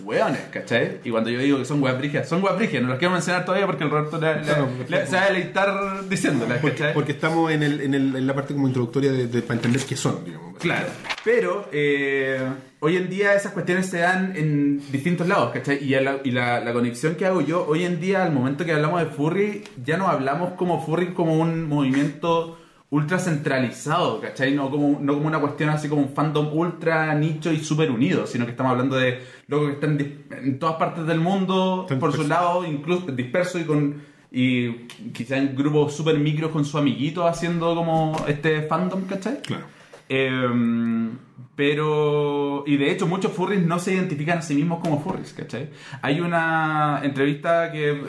Speaker 3: weones, ¿cachai? Y cuando yo digo que son weas brigias, son weas brigias, no las quiero mencionar todavía porque el Roberto le- le-
Speaker 1: Claro,
Speaker 3: le- se va a deleitar diciéndolas,
Speaker 1: Porque,
Speaker 3: ¿cachai?
Speaker 1: porque estamos en, el, en, el- en la parte como introductoria de, de- para entender qué son, digamos.
Speaker 3: Claro. Pero eh, hoy en día esas cuestiones se dan en distintos lados, ¿cachai? Y, a la, y la- la conexión que hago yo hoy en día, al momento que hablamos de furry, ya no hablamos como furry como un movimiento ultra centralizado, ¿cachai? No como, no como una cuestión así como un fandom ultra nicho y súper unido, sino que estamos hablando de locos que están dis- en todas partes del mundo,
Speaker 1: Están
Speaker 3: por su
Speaker 1: dispersos.
Speaker 3: lado, incluso dispersos y con... Y quizá en grupos súper micros con su amiguito haciendo como este fandom, ¿cachai?
Speaker 1: Claro.
Speaker 3: Eh, pero. Y de hecho, muchos furries no se identifican a sí mismos como furries, ¿cachai? Hay una entrevista que,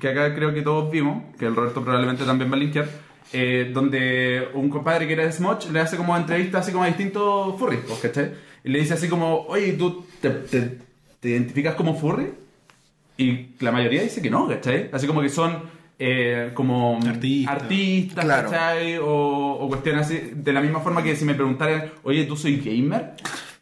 Speaker 3: que acá creo que todos vimos, que el Roberto probablemente también va a linkear, eh, donde un compadre que era de Smoch le hace como entrevista así como a distintos furries, pues, ¿cachai? Y le dice así como, oye, ¿tú te, te- te identificas como furry? Y la mayoría dice que no, ¿cachai? Así como que son. eh, como
Speaker 1: Artistas.
Speaker 3: artistas,
Speaker 2: Claro.
Speaker 3: ¿cachai? ¿cachai? O, o cuestiones así. De la misma forma que si me preguntaran, oye, ¿tú soy gamer?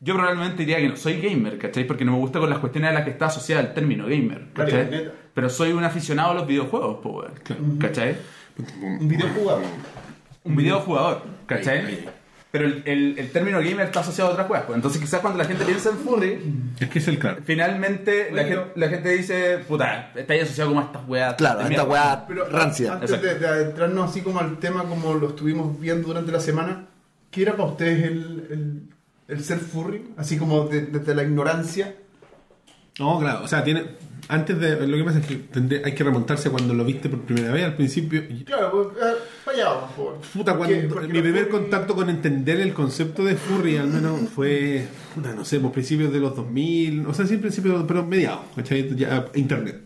Speaker 3: Yo probablemente diría que no soy gamer, ¿cachai? Porque no me gusta con las cuestiones a las que está asociada el término gamer, ¿cachai?
Speaker 4: Claro,
Speaker 3: Pero soy un aficionado a los videojuegos, po, weón, ¿cachai?
Speaker 4: Un video jugado.
Speaker 3: Un videojugador, ¿cachai?
Speaker 1: Ahí, ahí.
Speaker 3: Pero el, el- el término gamer está asociado a otras cosas. pues. Entonces, quizás cuando la gente piensa en furry,
Speaker 1: Es que es el claro.
Speaker 3: finalmente la, gen- la gente dice, puta, está ahí asociado como a estas weas.
Speaker 2: Claro,
Speaker 3: de
Speaker 2: esta
Speaker 3: mierda".
Speaker 2: weá
Speaker 4: Pero a-
Speaker 2: rancia.
Speaker 4: antes de, de adentrarnos así como al tema, como lo estuvimos viendo durante la semana, ¿qué era para ustedes el, el, el ser furry? Así como de- desde la ignorancia.
Speaker 1: No, claro, o sea, tiene. Antes de. Lo que pasa es que tendré- hay que remontarse a cuando lo viste por primera vez. Al principio.
Speaker 4: Claro, pues, eh, para allá vamos, por favor.
Speaker 1: Puta,
Speaker 4: Porque-
Speaker 1: cuando
Speaker 4: porque
Speaker 1: mi
Speaker 4: los
Speaker 1: primer
Speaker 4: furry-
Speaker 1: contacto con entender el concepto de furry, al menos, fue, puta, no sé, por principios de los 2000, o sea, sí, principios, pero mediados, ¿cachai? Ya, internet,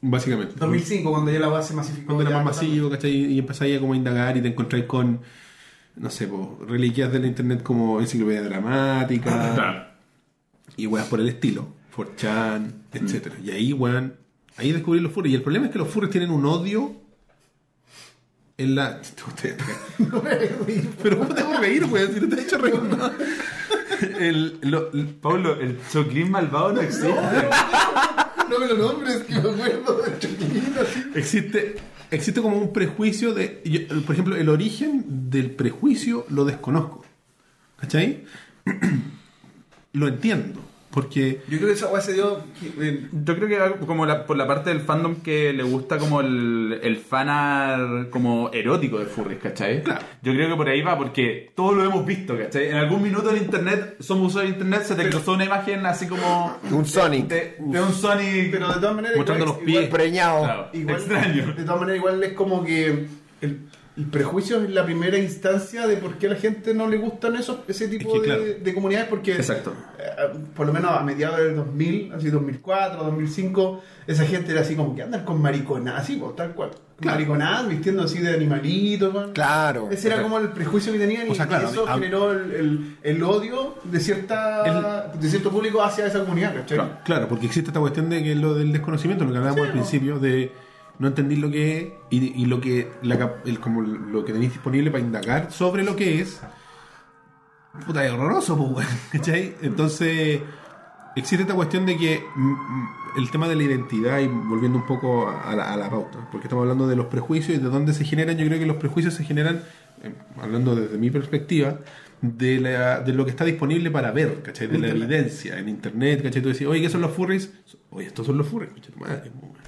Speaker 1: básicamente.
Speaker 4: 2005, cuando ya la base masificó.
Speaker 1: Cuando era
Speaker 4: ya,
Speaker 1: más masivo, ¿cachai? Y empezáis a como indagar y te encontráis con, no sé, po, reliquias del internet como enciclopedia dramática
Speaker 3: Claro.
Speaker 1: y weas por el estilo, 4chan, etcétera. Y ahí, weón, ahí descubrí los furries. Y el problema es que los furries tienen un odio en la. Ustedes, pero ¿cómo te hago reír, weón? Si no te he hecho reír nada. El, lo-
Speaker 3: Pablo, el choclín malvado no existe.
Speaker 4: No me lo nombres, que me acuerdo de Choquilín, así.
Speaker 1: existe, existe como un prejuicio de. yo, por ejemplo, el origen del prejuicio lo desconozco. ¿Cachai? lo entiendo. Porque.
Speaker 4: Yo creo que esa weá se dio. eh,
Speaker 3: Yo creo que va como la- por la parte del fandom que le gusta como el, el fanar como erótico de furries, ¿cachai?
Speaker 1: Claro.
Speaker 3: Yo creo que por ahí va porque todo lo hemos visto, ¿cachai? En algún minuto en internet, somos usuarios de internet, se te cruzó una imagen así como...
Speaker 2: Un Sonic.
Speaker 3: De, de un Sonic...
Speaker 4: Pero de todas maneras.
Speaker 1: Mostrando
Speaker 4: igual-
Speaker 1: los
Speaker 4: igual-
Speaker 1: pies.
Speaker 2: Preñado.
Speaker 3: Claro,
Speaker 4: Igual-
Speaker 3: extraño.
Speaker 4: De todas maneras, igual es como que el, el prejuicio es la primera instancia de por qué a la gente no le gustan esos, ese tipo
Speaker 1: que
Speaker 4: de,
Speaker 1: claro.
Speaker 4: de comunidades, porque
Speaker 3: Exacto.
Speaker 4: eh, por lo menos a mediados del 2000, así 2004, 2005, esa gente era así como que andan con mariconadas, así, po, tal cual.
Speaker 1: Claro.
Speaker 4: Mariconadas, vistiendo así de animalito, man.
Speaker 2: Claro.
Speaker 4: Ese era como el prejuicio que tenían y
Speaker 1: O sea, claro,
Speaker 4: eso
Speaker 1: a mí-
Speaker 4: generó el, el- el odio de cierta de cierto público hacia esa comunidad, ¿cachai?
Speaker 3: Claro.
Speaker 1: Claro, porque existe esta cuestión de que lo del desconocimiento, lo que hablábamos al principio, de no entender lo que es y, y lo que la cap- el- como lo que tenéis disponible para indagar sobre lo que es. Puta, es horroroso, pues, weón, ¿cachai? Entonces, existe esta cuestión de que mm, mm, el tema de la identidad, y volviendo un poco a la, a la pauta, porque estamos hablando de los prejuicios y de dónde se generan, yo creo que los prejuicios se generan, eh, hablando desde mi perspectiva, de, la- de lo que está disponible para ver, ¿cachai? De la evidencia en internet, ¿cachai? Tú decís, oye, ¿qué son los furries? Oye, estos son los furries, Concha tu madre, po, weón.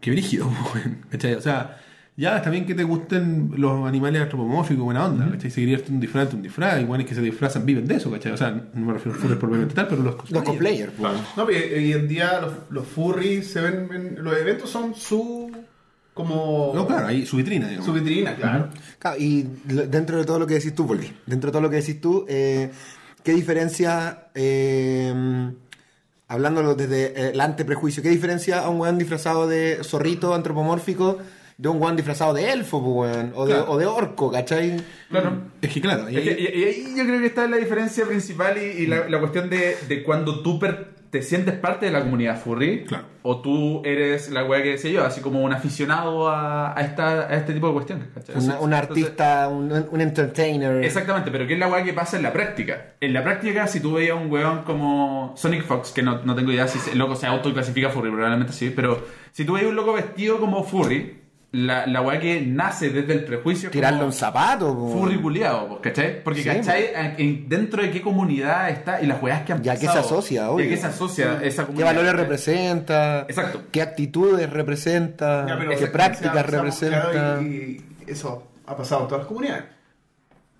Speaker 1: Qué brígido, po, weón, ¿cachai? O sea, ya está bien que te gusten los animales antropomórficos, buena onda, ¿cachai? Si querías un disfraz, un disfraz, igual es que se disfrazan, viven de eso, ¿cachai? O sea, no me refiero a furries propiamente tal, pero los
Speaker 2: Los cosplayers. po.
Speaker 4: No, pero hoy en día los, los furries se ven en, los eventos son su como
Speaker 1: No, claro, ahí su vitrina, digamos.
Speaker 4: su vitrina, claro.
Speaker 2: Claro, y lo- dentro de todo lo que decís tú, volví. Dentro de todo lo que decís tú, eh, ¿qué diferencia, eh, hablándolo desde eh, el anteprejuicio, qué diferencia a un weón disfrazado de zorrito antropomórfico de un weón disfrazado de elfo, po, weón? O de,
Speaker 1: Claro.
Speaker 2: o de orco, ¿cachai?
Speaker 3: Claro.
Speaker 1: Es que claro, ahí-
Speaker 3: Es que- y, y ahí yo creo que está la diferencia principal y, y la, la cuestión de, de cuando tú per- te sientes parte de la comunidad furry
Speaker 1: Claro.
Speaker 3: o tú eres la weá que decía yo, así como un aficionado a, a esta, a este tipo de cuestiones. ¿cachai?
Speaker 2: Una- un
Speaker 3: Entonces-
Speaker 2: artista, un, un entertainer.
Speaker 3: Exactamente, pero ¿qué es la weá que pasa en la práctica? En la práctica, si tú veías un weón como Sonic Fox, que no, no tengo idea si el loco se autoclasifica furry, probablemente sí, pero si tú veías un loco vestido como furry, la, la weá que nace desde el prejuicio... es
Speaker 2: Tirarle
Speaker 3: como-
Speaker 2: un zapato, po.
Speaker 3: furry culiado, pues, ¿cachai? Porque,
Speaker 2: Sí,
Speaker 3: ¿cachai? Ah, En- dentro de qué comunidad está y las weas que han
Speaker 2: Y a qué se
Speaker 3: pasado.
Speaker 2: asocia,
Speaker 3: Y a
Speaker 2: obvio.
Speaker 3: qué se asocia esa
Speaker 2: ¿Qué
Speaker 3: comunidad.
Speaker 2: valores
Speaker 3: ¿cachai?
Speaker 2: representa?
Speaker 3: Exacto.
Speaker 2: ¿Qué actitudes representa?
Speaker 4: Ya, pero
Speaker 2: ¿Qué
Speaker 4: se-
Speaker 2: prácticas
Speaker 4: se ha- se ha-
Speaker 2: representa?
Speaker 4: claro, y, y eso ha pasado en todas las comunidades.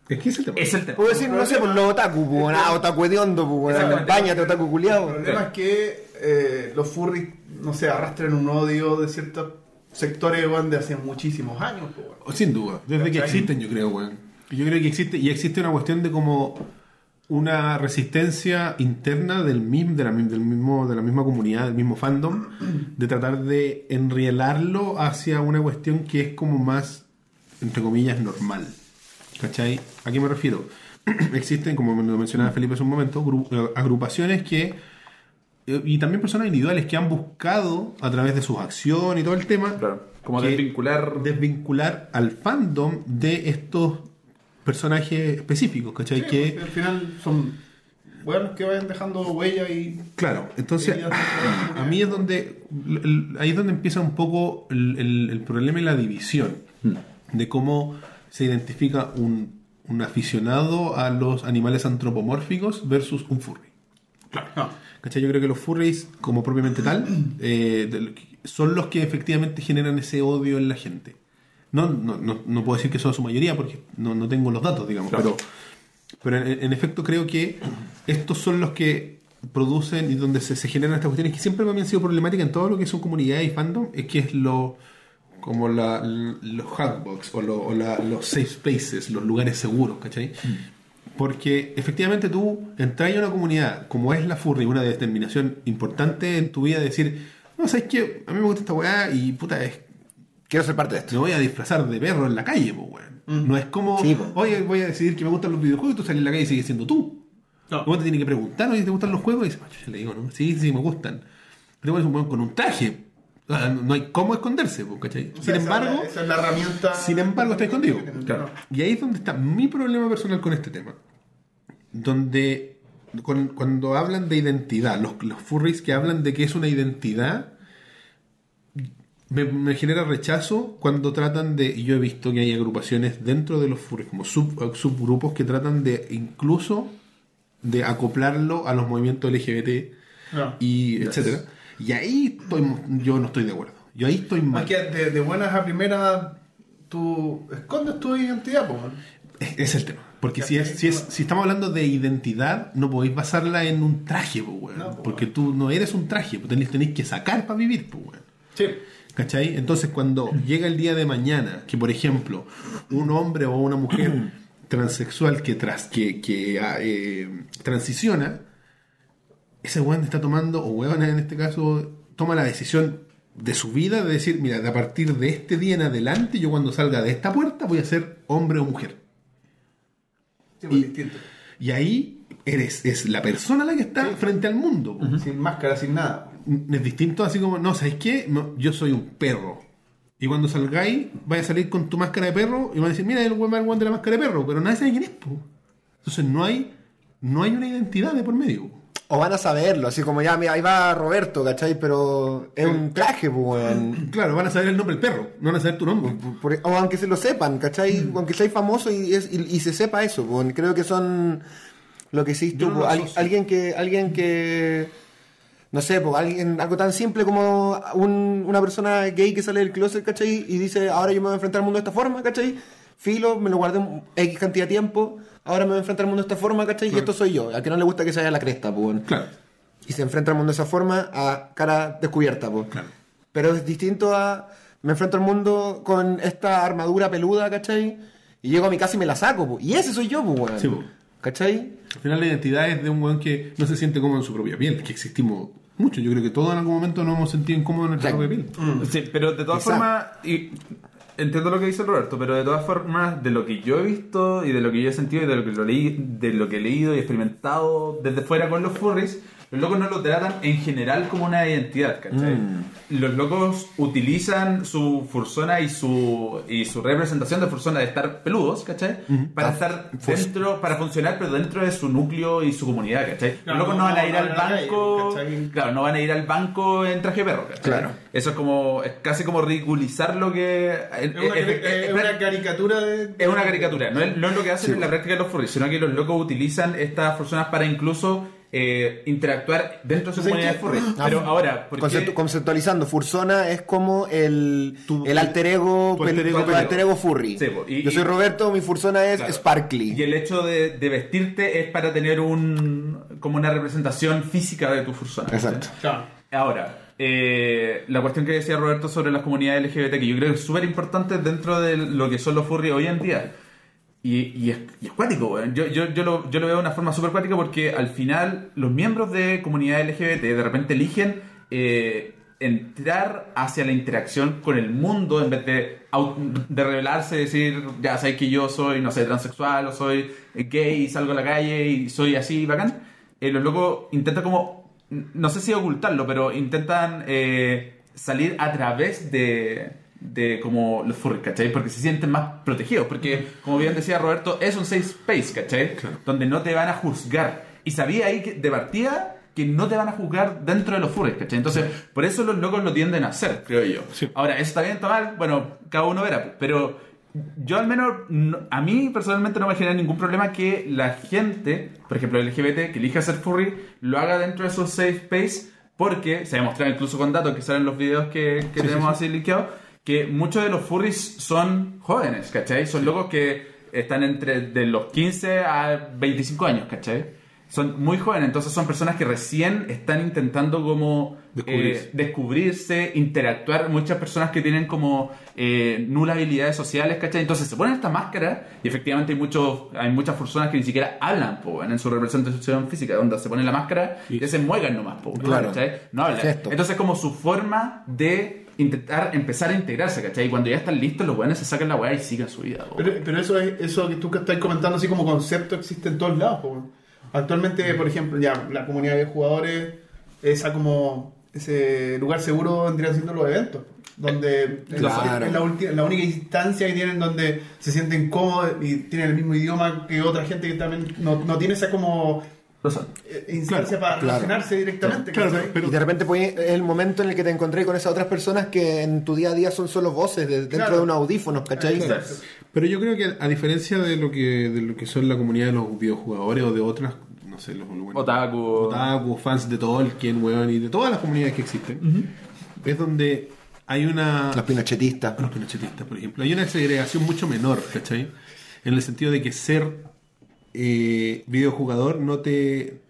Speaker 1: es que ese tema.
Speaker 3: Es el tema.
Speaker 2: Puedo decir, no sé, por los otaku, pues, weón. Ah, otaku hediondo, pues, weón.
Speaker 3: Exactamente.
Speaker 2: Báñate, otaku
Speaker 4: El
Speaker 2: culiado.
Speaker 4: problema es que eh, los furries no sé, arrastran un odio de ciertos sectores weón, de hace muchísimos años, po, weón.
Speaker 1: Oh, Sin duda, desde que
Speaker 4: ¿Cachai?
Speaker 1: existen, yo creo, weón. Yo creo que existe, y existe una cuestión de como una resistencia interna del mismo, de la, mi- del mismo, de la misma comunidad, del mismo fandom, de tratar de enrielarlo hacia una cuestión que es como más, entre comillas, normal. ¿Cachai? ¿A qué me refiero? Existen, como lo mencionaba Felipe hace un momento, gru- eh, agrupaciones que eh, y también personas individuales que han buscado a través de sus acciones y todo el tema
Speaker 3: Claro, como
Speaker 1: que-
Speaker 3: desvincular-
Speaker 1: desvincular al fandom de estos personajes específicos ¿cachai?
Speaker 4: Sí, pues,
Speaker 1: que
Speaker 4: porque Al final son buenos que vayan dejando huella y
Speaker 1: claro entonces ah,
Speaker 4: y ya se-
Speaker 1: a mí es donde l- l- ahí es donde empieza un poco el, el- el problema y la división de cómo se identifica un, un aficionado a los animales antropomórficos versus un furry. Ah.
Speaker 3: Claro.
Speaker 1: ¿Cachai? Yo creo que los furries, como propiamente tal, eh, de lo que- son los que efectivamente generan ese odio en la gente. No, no, no, no puedo decir que son su mayoría porque no, no tengo los datos, digamos,
Speaker 3: Claro.
Speaker 1: pero, pero en, en efecto creo que estos son los que producen y donde se, se generan estas cuestiones que siempre me han sido problemáticas en todo lo que son comunidades y fandom, es que es lo como la, los hotbox o, lo- o la- los safe spaces, los lugares seguros, ¿cachai?
Speaker 2: Mm.
Speaker 1: Porque efectivamente tú entras en una comunidad como es la furry, una determinación importante en tu vida, de decir, no, ¿sabes qué? A mí me gusta esta weá y puta, es,
Speaker 2: Quiero ser parte de esto. Mm.
Speaker 1: me voy a disfrazar de perro en la calle, pues weón. No es como,
Speaker 2: Sí, po.
Speaker 1: oye, voy a decidir que me gustan los videojuegos y tú sales en la calle y sigues siendo tú.
Speaker 3: No.
Speaker 1: Uno te tiene que preguntar, oye, ¿te gustan los juegos? Y dice, macho, ya le digo, ¿no? Sí, sí, me gustan. Pero bueno, es un weón con un traje. Ah, No hay cómo esconderse, pues, ¿cachai? Sin
Speaker 4: O sea, esa es la-
Speaker 1: embargo,
Speaker 4: esa es la herramienta.
Speaker 1: sin embargo, está escondido.
Speaker 3: Claro.
Speaker 1: Y ahí es donde está mi problema personal con este tema. Donde con- cuando hablan de identidad, los, los furries que hablan de que es una identidad, me, me genera rechazo cuando tratan de... y Yo he visto que hay agrupaciones dentro de los furries, como sub- subgrupos que tratan de incluso de acoplarlo a los movimientos LGBT
Speaker 4: No.
Speaker 1: y etcétera. Y ahí estoy, yo no estoy de acuerdo. Yo ahí estoy mal.
Speaker 4: Más que de, de buenas a primeras, tú escondes tu identidad, po. man.
Speaker 1: E-, Es es el tema. Porque si, es, si, es, si estamos hablando de identidad, no podéis basarla en un traje, po, weón.
Speaker 4: No, po,
Speaker 1: porque tú no eres un traje, pues tenéis, tenéis que sacar para vivir, po, weón.
Speaker 4: Sí.
Speaker 1: ¿Cachai? Entonces, cuando llega el día de mañana, que por ejemplo, un hombre o una mujer transexual que, tras, que, que, ah, eh, transiciona, ese weón está tomando, o weona en este caso, toma la decisión de su vida de decir, mira, a partir de este día en adelante, yo cuando salga de esta puerta voy a ser hombre o mujer.
Speaker 4: Sí, pues,
Speaker 1: Y-
Speaker 4: distinto.
Speaker 1: Y ahí eres, es la persona la que está frente al mundo. po.
Speaker 4: Sin máscara, sin nada.
Speaker 1: Es distinto así como, no, ¿sabes qué? No, yo soy un perro. Y cuando salgáis, vais a salir con tu máscara de perro y van a decir, mira, el weón el weón de la máscara de perro, pero nadie sabe quién es. po. Entonces no hay, no hay una identidad de por medio. po.
Speaker 2: O van a saberlo, así como ya, mira, ahí va Roberto, ¿cachai? Pero es un traje, pues, weón.
Speaker 1: Claro, van a saber el nombre del perro, no van a saber tu nombre.
Speaker 2: Por- o aunque se lo sepan, ¿cachai?
Speaker 1: Mm.
Speaker 2: Aunque seáis famoso y, es- y, y se sepa eso, pues, creo que son lo que hiciste
Speaker 1: Yo no
Speaker 2: pues,
Speaker 1: lo
Speaker 2: al-
Speaker 1: asocio.
Speaker 2: alguien que alguien que no sé, pues, alguien algo tan simple como un- una persona gay que sale del closet, ¿cachai? Y dice, ahora yo me voy a enfrentar al mundo de esta forma, ¿cachai? Filo, me lo guardé un- X cantidad de tiempo, ahora me voy a enfrentar al mundo de esta forma, ¿cachai? Y esto soy yo, al que no le gusta que se vaya a la cresta, pues.
Speaker 1: Claro,
Speaker 2: Y se enfrenta al mundo de esa forma a cara descubierta, pues.
Speaker 1: claro.
Speaker 2: Pero es distinto a. Me enfrento al mundo con esta armadura peluda, ¿cachai? Y llego a mi casa y me la saco, po. Y ese soy yo, pues, weón.
Speaker 1: Sí, po.
Speaker 2: ¿Cachai?
Speaker 1: Al final la identidad es de un weón que no se siente cómodo en su propia piel, que existimos mucho. Yo creo que todos en algún momento nos hemos sentido incómodos en nuestra
Speaker 2: Claro.
Speaker 1: propia piel.
Speaker 3: Sí, pero de todas
Speaker 2: Quizá.
Speaker 3: formas, y entiendo lo que dice el Roberto, pero de todas formas, de lo que yo he visto y de lo que yo he sentido y de lo que, lo leí, de lo que he leído y experimentado desde fuera con los furries, los locos no lo tratan en general como una identidad, ¿cachai? Los locos utilizan su fursona y su, y su representación de fursona de estar peludos, ¿cachai? Para estar dentro, para funcionar, pero dentro de su núcleo y su comunidad, ¿cachai?
Speaker 4: Claro,
Speaker 3: los locos no,
Speaker 4: no,
Speaker 3: van a ir
Speaker 4: no,
Speaker 3: al
Speaker 4: no, no, no,
Speaker 3: banco,
Speaker 4: ¿cachai?
Speaker 3: claro, no van a ir al banco en traje de perro, ¿cachai?
Speaker 2: Claro.
Speaker 3: Eso es como, es casi como ridiculizar lo que... eh,
Speaker 4: Es una, cari- es una caricatura de.
Speaker 3: es una caricatura, no es, no es lo que hacen en la práctica de los furries, sino que los locos utilizan estas personas para incluso eh, interactuar dentro de su
Speaker 4: Sí,
Speaker 3: comunidad
Speaker 4: que-
Speaker 3: furry.
Speaker 2: Ah,
Speaker 3: Pero ahora, ¿por
Speaker 2: Conceptu-
Speaker 3: qué?
Speaker 2: Conceptualizando, Fursona es como el,
Speaker 1: Tu-
Speaker 2: el alter ego,
Speaker 1: tu
Speaker 2: pelu-
Speaker 1: alter
Speaker 2: tu alter
Speaker 1: ego peludo.
Speaker 2: ego, furry.
Speaker 3: Sí, po. Y-
Speaker 2: yo soy
Speaker 3: y-
Speaker 2: Roberto, mi Fursona es
Speaker 3: Claro. Y
Speaker 2: Sparkly.
Speaker 3: el hecho de, de vestirte es para tener un como una representación física de tu persona.
Speaker 2: Exacto.
Speaker 4: Claro.
Speaker 3: Ahora, eh, la cuestión que decía Roberto sobre las comunidades LGBT, que yo creo que es súper importante dentro de lo que son los furries hoy en día. Y, y es, y es cuático, weón. Yo, yo, yo, lo, yo lo veo de una forma súper cuática porque al final los miembros de comunidad LGBT de repente eligen eh, entrar hacia la interacción con el mundo en vez de, au- de revelarse, decir, ya sabes que yo soy, no sé, transexual o soy gay y salgo a la calle y soy así, bacán. Eh, los locos intentan como, no sé si ocultarlo, pero intentan eh, salir a través de, de como los furries, ¿cachai? Porque se sienten más protegidos, porque como bien decía Roberto, es un safe space, ¿cachai? Donde no te van a juzgar. Y sabía ahí que, de partida que no te van a juzgar dentro de los furries, ¿cachai? Entonces, por eso los locos lo tienden a hacer, creo yo.
Speaker 1: Sí.
Speaker 3: Ahora, ¿eso está bien, está mal? Bueno, cada uno verá, pero yo al menos, no- a mí personalmente no me genera ningún problema que la gente, por ejemplo LGBT, que elige hacer furry, lo haga dentro de esos safe space, porque se ha demostrado incluso con datos que salen los videos que, que tenemos así linkeados, que muchos de los furries son jóvenes, ¿cachai? Son locos que están entre de los 15 a 25 años, ¿cachai? Son muy jóvenes, entonces son personas que recién están intentando como
Speaker 1: Descubrirse.
Speaker 3: eh, descubrirse, interactuar. Muchas personas que tienen como eh, nula habilidades sociales, ¿cachai? Entonces se ponen esta máscara y efectivamente hay, muchos, hay muchas personas que ni siquiera hablan, po, weón, en su representación física, donde se ponen la máscara y,
Speaker 1: Y-
Speaker 3: se muegan nomás, po, weón,
Speaker 2: Claro.
Speaker 3: ¿cachai? No hablan.
Speaker 2: Gesto.
Speaker 3: Entonces como su forma de intentar empezar a integrarse, ¿cachai? Y cuando ya están listos, los weones se sacan la weá y siguen su vida, po.
Speaker 4: Pero, pero eso es eso que tú que estás comentando así como concepto existe en todos lados. po. Actualmente, por ejemplo, ya la comunidad de jugadores, esa como ese lugar seguro vendría siendo los eventos. Donde es la-
Speaker 2: Claro.
Speaker 4: es la, ulti- la única instancia que tienen donde se sienten cómodos y tienen el mismo idioma que otra gente que también no, no tiene esa como
Speaker 3: Lo son.
Speaker 4: eh, instancia
Speaker 1: Claro,
Speaker 4: para
Speaker 2: claro.
Speaker 4: relacionarse directamente.
Speaker 1: Claro,
Speaker 4: ¿cachai?
Speaker 1: pero-
Speaker 2: y de repente pues, es el momento en el que te encontré con esas otras personas que en tu día a día son solo voces de- dentro
Speaker 4: Claro.
Speaker 2: de unos audífonos, ¿cachai?
Speaker 4: Exacto.
Speaker 1: Pero yo creo que a diferencia de lo que, de lo que son la comunidad de los videojugadores o de otras, no sé, los lugares-
Speaker 3: Otaku.
Speaker 1: otaku, fans de Tolkien, weón, y de todas las comunidades que existen, es donde hay una
Speaker 2: Los pinochetistas.
Speaker 1: a los pinochetistas, por ejemplo. Hay una segregación mucho menor, ¿cachai? En el sentido de que ser eh, videojugador no te,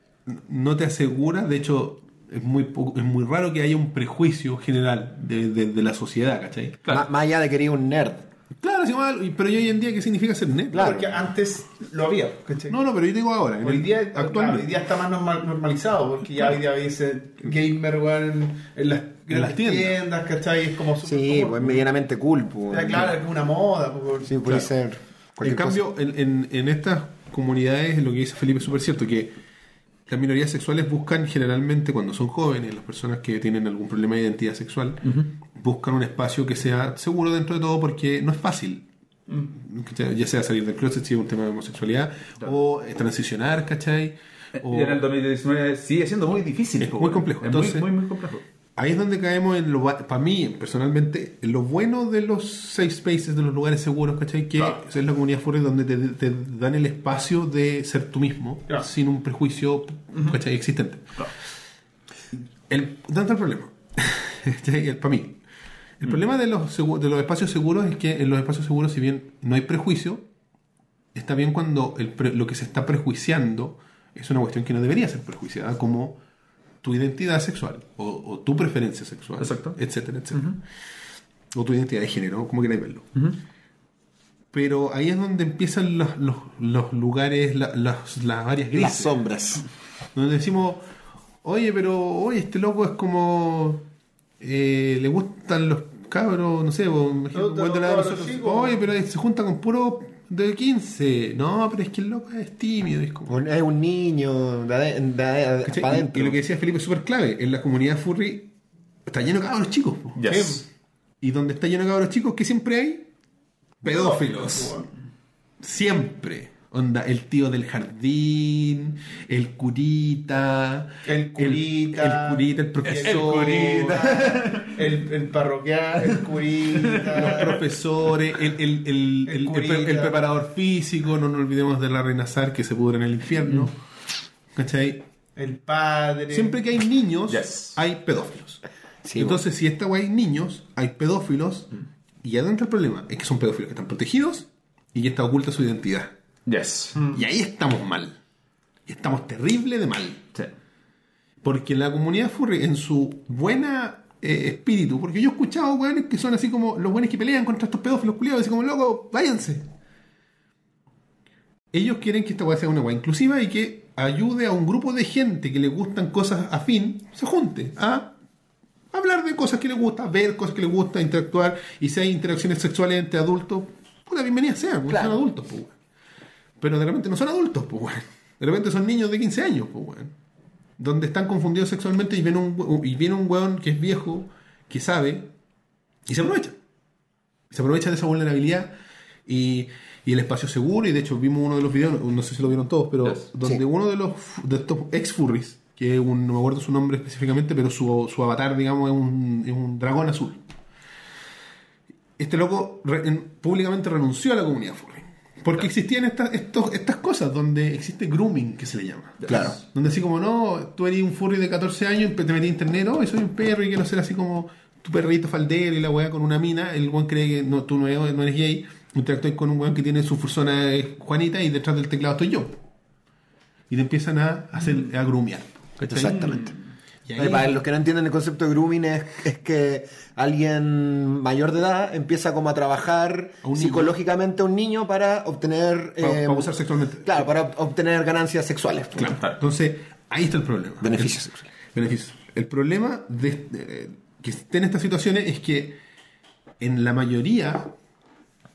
Speaker 1: no te asegura, de hecho, es muy, poco- es muy raro que haya un prejuicio general de, de- de la sociedad, ¿cachai?
Speaker 3: Claro.
Speaker 2: Má- Más allá de que eres un nerd.
Speaker 1: Claro, sí, mal, y- pero yo hoy en día, ¿qué significa ser net?
Speaker 2: Claro.
Speaker 4: Porque antes lo había. ¿cachai?
Speaker 1: No, no, pero yo digo ahora, en
Speaker 4: Hoy
Speaker 1: el-
Speaker 4: día, claro, hoy
Speaker 1: actualmente.
Speaker 4: día está más normal- normalizado, porque ya hoy día dice gamer weón, en las,
Speaker 1: En las
Speaker 4: tiendas.
Speaker 1: tiendas.
Speaker 4: ¿cachai? Es como súper
Speaker 2: Sí,
Speaker 4: común.
Speaker 2: pues medianamente cool.
Speaker 4: O
Speaker 2: Pues.
Speaker 4: sea, claro, es como una moda. pues,
Speaker 2: Sí, puede
Speaker 4: claro.
Speaker 2: ser.
Speaker 1: Eh, En
Speaker 2: cualquier
Speaker 1: cambio, en, en- en estas comunidades, lo que dice Felipe es súper cierto, que las minorías sexuales buscan generalmente, cuando son jóvenes, las personas que tienen algún problema de identidad sexual, buscan un espacio que sea seguro dentro de todo porque no es fácil.
Speaker 3: Mm.
Speaker 1: ¿Cachai? Ya sea salir del closet si es un tema de homosexualidad, o eh, transicionar, ¿cachai? O-
Speaker 3: Eh, Y en el 2019 sigue siendo muy difícil.
Speaker 1: Es
Speaker 3: po,
Speaker 1: muy
Speaker 3: weón.
Speaker 1: complejo,
Speaker 3: Es
Speaker 1: entonces-
Speaker 3: muy, muy, muy complejo.
Speaker 1: Ahí es donde caemos en lo, para mí personalmente, en lo bueno de los safe spaces, de los lugares seguros, ¿cachai? Que
Speaker 3: Claro.
Speaker 1: es la comunidad furry donde te, te dan el espacio de ser tú mismo,
Speaker 4: Claro.
Speaker 1: sin un prejuicio, ¿cachai? Existente.
Speaker 3: Claro.
Speaker 1: El, tanto el problema, para mí. El problema de los, segu- de los espacios seguros es que en los espacios seguros, si bien no hay prejuicio, está bien cuando el pre- lo que se está prejuiciando es una cuestión que no debería ser prejuiciada, como tu identidad sexual o, o tu preferencia sexual,
Speaker 3: Exacto.
Speaker 1: etcétera, etcétera. O tu identidad de género, como queráis verlo. Pero ahí es donde empiezan los, los- los lugares, la- las, las varias
Speaker 2: cosa. Las
Speaker 1: grises.
Speaker 2: sombras.
Speaker 1: Donde decimos, oye, pero oye, este loco es como. eh, le gustan los cabros, no sé, vos, imagínate,
Speaker 4: gustan
Speaker 1: un buen de
Speaker 4: los
Speaker 1: la-
Speaker 4: cabros
Speaker 1: nosotros,
Speaker 4: chicos.
Speaker 1: oye, pero se junta con puro de 15. No, pero es que el loco es tímido. Es como,
Speaker 2: Un- Es un niño de, ade- de ade-
Speaker 1: ¿Cachai?
Speaker 2: para
Speaker 1: Y-
Speaker 2: adentro.
Speaker 1: Y lo que decía Felipe es súper clave. En la comunidad furry está lleno de cabros chicos. po.
Speaker 3: Yes.
Speaker 1: Y donde está lleno de cabros chicos, ¿qué siempre hay? Pedófilos. Siempre. Onda, el tío del jardín, el curita.
Speaker 4: El curita.
Speaker 1: El, el curita, el profesor.
Speaker 4: El curita, el, el parroquial, el
Speaker 1: Los
Speaker 4: curita.
Speaker 1: profesores, el, el- el-
Speaker 4: El
Speaker 1: el- el pre-
Speaker 4: curita.
Speaker 1: el preparador físico, no nos olvidemos de la renazar que se pudre en el infierno. ¿Cachai?
Speaker 4: El padre.
Speaker 1: Siempre que hay niños,
Speaker 3: Yes.
Speaker 1: hay pedófilos.
Speaker 2: Sí,
Speaker 1: Entonces, si esta weá hay niños, hay pedófilos, y ya entra el problema, es que son pedófilos que están protegidos y que está oculta su identidad.
Speaker 3: Yes.
Speaker 1: Y ahí estamos mal. Y estamos terrible de mal.
Speaker 3: Sí.
Speaker 1: Porque la comunidad furry, en su buena eh, espíritu, porque yo he escuchado weones que son así como los buenos que pelean contra estos pedófilos culiados, así como, loco, váyanse. Ellos quieren que esta weá sea una weá inclusiva y que ayude a un grupo de gente que le gustan cosas afín, se junte a hablar de cosas que les gusta, ver cosas que les gusta, interactuar, y si hay interacciones sexuales entre adultos, puta bienvenida sea, porque
Speaker 2: Claro.
Speaker 1: son adultos, pues, weón. Pero de repente no son adultos, pues, weón. De repente son niños de 15 años, pues, weón. Donde están confundidos sexualmente y viene un, we- y viene un weón que es viejo, que sabe, y se aprovecha. Se aprovecha de esa vulnerabilidad y, y el espacio seguro. Y de hecho, vimos uno de los videos, no sé si lo vieron todos, pero
Speaker 3: Yes.
Speaker 1: donde
Speaker 2: Sí.
Speaker 1: uno de los de estos ex furries, que es un- no me acuerdo su nombre específicamente, pero su, su avatar, digamos, es un, es un dragón azul. este loco re- en- públicamente renunció a la comunidad furry. Porque existían estas, estos, estas cosas donde existe grooming, que se le llama.
Speaker 2: Claro.
Speaker 1: Donde así como, no, tú eres un furry de 14 años y te metí en internet, no, y soy un perro y quiero ser así como tu perrito faldero y la weá con una mina. El weón cree que no, tú no eres, no eres gay. Interactúas con un weón que tiene su fursona eh, Juanita y detrás del teclado estoy yo. Y te empiezan a hacer a grumear. ¿cachai?
Speaker 2: Exactamente.
Speaker 1: Y ahí-
Speaker 2: Eh, Para los que no entienden el concepto de grooming es, es que alguien mayor de edad empieza como a trabajar
Speaker 1: A un niño.
Speaker 2: psicológicamente a un niño para obtener...
Speaker 1: Pa- para
Speaker 2: eh,
Speaker 1: abusar sexualmente.
Speaker 2: Claro, para obtener ganancias sexuales.
Speaker 1: Claro. Entonces, ahí está el problema.
Speaker 2: Beneficios
Speaker 1: El-
Speaker 2: sexuales.
Speaker 1: Beneficios. El problema de, de- que esté en estas situaciones es que en la mayoría,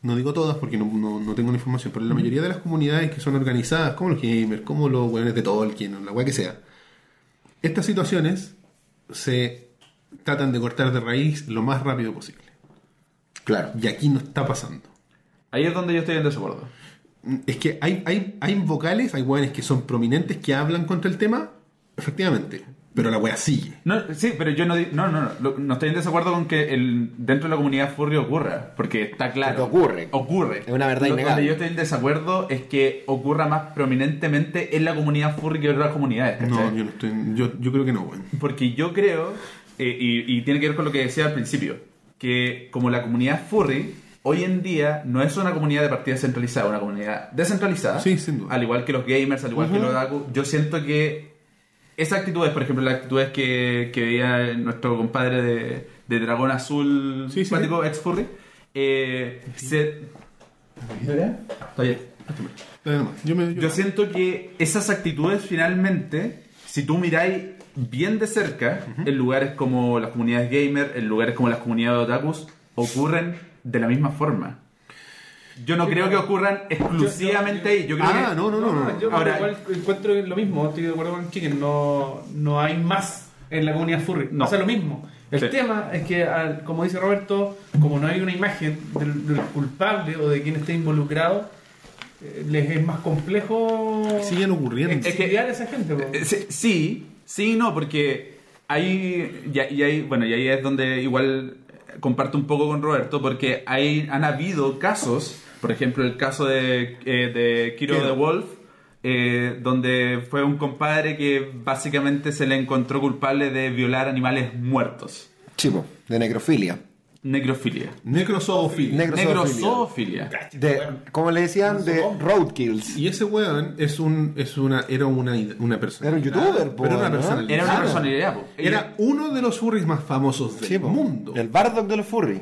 Speaker 1: no digo todas porque no, no- no tengo la información, pero en la mayoría de las comunidades que son organizadas, como los gamers, como los weones de Tolkien, o la weá que sea, estas situaciones se tratan de cortar de raíz lo más rápido posible.
Speaker 2: Claro.
Speaker 1: Y aquí no está pasando.
Speaker 3: Ahí es donde yo estoy en desacuerdo.
Speaker 1: Es que hay, hay, hay vocales, hay weones que son prominentes que hablan contra el tema, efectivamente, pero la wea sigue.
Speaker 3: No, sí, pero yo no, di- no, no, no, lo- no estoy en desacuerdo con que el, dentro de la comunidad furry ocurra, porque está claro.
Speaker 2: Porque ocurre.
Speaker 3: Ocurre.
Speaker 2: Es una verdad
Speaker 3: Lo-
Speaker 2: innegable.
Speaker 3: Donde yo estoy en desacuerdo es que ocurra más prominentemente en la comunidad furry que en otras comunidades. ¿cachai?
Speaker 1: No, yo no estoy. Yo, yo creo que no, weón.
Speaker 3: Porque yo creo, eh, y, y tiene que ver con lo que decía al principio, que como la comunidad furry, hoy en día no es una comunidad de partida centralizada, una comunidad descentralizada.
Speaker 1: Sí, sin duda.
Speaker 3: Al igual que los gamers, al igual que los otaku, yo siento que esas actitudes, por ejemplo, las actitudes que, que veía nuestro compadre de, de Dragón Azul,
Speaker 1: Sí, sí,
Speaker 3: cuático, ex furry, eh, se... Está bien.
Speaker 1: Dale nomás, Yo me. yo-
Speaker 3: Yo siento que esas actitudes finalmente, si tú miráis bien de cerca, en lugares como las comunidades gamer, en lugares como las comunidades de otakus, ocurren de la misma forma. Yo no creo que ocurran exclusivamente ahí. Yo creo
Speaker 1: ah,
Speaker 3: que-
Speaker 1: no, no, no. no, no.
Speaker 5: Yo
Speaker 3: Ahora-
Speaker 5: igual encuentro lo mismo, estoy de acuerdo con Chicken, no, no hay más en la comunidad furry,
Speaker 3: No.
Speaker 5: no. pasa lo mismo. El
Speaker 3: Sí.
Speaker 5: tema es que, al- como dice Roberto, como no hay una imagen del, del culpable o de quien esté involucrado, eh, les es más complejo
Speaker 1: Siguen ocurriendo.
Speaker 5: es que, a esa gente. po.
Speaker 3: Eh, Sí, sí, sí y no, porque ahí, y, ahí- y ahí, bueno, y ahí es donde igual eh, comparto un poco con Roberto, porque ahí han habido casos, por ejemplo, el caso de, eh, de Kiro
Speaker 1: Kiro.
Speaker 3: the Wolf, eh, donde fue un compadre que básicamente se le encontró culpable de violar animales muertos.
Speaker 2: Chivo, de necrofilia.
Speaker 3: Necrofilia.
Speaker 1: Necrosoofilia.
Speaker 2: Necrosofilia.
Speaker 3: Necrosoofilia.
Speaker 2: De, ¿Cómo le decían? De roadkills.
Speaker 1: y ese weón es un, es una, era una, una persona. Ah,
Speaker 2: Era un youtuber, po,
Speaker 1: Era una
Speaker 2: ¿no?
Speaker 1: personalidad.
Speaker 3: Era una
Speaker 2: Claro.
Speaker 3: personalidad. po.
Speaker 1: Era uno de los furries más famosos del
Speaker 2: Sí, po.
Speaker 1: mundo.
Speaker 2: El Bardock de los furry.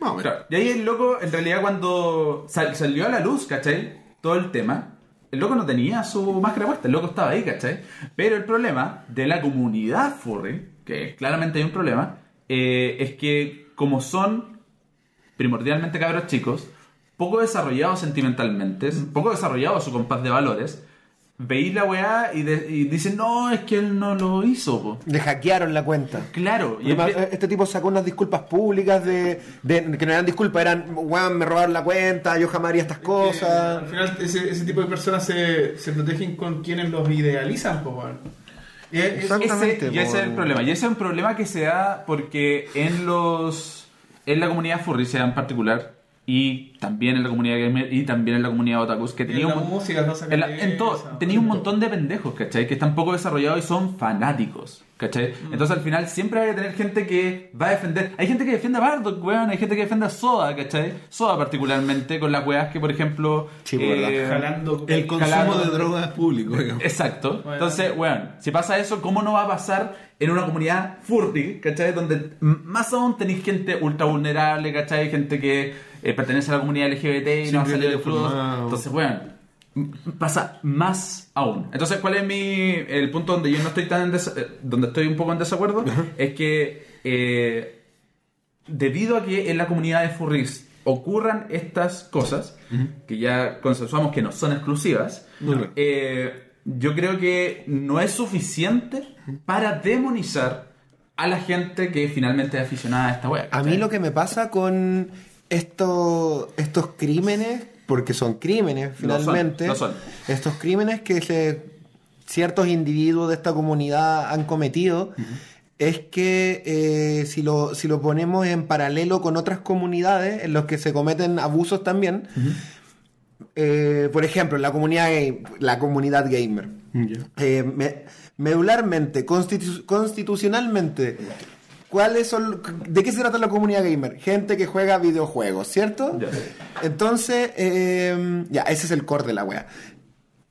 Speaker 1: Más o menos.
Speaker 3: Claro. Y ahí el loco, en realidad, cuando sal- salió a la luz, ¿cachai? Todo el tema, el loco no tenía su máscara puesta, el loco estaba ahí, ¿cachai? Pero el problema de la comunidad furry, que claramente hay un problema, eh, es que como son primordialmente cabros chicos, poco desarrollados sentimentalmente, poco desarrollados su compás de valores, veis la weá y, de- y dicen, no, es que él no lo hizo, po".
Speaker 2: Le hackearon la cuenta.
Speaker 3: Claro,
Speaker 2: Porque
Speaker 3: y
Speaker 2: ma-
Speaker 3: empie-
Speaker 2: Este tipo sacó unas disculpas públicas de, de- que no eran disculpas, eran, weón, me robaron la cuenta, yo jamás haría estas
Speaker 5: Eh, al
Speaker 2: cosas.
Speaker 5: final, ese, ese tipo de personas se, se protegen con quienes los idealizan, po, weón. Y es- es-
Speaker 2: Exactamente,
Speaker 3: Ese- y ese es el
Speaker 2: por-
Speaker 3: problema. Y ese es un problema que se da porque en los. En la comunidad furry se da en particular. Y también en la comunidad gamer. Y también en la comunidad otakus. Que
Speaker 5: en
Speaker 3: tenía
Speaker 5: la
Speaker 3: un.
Speaker 5: música, no sacan
Speaker 3: en la- en todo.
Speaker 5: esa,
Speaker 3: Tenía un
Speaker 5: en todo.
Speaker 3: montón de pendejos, ¿cachai? Que están poco desarrollados y son fanáticos. ¿Cachai?
Speaker 5: Mm.
Speaker 3: Entonces al final siempre hay que tener gente que va a defender. Hay gente que defiende a Bardock, weón. Hay gente que defiende a Soda, ¿cachai? Soda particularmente con las weas que, por ejemplo. eh,
Speaker 2: Sí, pues,
Speaker 5: jalando
Speaker 1: El consumo
Speaker 3: Calado.
Speaker 1: de drogas público. digamos.
Speaker 3: Exacto.
Speaker 5: Bueno.
Speaker 3: Entonces, weón, si pasa eso, ¿cómo no va a pasar en una comunidad furry, ¿cachai? Donde m- más aún tenéis gente ultra vulnerable, ¿cachai? Gente que eh, pertenece a la comunidad LGBT y no ha
Speaker 1: Siempre
Speaker 3: salido del
Speaker 1: bien
Speaker 3: club.
Speaker 1: informado.
Speaker 3: Entonces, weón, m- pasa más aún. Entonces, ¿cuál es mi el punto donde yo no estoy tan en desa- eh, donde estoy un poco en desacuerdo? es que eh, debido a que en la comunidad de furries ocurran estas cosas, que ya consensuamos que no son exclusivas,
Speaker 1: Claro.
Speaker 3: eh, yo creo que no es suficiente para demonizar a la gente que finalmente es aficionada a esta web.
Speaker 2: A mí lo que me pasa con esto, estos crímenes, porque son crímenes
Speaker 3: No son,
Speaker 2: finalmente,
Speaker 3: no son.
Speaker 2: estos crímenes que se- ciertos individuos de esta comunidad han cometido, es que eh, si, lo, si lo ponemos en paralelo con otras comunidades en las que se cometen abusos también, eh, por ejemplo, la comunidad, gay- la comunidad gamer,
Speaker 1: Ya.
Speaker 2: eh, me- medularmente, constitu- constitucionalmente, ¿cuáles son, ¿de qué se trata la comunidad gamer? Gente que juega videojuegos, ¿cierto?
Speaker 3: Ya.
Speaker 2: Entonces, eh, ya, ese es el core de la wea.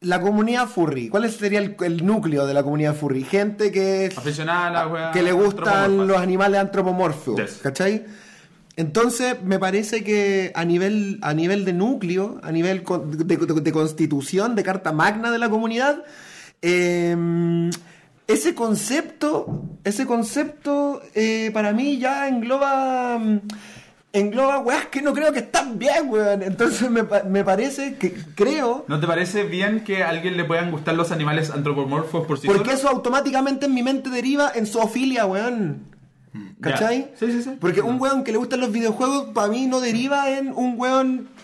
Speaker 2: La comunidad furry, ¿cuál sería el, el núcleo de la comunidad furry? Gente que es-
Speaker 3: Aficionada a la wea
Speaker 2: Ah, que le
Speaker 3: antropomorfa.
Speaker 2: gustan los animales antropomorfos,
Speaker 3: Yes.
Speaker 2: ¿cachai? Entonces, me parece que a nivel, a nivel de núcleo, a nivel con- de, de- de constitución, de carta magna de la comunidad, eh, ese concepto, ese concepto eh, para mí ya engloba... mm, Engloba weas que no creo que están bien, weón. Entonces me, pa- me parece que creo.
Speaker 3: ¿No te parece bien que a alguien le puedan gustar los animales antropomorfos por sí
Speaker 2: Porque
Speaker 3: solos?
Speaker 2: eso automáticamente en mi mente deriva en zoofilia, weón.
Speaker 3: Mm. Ya.
Speaker 2: ¿Cachai?
Speaker 3: Sí, sí, sí.
Speaker 2: Porque un weón que le gustan los videojuegos, para mí no deriva en un weón.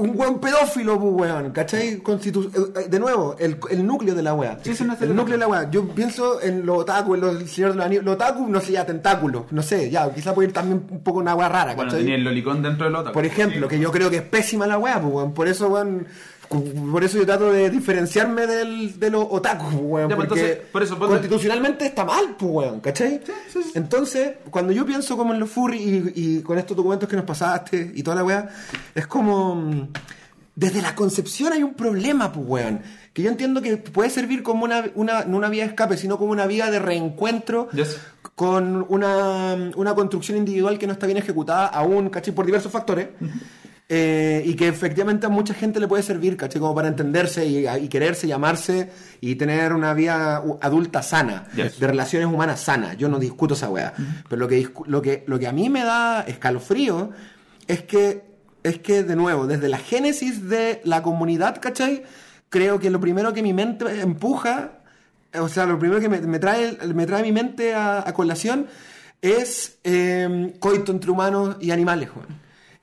Speaker 2: Un weón pedófilo, pues, weón. ¿Cachai? Constitu- eh, eh, de nuevo, el, el núcleo de la wea.
Speaker 3: Sí, eso no es
Speaker 2: el
Speaker 3: el
Speaker 2: núcleo de la wea. Yo pienso en los otaku, en los señores de los anillos. Los otaku, no sé, ya tentáculos. No sé, ya. Quizá puede ir también un poco una wea rara,
Speaker 3: Bueno,
Speaker 2: ¿cachai?
Speaker 3: tenía el lolicón dentro del otaku.
Speaker 2: Por ejemplo, que yo creo que es pésima la weá, pues, weón. Por eso, weón. cu- Por eso yo trato de diferenciarme del, de los otakus, pues, weón.
Speaker 3: Ya, pues,
Speaker 2: porque
Speaker 3: entonces, por eso, ponte-
Speaker 2: constitucionalmente está mal, pues, weón, ¿cachai? Entonces, cuando yo pienso como en los furry y, y con estos documentos que nos pasaste y toda la weá, es como. mm, Desde la concepción hay un problema, pues, weón. Que yo entiendo que puede servir como una, una, no una vía de escape, sino como una vía de reencuentro
Speaker 3: Yes.
Speaker 2: con una, una construcción individual que no está bien ejecutada aún, ¿cachai? Por diversos factores. eh, y que efectivamente a mucha gente le puede servir, ¿cachai? Como para entenderse y, y quererse, y amarse y tener una vida u- adulta sana,
Speaker 3: Yes.
Speaker 2: de relaciones humanas sanas. Yo no discuto esa weá. Pero lo que, discu- lo, que, lo que a mí me da escalofrío es que, es que, de nuevo, desde la génesis de la comunidad, ¿cachai? Creo que lo primero que mi mente empuja o sea, lo primero que me, me trae, me trae a mi mente a, a colación es eh, coito entre humanos y animales, weón.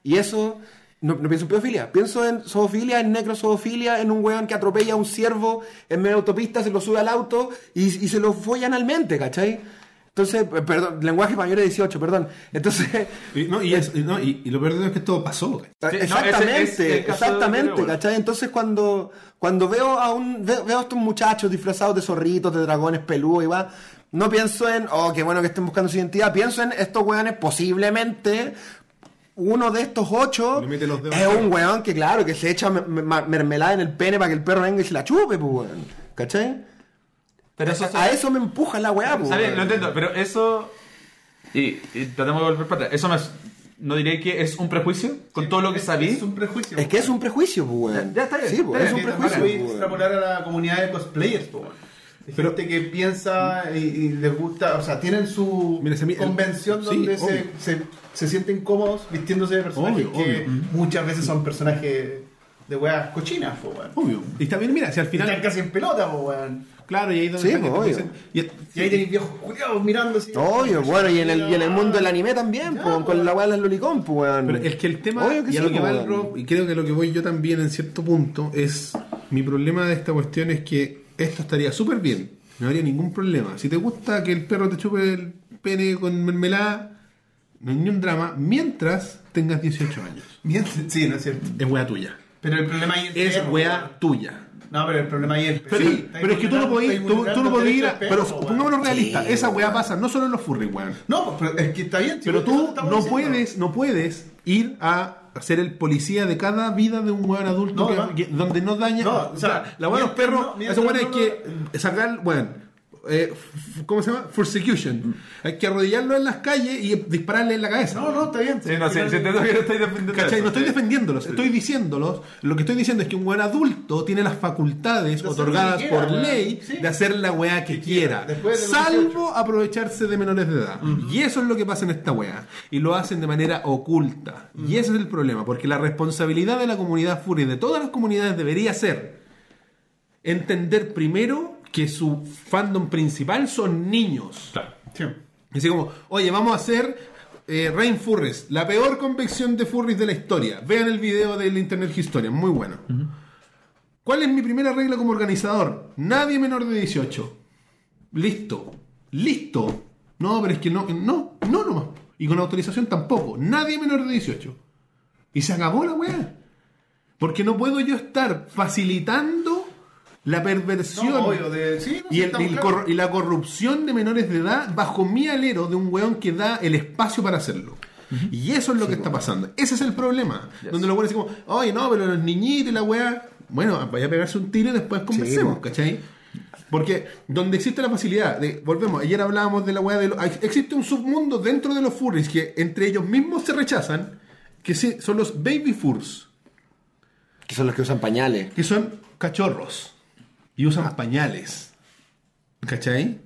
Speaker 2: Y eso, no, no pienso en pedofilia, pienso en zoofilia, en necrozoofilia, en un weón que atropella a un ciervo en medio de autopista, se lo sube al auto y, y se lo follan al mente, ¿cachai? Entonces, p- perdón, lenguaje mayor de 18, perdón. Entonces,
Speaker 1: Y, no, y, es- y no, y- y lo peor de todo es que todo pasó. güey.
Speaker 3: Sí, no,
Speaker 2: exactamente,
Speaker 3: ese es el caso
Speaker 2: exactamente,
Speaker 3: de Dragon Ball.
Speaker 2: ¿cachai? Entonces cuando, cuando veo a un veo, veo a estos muchachos disfrazados de zorritos, de dragones peludos y va, no pienso en, oh, qué bueno que estén buscando su identidad, pienso en estos weones posiblemente uno de estos ocho
Speaker 1: Le mete los dedos
Speaker 2: es
Speaker 1: al
Speaker 2: un weón que claro, que se echa me- me- mermelada en el pene para que el perro venga y se la chupe, pues weón. ¿Cachai?
Speaker 3: Pero eso
Speaker 2: a eso me empuja la weá, pues.
Speaker 3: Está bien,
Speaker 2: weón.
Speaker 3: lo entiendo, pero eso. Y, y tratemos de volver para atrás. Eso me. ¿No diré que es un prejuicio? Con todo lo que sabí.
Speaker 5: Es un prejuicio.
Speaker 2: Es que es un prejuicio, pues, weón.
Speaker 3: Ya, ya está bien,
Speaker 2: Sí,
Speaker 3: está
Speaker 2: pues,
Speaker 3: bien,
Speaker 2: es un
Speaker 3: que
Speaker 2: prejuicio.
Speaker 5: Voy a
Speaker 2: pues, weón.
Speaker 5: extrapolar a la comunidad de cosplayers, po, weón. Hay
Speaker 1: Pero-
Speaker 5: gente que piensa
Speaker 4: y, y les gusta, o sea, tienen su
Speaker 1: Mira, si a mí el-
Speaker 4: convención
Speaker 1: sí,
Speaker 4: donde
Speaker 1: obvio.
Speaker 4: se, se, se sienten cómodos vistiéndose de personajes
Speaker 1: Obvio,
Speaker 4: que
Speaker 1: obvio.
Speaker 2: Mm.
Speaker 4: muchas veces son personajes de weas cochinas, po, weón.
Speaker 1: Obvio. Y también, mira, si al
Speaker 4: Y Están
Speaker 1: final.
Speaker 4: casi en pelota, po, weón.
Speaker 1: Claro, y ahí donde
Speaker 2: Sí,
Speaker 1: está que te
Speaker 2: pues, obvio.
Speaker 1: dicen- y-
Speaker 4: Y ahí tenéis viejos culiados mirándose.
Speaker 2: Obvio, bueno, y en el, y en el mundo del anime también,
Speaker 4: Ya,
Speaker 2: po,
Speaker 4: pues.
Speaker 2: con la weá de las lolicón, pues, weón.
Speaker 1: Pero es que el tema,
Speaker 2: Obvio que
Speaker 1: y
Speaker 2: sí,
Speaker 1: a lo que
Speaker 2: po,
Speaker 1: va el
Speaker 2: weón.
Speaker 1: Rob, y creo que a lo que voy yo también en cierto punto, es mi problema de esta cuestión es que esto estaría súper bien, no habría ningún problema. Si te gusta que el perro te chupe el pene con mermelada, no hay ningún drama, mientras tengas 18 años.
Speaker 4: Mienten- Sí, no es cierto.
Speaker 1: Es wea tuya.
Speaker 4: Pero el problema ahí es.
Speaker 1: Es
Speaker 4: perro,
Speaker 1: wea tuya.
Speaker 4: weón. No, pero el problema ahí es.
Speaker 1: Pero, pero es que tú no podías, tú, tú no podías ir a- Pero pongámonos realistas, esa wea pasa no solo en los furry, weón.
Speaker 4: No, pues pero es que está bien. si
Speaker 1: Pero
Speaker 4: vos-
Speaker 1: tú
Speaker 4: estamos
Speaker 1: no
Speaker 4: diciendo.
Speaker 1: puedes, no puedes ir a ser el policía de cada vida de un weón adulto
Speaker 4: No,
Speaker 1: que-
Speaker 4: no.
Speaker 1: que- donde no daña.
Speaker 4: No,
Speaker 1: o sea, la weá de los
Speaker 4: mientras
Speaker 1: perros,
Speaker 4: no-
Speaker 1: esa weá hay
Speaker 4: mientras
Speaker 1: que sacar, weón. eh, f- ¿Cómo se llama? Persecution. Hay que arrodillarlo en las calles y dispararle en la cabeza.
Speaker 4: No, no, está bien.
Speaker 3: Sí, no, sí, sí, entiendo que no estoy defendiendo.
Speaker 1: ¿Cachai?
Speaker 3: eso,
Speaker 1: No estoy
Speaker 3: sí.
Speaker 1: defendiéndolos, estoy diciéndolos. Lo que estoy diciendo es que un weón adulto tiene las facultades
Speaker 4: De hacer
Speaker 1: otorgadas
Speaker 4: lo que quiera,
Speaker 1: por
Speaker 4: weón.
Speaker 1: ley
Speaker 4: Sí.
Speaker 1: de hacer la weá que quiera.
Speaker 4: Después de los
Speaker 1: Salvo aprovecharse de menores de edad. Y eso es lo que pasa en esta weá. Y lo hacen de manera oculta. Y ese es el problema, porque la responsabilidad de la comunidad Fury, de todas las comunidades, debería ser entender primero que su fandom principal son niños.
Speaker 3: Claro.
Speaker 1: Y Así como, oye, vamos a hacer eh, Rain Furries, la peor convección de furries de la historia. Vean el video del Internet Historia, muy bueno. ¿Cuál es mi primera regla como organizador? Nadie menor de 18. Listo. Listo. No, pero es que no, no, no nomás. Y con autorización tampoco. Nadie menor de 18. Y se acabó la weá. Porque no puedo yo estar facilitando la perversión
Speaker 4: No, obvio, de- sí, no, sí,
Speaker 1: y, el-
Speaker 4: estamos
Speaker 1: y el
Speaker 4: claros.
Speaker 1: corru- y la corrupción de menores de edad bajo mi alero de un weón que da el espacio para hacerlo. Y eso es lo que está pasando. Ese es el problema.
Speaker 3: Yes.
Speaker 1: Donde los weones dicen como, oye, no, pero los niñitos y la weá. Bueno, vaya a pegarse un tiro y después conversemos,
Speaker 2: po.
Speaker 1: ¿cachai? Porque donde existe la facilidad, de, volvemos, ayer hablábamos de la weá de los. Existe un submundo dentro de los furries que entre ellos mismos se rechazan, que sí, son los baby furs,
Speaker 2: Que son los que usan pañales.
Speaker 1: que son cachorros y usan
Speaker 4: Ah.
Speaker 1: pañales. ¿Cachai?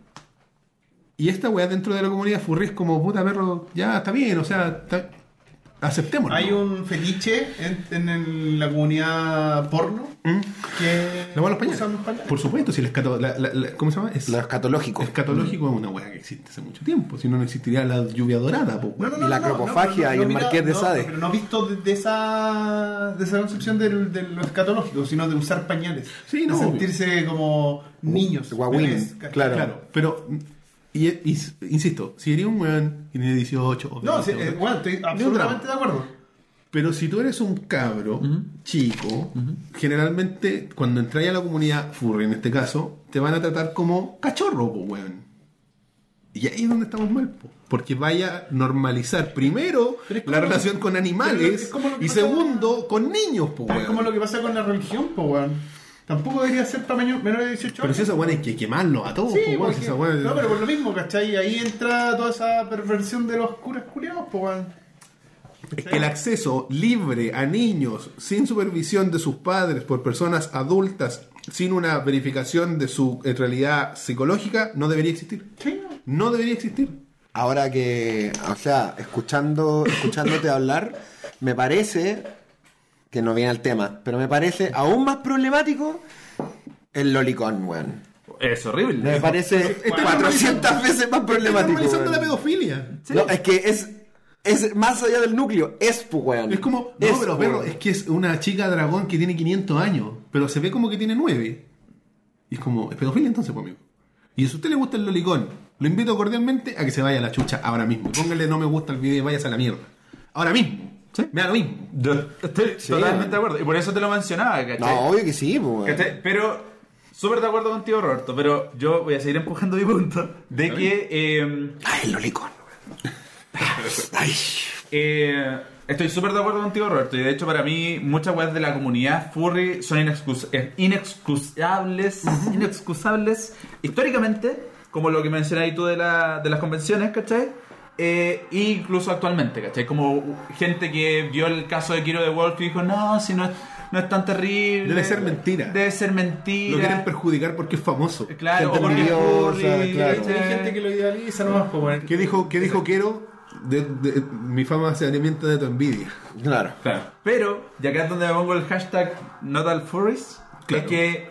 Speaker 1: Y esta weá dentro de la comunidad furry es como puta perro, ya está bien, o sea, está- aceptémoslo.
Speaker 4: Hay un fetiche en, en el- la comunidad porno que
Speaker 1: La weá de ¿Mm? los pañales.
Speaker 4: usan pañales.
Speaker 1: Por supuesto, si el escato- la- la- la- ¿Cómo se llama? Es-
Speaker 2: Los escatológicos.
Speaker 1: Escatológico es una weá que existe hace mucho tiempo. Si no, no existiría la lluvia dorada. po,
Speaker 4: No,
Speaker 1: weón.
Speaker 4: no, no,
Speaker 2: Y la
Speaker 4: no, no,
Speaker 2: acropofagia
Speaker 4: no,
Speaker 2: y
Speaker 4: no,
Speaker 2: el
Speaker 4: mira,
Speaker 2: Marqués de
Speaker 4: no,
Speaker 2: Sade.
Speaker 4: no, Pero no visto de, de esa, de esa concepción del- de, lo escatológico, sino de usar pañales.
Speaker 1: Sí, no,
Speaker 4: De
Speaker 1: obvio.
Speaker 4: sentirse como niños.
Speaker 2: Guagüín,
Speaker 4: bebés, ¿cachai?
Speaker 2: claro.
Speaker 1: Claro, pero. y- y- insisto, si eres un weón y tiene 18 o
Speaker 4: No,
Speaker 1: 20,
Speaker 4: sí,
Speaker 1: o
Speaker 4: eh,
Speaker 1: sea,
Speaker 4: bueno, estoy
Speaker 1: drama.
Speaker 4: absolutamente de acuerdo.
Speaker 1: Pero si tú eres un cabro chico, generalmente cuando entras a la comunidad furry en este caso, te van a tratar como cachorro, po, weón. Y ahí es donde estamos mal, po. porque vaya a normalizar primero
Speaker 4: Pero es como
Speaker 1: la
Speaker 4: lo-
Speaker 1: relación con
Speaker 4: pero es
Speaker 1: animales
Speaker 4: como lo que
Speaker 1: y
Speaker 4: pasa-
Speaker 1: segundo con niños, po,
Speaker 4: Pero es
Speaker 1: weón.
Speaker 4: como lo que pasa con la religión, po, weón. Tampoco debería ser tamaño menor de 18
Speaker 1: Pero
Speaker 4: años.
Speaker 1: si esa weón hay que quemarlo a todos,
Speaker 4: Sí,
Speaker 1: po, weón.
Speaker 4: porque-
Speaker 1: Si esa weón-
Speaker 4: No, pero por lo mismo, ¿cachai? Ahí entra toda esa perversión de los curas culiados, po, weón.
Speaker 1: Es que el acceso libre a niños sin supervisión de sus padres por personas adultas sin una verificación de su eh, realidad psicológica no debería existir.
Speaker 4: Sí, no.
Speaker 1: No debería existir.
Speaker 2: Ahora que, o sea, escuchando, escuchándote hablar, me parece que no viene al tema, pero me parece aún más problemático el lolicón, weón.
Speaker 3: Es horrible.
Speaker 2: Me parece
Speaker 1: Está
Speaker 2: 400
Speaker 1: normalizando-
Speaker 2: veces más problemático.
Speaker 1: Normalizando la
Speaker 2: weón.
Speaker 1: pedofilia.
Speaker 2: No, es que es, es más allá del núcleo, es pu, weón.
Speaker 1: Es como, no,
Speaker 2: Es,
Speaker 1: pero perro,
Speaker 2: weón.
Speaker 1: es que es una chica dragón que tiene 500 años, pero se ve como que tiene 9. Y es como, es pedofilia entonces, pues, amigo. Y si a usted le gusta el lolicón, lo invito cordialmente a que se vaya a la chucha ahora mismo. Póngale no me gusta al video y váyase a la mierda. Ahora mismo. Me da lo mismo.
Speaker 3: Yo estoy totalmente de acuerdo. Y por eso te lo mencionaba, ¿cachai?
Speaker 2: No, obvio que sí, pu, weón.
Speaker 3: ¿Cachai? Pero, súper de acuerdo contigo, Roberto, pero yo voy a seguir empujando mi punto de que eh,
Speaker 2: Ay, el lolicón, weón. Ay.
Speaker 3: eh, estoy súper de acuerdo contigo, Roberto, y de hecho para mí muchas weas de la comunidad furry son inexcus- eh, inexcusables, inexcusables históricamente, como lo que mencionáis tú de, la- de las convenciones, ¿cachai? Eh, e incluso actualmente, ¿cachai? Como gente que vio el caso de Kiro de Wolf y dijo, no, si no es, no es tan terrible.
Speaker 1: Debe ser mentira.
Speaker 3: Debe ser mentira.
Speaker 1: Lo quieren perjudicar porque es famoso.
Speaker 3: Eh, Claro,
Speaker 2: Gente
Speaker 3: o porque es
Speaker 2: envidiosa,
Speaker 3: furry,
Speaker 2: claro.
Speaker 5: Hay gente que lo idealiza nomás, po, weón.
Speaker 1: ¿Qué dijo, qué dijo Quero? De, de- mi fama se alimenta de tu envidia.
Speaker 2: Claro.
Speaker 3: Claro. Pero, y acá es donde me pongo el hashtag NotalFurries,
Speaker 1: Claro.
Speaker 3: es que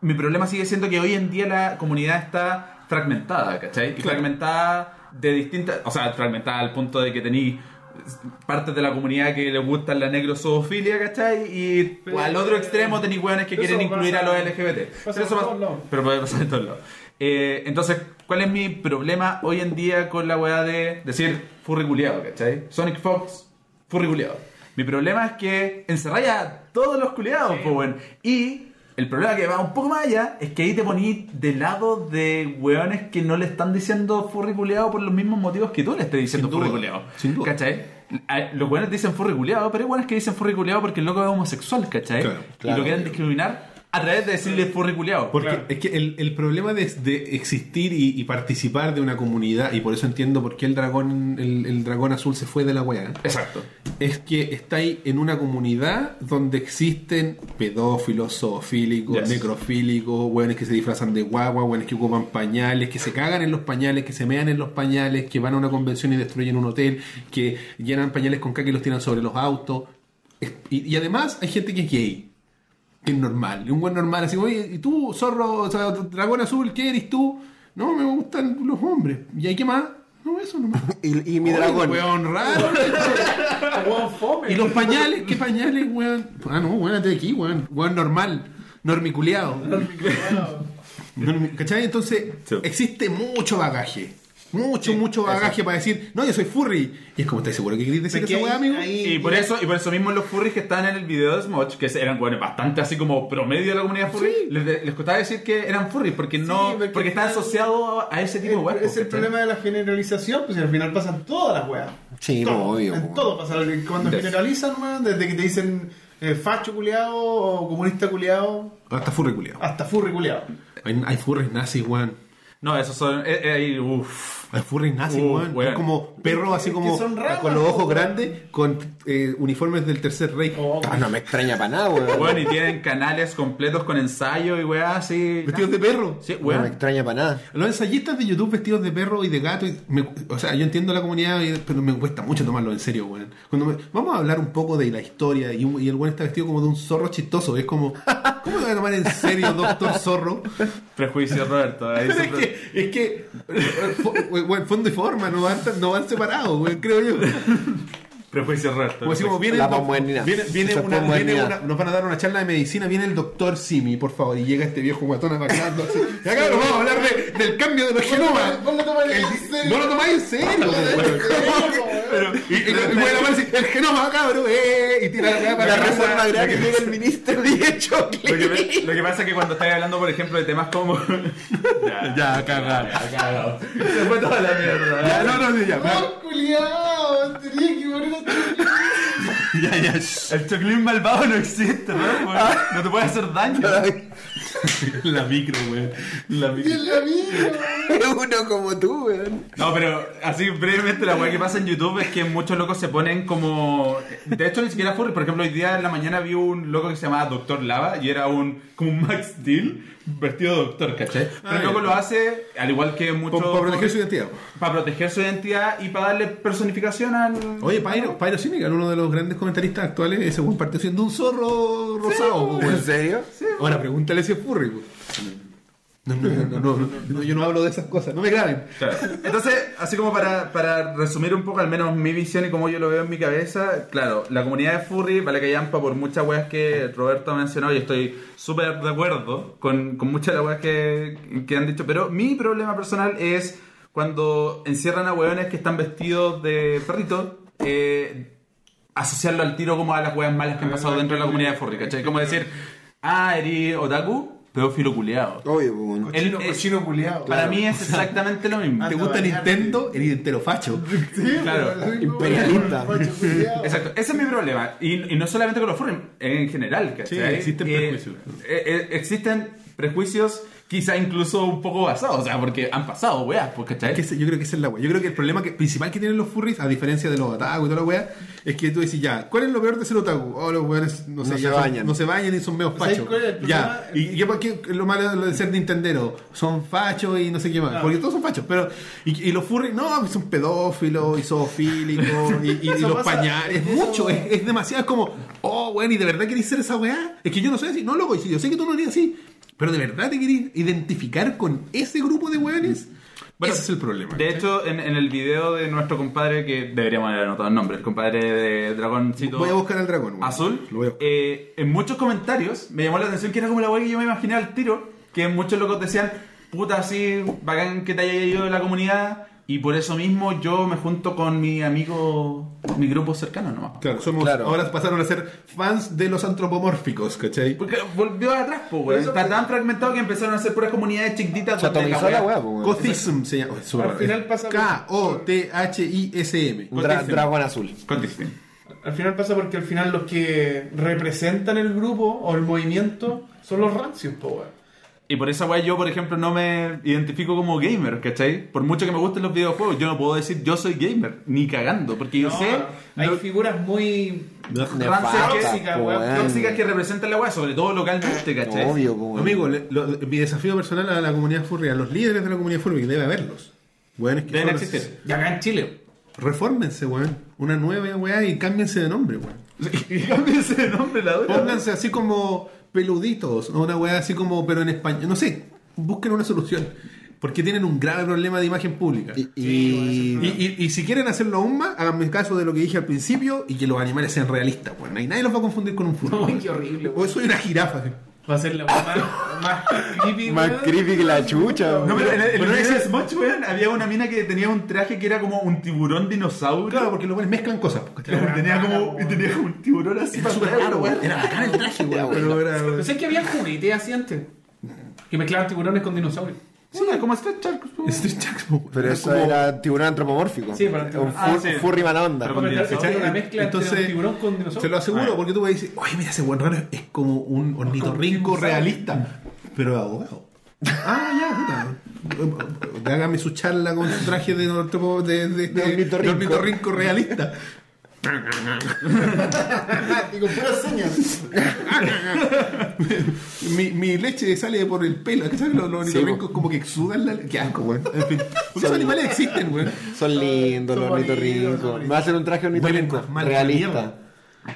Speaker 3: mi problema sigue siendo que hoy en día la comunidad está fragmentada, ¿cachai? Y fragmentada de distintas... O sea, fragmentada al punto de que tenéis partes de la comunidad que les gustan la necrosoofilia, ¿cachai? Y
Speaker 5: Pero-
Speaker 3: al otro extremo tenéis hueones que
Speaker 5: Eso
Speaker 3: quieren
Speaker 5: pasa-
Speaker 3: incluir a los LGBT.
Speaker 5: pasa
Speaker 3: Pero
Speaker 5: por
Speaker 3: eso pasa-
Speaker 5: todos lados.
Speaker 3: pero puede pasar en todos lados. Eh, entonces, ¿cuál es mi problema hoy en día con la weá de decir furry culiado, ¿cachai? Sonic Fox, furry culiado. Mi problema es que encerráis a todos los culiados, po, weón. Y el problema que va un poco más allá es que ahí te ponís de lado de weones que no le están diciendo furry culiado por los mismos motivos que tú le estés diciendo
Speaker 1: duda,
Speaker 3: furry culiado.
Speaker 1: sin duda.
Speaker 3: ¿Cachai? A- Los weones dicen furry culiado, pero hay weones que dicen furry culiado porque el loco es homosexual, ¿cachai?
Speaker 1: Claro,
Speaker 3: y
Speaker 2: claro.
Speaker 3: lo quieren discriminar a través de decirle furry culiado.
Speaker 1: Porque es que el, el problema de, de existir y, y participar de una comunidad, y por eso entiendo por qué el dragón, el, el dragón azul se fue de la weá,
Speaker 3: Exacto.
Speaker 1: es que estáis en una comunidad donde existen pedófilos, zoofílicos,
Speaker 3: Yes.
Speaker 1: necrofílicos, weones que se disfrazan de guagua, weones que ocupan pañales, que se cagan en los pañales, que se mean en los pañales, que van a una convención y destruyen un hotel, que llenan pañales con caca y los tiran sobre los autos. Es- Y, y además hay gente que es gay, que es normal, y un buen normal, así, oye, ¿y tú, zorro, o sea, dragón azul, qué eres tú? No, me gustan los hombres. ¿Y hay qué más? No, eso nomás.
Speaker 2: Y, y mi
Speaker 1: Oye,
Speaker 2: dragón.
Speaker 1: Weón raro.
Speaker 5: Weón fome.
Speaker 1: ¿Y los pañales? ¿Qué pañales, weón? Ah, no, weón, de aquí, weón. Weón normal. Normiculeado.
Speaker 5: Claro.
Speaker 1: Normi- ¿Cachai? Entonces,
Speaker 3: Sí.
Speaker 1: existe mucho bagaje. mucho, mucho bagaje para decir, no, yo soy furry. Y es como, ¿estás seguro que querés decir
Speaker 2: Porque
Speaker 1: esa weá,
Speaker 2: ahí-
Speaker 1: amigo?
Speaker 2: ahí-
Speaker 3: Y por, eso, y por eso mismo los furries que estaban en el video de Smotch, que eran bueno, bastante así como promedio de la comunidad furry, les, les costaba decir que eran furries porque no
Speaker 4: Sí,
Speaker 3: porque,
Speaker 4: porque
Speaker 3: está
Speaker 4: al final-
Speaker 3: asociado a, a ese tipo de
Speaker 4: El-
Speaker 3: cuerpo,
Speaker 4: es el
Speaker 3: ¿cachai?
Speaker 4: problema de la generalización, pues al final pasan todas las weas.
Speaker 2: Sí,
Speaker 4: Todo.
Speaker 2: pues, obvio,
Speaker 4: En
Speaker 2: pues.
Speaker 4: todo pasa. Cuando
Speaker 3: Yes.
Speaker 4: generalizan, weón, desde que te dicen eh, facho culeado o comunista culeado
Speaker 1: Ahora Ah, está furry, culiao.
Speaker 4: hasta furry culeado.
Speaker 1: Hay, hay furries nazis, weón.
Speaker 3: No, esos son. eh, eh, ahí, uf.
Speaker 1: Hay furries nazis,
Speaker 3: Uh,
Speaker 1: weón.
Speaker 3: weón.
Speaker 1: Es como perros así como
Speaker 4: son ratas,
Speaker 1: con los ojos
Speaker 4: weón.
Speaker 1: grandes, con eh, uniformes del tercer rey.
Speaker 5: Oh,
Speaker 2: Ah, no me extraña para nada, weón.
Speaker 3: Bueno, y tienen canales completos con ensayo y weá así.
Speaker 1: Vestidos de perro.
Speaker 3: Sí,
Speaker 2: No
Speaker 3: weá.
Speaker 2: me extraña para nada.
Speaker 1: Los ensayistas de YouTube vestidos de perro y de gato, y me- o sea, yo entiendo la comunidad, y- pero me cuesta mucho tomarlo en serio, weón. Cuando me- vamos a hablar un poco de la historia y, un- y el weón está vestido como de un zorro chistoso, es como, ¿cómo lo voy a tomar en serio, doctor zorro?
Speaker 3: Prejuicio, Roberto. ahí
Speaker 1: Pero
Speaker 3: se
Speaker 1: es
Speaker 3: pro-
Speaker 1: que, es que, fo- weón, fondo y forma, no van, tan- no van separados, weón, creo yo.
Speaker 3: Prejuicio, Roberto.
Speaker 1: Como decimos,
Speaker 3: prejuicio.
Speaker 1: viene,
Speaker 2: La
Speaker 1: el doc-
Speaker 2: posmodernidad.
Speaker 1: viene- viene
Speaker 2: Esa
Speaker 1: una, viene
Speaker 2: posmodernidad.
Speaker 1: una- nos van a dar una charla de medicina, viene el doctor Simi, por favor, y llega este viejo guatón abacando así. Y acá nos vamos a hablar de- del cambio de los genomas.
Speaker 4: Vos lo tomas en
Speaker 1: No
Speaker 4: serio.
Speaker 1: lo tomáis en serio, weón.
Speaker 3: Pero-
Speaker 1: Y, y- y el güey la mano así, el genoma, cabrón, eh, y tira la weá para la
Speaker 2: reforma
Speaker 1: casa.
Speaker 2: agraria llega el ministro de
Speaker 3: Lo que, lo que pasa es que cuando estáis hablando, por ejemplo, de temas como. ya,
Speaker 1: Ya, cagado.
Speaker 3: cagado. Se fue toda la mierda.
Speaker 1: Ya, no, no, sí, ya, pero-
Speaker 4: ¡Oh, culiao! Tenía que poner a tu-
Speaker 3: Ya, ya. El choclín malvado no existe, ¿no? weón? No te puede hacer daño.
Speaker 1: La micro, güey. La micro.
Speaker 4: el amigo.
Speaker 2: Uno como tú, weón.
Speaker 3: No, pero así brevemente la weá que pasa en YouTube es que muchos locos se ponen como. De hecho, ni siquiera furry. Por ejemplo, hoy día en la mañana vi un loco que se llamaba Doctor Lava y era un. como un Max Steel vestido de doctor, ¿cachai? Pero
Speaker 1: Ah,
Speaker 3: el loco
Speaker 1: ya.
Speaker 3: lo hace, al igual que muchos.
Speaker 1: Para proteger su identidad.
Speaker 3: para proteger su identidad y para darle personificación al.
Speaker 1: Oye, Pyro, Pyro Cynical, uno de los grandes comentaristas actuales, ese güey partió siendo un zorro rosado, güey.
Speaker 2: ¿En serio?
Speaker 1: Ahora pregúntale si es furry, güey. No, no, no, no, no, no, no, yo no hablo de esas cosas, no me graben.
Speaker 3: Claro. Entonces, así como para, para resumir un poco al menos mi visión y cómo yo lo veo en mi cabeza, claro, la comunidad de furry, vale que llampa por muchas weas que Roberto ha mencionado y estoy súper de acuerdo con, con muchas de las weas que, que han dicho, pero mi problema personal es cuando encierran a weones que están vestidos de perrito, eh, asociarlo al tiro como a las weas malas que han pasado dentro de la comunidad de furry, ¿cachai? Como decir, ah, eres otaku, pedófilo culeado.
Speaker 2: Obvio, weón.
Speaker 3: El-
Speaker 4: Cochino, cochino pues, culiao.
Speaker 3: Para mí es exactamente lo mismo.
Speaker 1: ¿Te
Speaker 4: Anda
Speaker 1: gusta
Speaker 4: a bañarte.
Speaker 1: Nintendo? Eres entero facho.
Speaker 4: Sí, pues,
Speaker 3: Claro.
Speaker 4: la misma-
Speaker 2: Imperialista.
Speaker 4: Facho culiao.
Speaker 3: Exacto, ese es mi problema. Y, y no solamente con los furries, en general. ¿cachai?
Speaker 1: Sí, existen prejuicios.
Speaker 3: eh, eh, existen prejuicios, quizá incluso un poco basados, o sea, porque han pasado, weas, pues, ¿cachai?
Speaker 1: Que ese- yo creo que esa es la wea. Yo creo que el problema que, principal que tienen los furries, a diferencia de los otaku y toda la wea, es que tú decís, ya, ¿cuál es lo peor de ser otaku? Oh, los weones no, sé,
Speaker 2: No se
Speaker 1: ya son-
Speaker 2: bañan.
Speaker 1: no se bañan y son meos
Speaker 4: ¿Sabes
Speaker 1: fachos.
Speaker 4: cuál es el
Speaker 1: Ya. ¿Y
Speaker 4: problema?
Speaker 1: qué, qué- qué- lo malo de ser nintendero? Son fachos y no sé qué más. Porque todos son fachos. Pero, y, y los furries, no, son pedófilos y zoofílicos y, y- y
Speaker 4: Eso
Speaker 1: los
Speaker 4: pasa.
Speaker 1: pañales. Es
Speaker 4: Eso-
Speaker 1: mucho, es, es demasiado. Es como, oh, weón, ¿y de verdad querés ser esa weá? Es que yo no soy así. No, loco, y si yo sé que tú no eres así. Pero de verdad te querés identificar con ese grupo de weones.
Speaker 3: Bueno,
Speaker 1: Ese es el problema.
Speaker 3: De hecho, en, en el video de nuestro compadre, que deberíamos haber anotado el nombre, el compadre de Dragoncito
Speaker 1: Voy a buscar al dragón. güey.
Speaker 3: Azul,
Speaker 1: Lo voy a buscar.
Speaker 3: eh, en muchos comentarios me llamó la atención que era como la wea que yo me imaginé al tiro, que muchos locos decían, puta, así, bacán que te haya ido de la comunidad, y por eso mismo yo me junto con mi amigo, mi grupo cercano nomás.
Speaker 1: Claro, somos,
Speaker 2: Claro.
Speaker 1: ahora pasaron a ser fans de los antropomórficos, ¿cachai?
Speaker 3: Porque volvió atrás, po, weón.
Speaker 4: Eso
Speaker 3: Está
Speaker 4: fue-
Speaker 3: tan fragmentado que empezaron a hacer puras comunidades chiquititas.
Speaker 2: Se
Speaker 3: donde
Speaker 2: atomizó la
Speaker 3: wea-
Speaker 2: weá, weón.
Speaker 1: Cotism se llama. oh, es súper
Speaker 5: Al
Speaker 1: raro.
Speaker 5: final pasa-
Speaker 1: K-O-T-H-I-S-M.
Speaker 2: Dra- dragón azul.
Speaker 3: Cotism.
Speaker 5: Al final pasa porque al final los que representan el grupo o el movimiento son los rancios, po, weón.
Speaker 3: Y por esa weá yo, por ejemplo, no me identifico como gamer, ¿cachai? Por mucho que me gusten los videojuegos, yo no puedo decir yo soy gamer, ni cagando, porque yo
Speaker 5: No,
Speaker 3: sé...
Speaker 5: hay
Speaker 3: lo-
Speaker 5: figuras muy
Speaker 3: Rancia que-
Speaker 2: Nefasta,
Speaker 5: tóxica, weón,
Speaker 1: Ah,
Speaker 2: weón.
Speaker 3: tóxicas que representan la weá, sobre todo localmente, ¿cachai?
Speaker 2: Obvio, weón.
Speaker 1: Amigo, le- lo- mi desafío personal a la comunidad furry, a los líderes de la comunidad furry, debe haberlos. Weón, es que
Speaker 3: Deben
Speaker 1: son los-
Speaker 3: existir.
Speaker 5: Y acá en Chile.
Speaker 1: Refórmense, weón. Una nueva weá y cámbiense de nombre, weón.
Speaker 3: Y cámbiense de nombre la dura.
Speaker 1: Pónganse así como peluditos, o una weá así como, pero en español. No sé, busquen una solución. Porque tienen un grave problema de imagen pública.
Speaker 2: Y,
Speaker 1: Y, y- y si quieren hacerlo aún más, háganme caso de lo que dije al principio y que los animales sean realistas, weón. Ahí nadie los va a confundir con un furro.
Speaker 5: Uy, qué horrible,
Speaker 1: O soy una jirafa.
Speaker 5: Va a ser la weá más, más creepy.
Speaker 2: Más
Speaker 5: weón.
Speaker 2: creepy que la chucha.
Speaker 3: No,
Speaker 2: weón.
Speaker 3: pero en el, en el
Speaker 5: Pero
Speaker 3: video
Speaker 5: ese-
Speaker 3: de Smosh, weón, había una mina que tenía un traje que era como un tiburón dinosaurio.
Speaker 1: Claro, porque los buenos mezclan cosas. pues, ¿cachai?
Speaker 3: Claro, tenía como, y tenía como un tiburón así
Speaker 1: Era
Speaker 3: para
Speaker 1: súper
Speaker 3: atrás,
Speaker 1: raro,
Speaker 3: weón.
Speaker 1: weón. Era bacán el traje, weón. Pero era.
Speaker 5: Pero sé que había juguetes así antes. Que mezclaban tiburones con dinosaurios.
Speaker 3: Sí, como Stretch Sharks, po.
Speaker 1: Street Jacks, po, weón.
Speaker 2: Pero
Speaker 1: Era
Speaker 2: eso
Speaker 1: como-
Speaker 2: era tiburón antropomórfico.
Speaker 5: Sí, para-
Speaker 2: Un fur,
Speaker 3: Ah, sí.
Speaker 2: furry mala onda.
Speaker 3: Pero-
Speaker 5: Pero
Speaker 3: dinosaurio.
Speaker 5: era una
Speaker 1: ¿Cachai?
Speaker 5: mezcla entre
Speaker 1: Entonces,
Speaker 5: un tiburón con
Speaker 1: Te lo
Speaker 5: dinosaurio.
Speaker 2: Ah.
Speaker 1: aseguro, porque tú me dices, oye, mira ese buen raro es como un ornitorrinco
Speaker 5: Como un
Speaker 1: realista, pero de abogado. Ah, ya, puta. Hágame su charla con su traje de, ortopo- de, de- de-
Speaker 2: ornitorrinco.
Speaker 1: de ornitorrinco realista.
Speaker 4: Y con puras señas.
Speaker 1: mi, mi leche sale por el pelo. ¿Qué sabes? Los, los
Speaker 2: Sí,
Speaker 1: ornitorrincos como que exudan la. Qué asco, weón. En fin, porque esos animales existen, weón.
Speaker 2: Son lindos los
Speaker 4: Son bonitos, son
Speaker 2: ornitorrincos.
Speaker 4: bonitos.
Speaker 2: Me va a hacer un traje ornitorrinco.
Speaker 1: Huelen más mal que la
Speaker 2: Realista.
Speaker 1: mierda.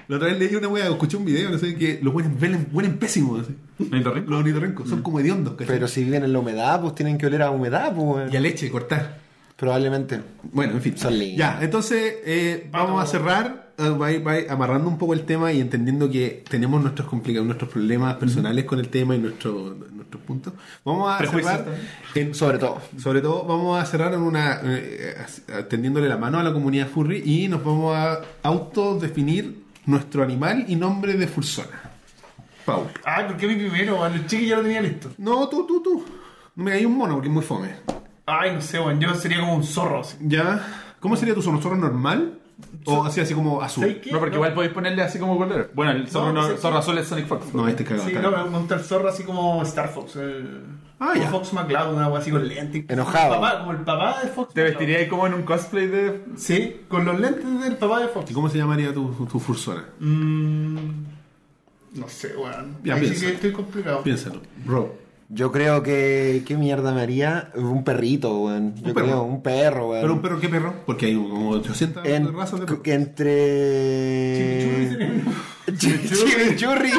Speaker 1: La otra vez leí una wea, escuché un video, no sé, que los buenos huelen, huelen pésimo. así. Los ornitorrincos son como hediondos, ¿cachai?
Speaker 2: Mm. Pero si viven en la humedad, pues tienen que oler a humedad, pues.
Speaker 1: Y a
Speaker 2: weón.
Speaker 1: leche, cortar.
Speaker 2: Probablemente.
Speaker 1: Bueno, en fin.
Speaker 2: Son lindos.
Speaker 1: Ya, entonces eh, vamos a cerrar, eh, va a ir- va a ir amarrando un poco el tema y entendiendo que tenemos nuestros complicados, nuestros problemas personales con el tema y nuestro- nuestros puntos. Vamos a
Speaker 3: Prejuicios
Speaker 1: cerrar
Speaker 3: también.
Speaker 1: en-
Speaker 2: Sobre todo.
Speaker 1: sobre todo vamos a cerrar en una eh, eh, tendiéndole la mano a la comunidad furry y nos vamos a autodefinir nuestro animal y nombre de fursona. Paul.
Speaker 5: Ay, ¿por qué mi Ah, primero, weón? El chiqui ya lo tenía listo.
Speaker 1: No, tú, tú, tú. Me hay un mono porque es muy fome.
Speaker 5: Ay, no sé, weón. Yo sería como un zorro. así.
Speaker 1: Ya. ¿Cómo sería tu zorro? ¿Zorro normal? ¿O así, así como azul?
Speaker 5: ¿Sabes qué?
Speaker 3: No, porque igual podéis ponerle así como color. Bueno, el zorro,
Speaker 5: No,
Speaker 3: no-
Speaker 5: sí.
Speaker 3: zorro azul es Sonic Fox.
Speaker 1: No, este cagado.
Speaker 5: Sí,
Speaker 1: cagado.
Speaker 5: no, me gusta el zorro así como Star Fox. El...
Speaker 1: Ah,
Speaker 5: como
Speaker 1: ya.
Speaker 5: Fox McCloud, una wea así con lentes.
Speaker 2: Enojado.
Speaker 5: Como el papá, como el papá de Fox.
Speaker 3: Te
Speaker 5: McCloud.
Speaker 3: vestiría ahí como en un cosplay de.
Speaker 5: Sí, con los lentes del papá de Fox.
Speaker 1: ¿Y cómo se llamaría tu, tu fursona?
Speaker 5: Mm, no sé, weón.
Speaker 1: Ya,
Speaker 5: Ahí sí
Speaker 1: piensa.
Speaker 5: que estoy complicado.
Speaker 1: Piénsalo. Rob.
Speaker 2: Yo creo que. ¿Qué mierda me haría? Un perrito, weón. Yo
Speaker 1: Un perro.
Speaker 2: creo, un perro, weón.
Speaker 1: ¿Pero un perro qué perro? Porque hay como 800
Speaker 2: En-
Speaker 1: razas de perro.
Speaker 2: que entre. Chimichurri.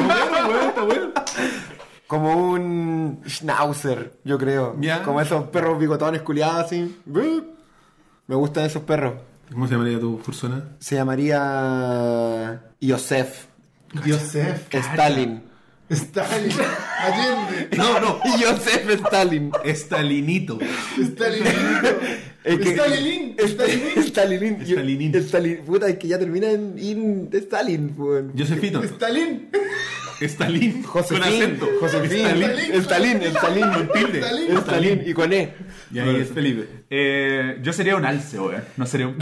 Speaker 2: Como un schnauzer, yo creo.
Speaker 1: Ya.
Speaker 2: Como esos perros bigotones culiados así. Me gustan esos perros.
Speaker 1: ¿Cómo se llamaría tu fursona?
Speaker 2: Se llamaría Yosef
Speaker 4: Yosef.
Speaker 2: Stalin.
Speaker 4: Stalin. Allende.
Speaker 1: No, no.
Speaker 2: Yosef Stalin.
Speaker 1: Estalinito.
Speaker 4: Stalinito.
Speaker 2: Es que-
Speaker 4: Stalin.
Speaker 2: Est- Stalinin. Yo-
Speaker 1: Stalinin.
Speaker 2: Stalin. Puta, es que ya termina en in Stalin, weón.
Speaker 1: Josefito.
Speaker 4: Stalin.
Speaker 1: Estalín.
Speaker 2: Josefín,
Speaker 1: Con acento.
Speaker 2: Josefín,
Speaker 1: Estalín.
Speaker 2: Stalin, Stalin,
Speaker 1: Con tilde.
Speaker 4: Estalín.
Speaker 2: Stalin y con E.
Speaker 1: Y ahí es Felipe.
Speaker 3: Eh, yo sería un alce, weón. No sería un.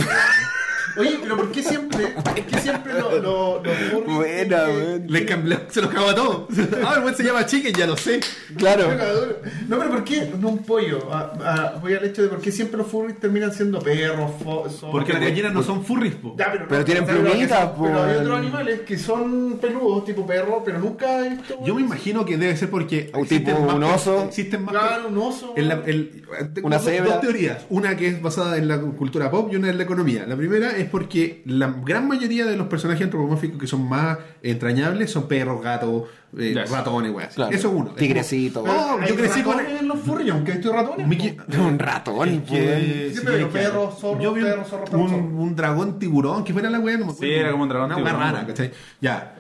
Speaker 4: Oye, pero ¿por qué siempre? ¿Por qué siempre lo, lo, lo furry-
Speaker 2: Buena,
Speaker 4: que-
Speaker 2: weón.
Speaker 1: Le cambió, se lo acabó a todo. Ah, el buen se llama Chicken, ya lo sé.
Speaker 2: Claro.
Speaker 4: Jugador. No, pero ¿por qué? No un pollo. A- a- voy al hecho de por qué siempre los furries terminan siendo perros, fo- son-
Speaker 1: Porque las gallinas no son furries, po.
Speaker 4: Ya, pero,
Speaker 2: Pero tienen
Speaker 4: ¿sabes lo que
Speaker 2: plumitas,
Speaker 4: son? Pero hay
Speaker 2: pues.
Speaker 4: otros animales que son peludos, tipo perro, pero nunca esto.
Speaker 1: Yo me imagino que debe ser porque.
Speaker 2: O
Speaker 1: existen
Speaker 2: tipo
Speaker 1: más
Speaker 2: un
Speaker 1: per-
Speaker 2: oso.
Speaker 1: Existen más. per-
Speaker 4: Claro, un oso.
Speaker 1: En la- el- tengo
Speaker 2: Una
Speaker 1: dos,
Speaker 2: cebra.
Speaker 1: dos teorías. Una que es basada en la cultura pop y una en la economía. La primera es porque la gran mayoría de los personajes antropomórficos que son más entrañables son perros, gatos, eh,
Speaker 3: Yes.
Speaker 1: ratones, weas.
Speaker 2: Claro.
Speaker 1: Eso es uno. Es
Speaker 2: Tigrecito.
Speaker 1: como, No,
Speaker 4: Hay
Speaker 1: Oh, yo crecí con.
Speaker 4: ratones en los furries, aunque estos ratones.
Speaker 1: Mickey-
Speaker 2: Un ratón, weón.
Speaker 1: que-
Speaker 4: Sí, pero
Speaker 1: que-
Speaker 4: perro, zorro,
Speaker 1: yo vi un,
Speaker 4: perro, zorro, perro,
Speaker 1: un-
Speaker 4: zorro.
Speaker 1: un dragón tiburón, que fuera la wea, no me acuerdo.
Speaker 3: Sí, era como un dragón
Speaker 1: Una
Speaker 3: tiburón.
Speaker 1: wea rara, ¿cachai? Ya.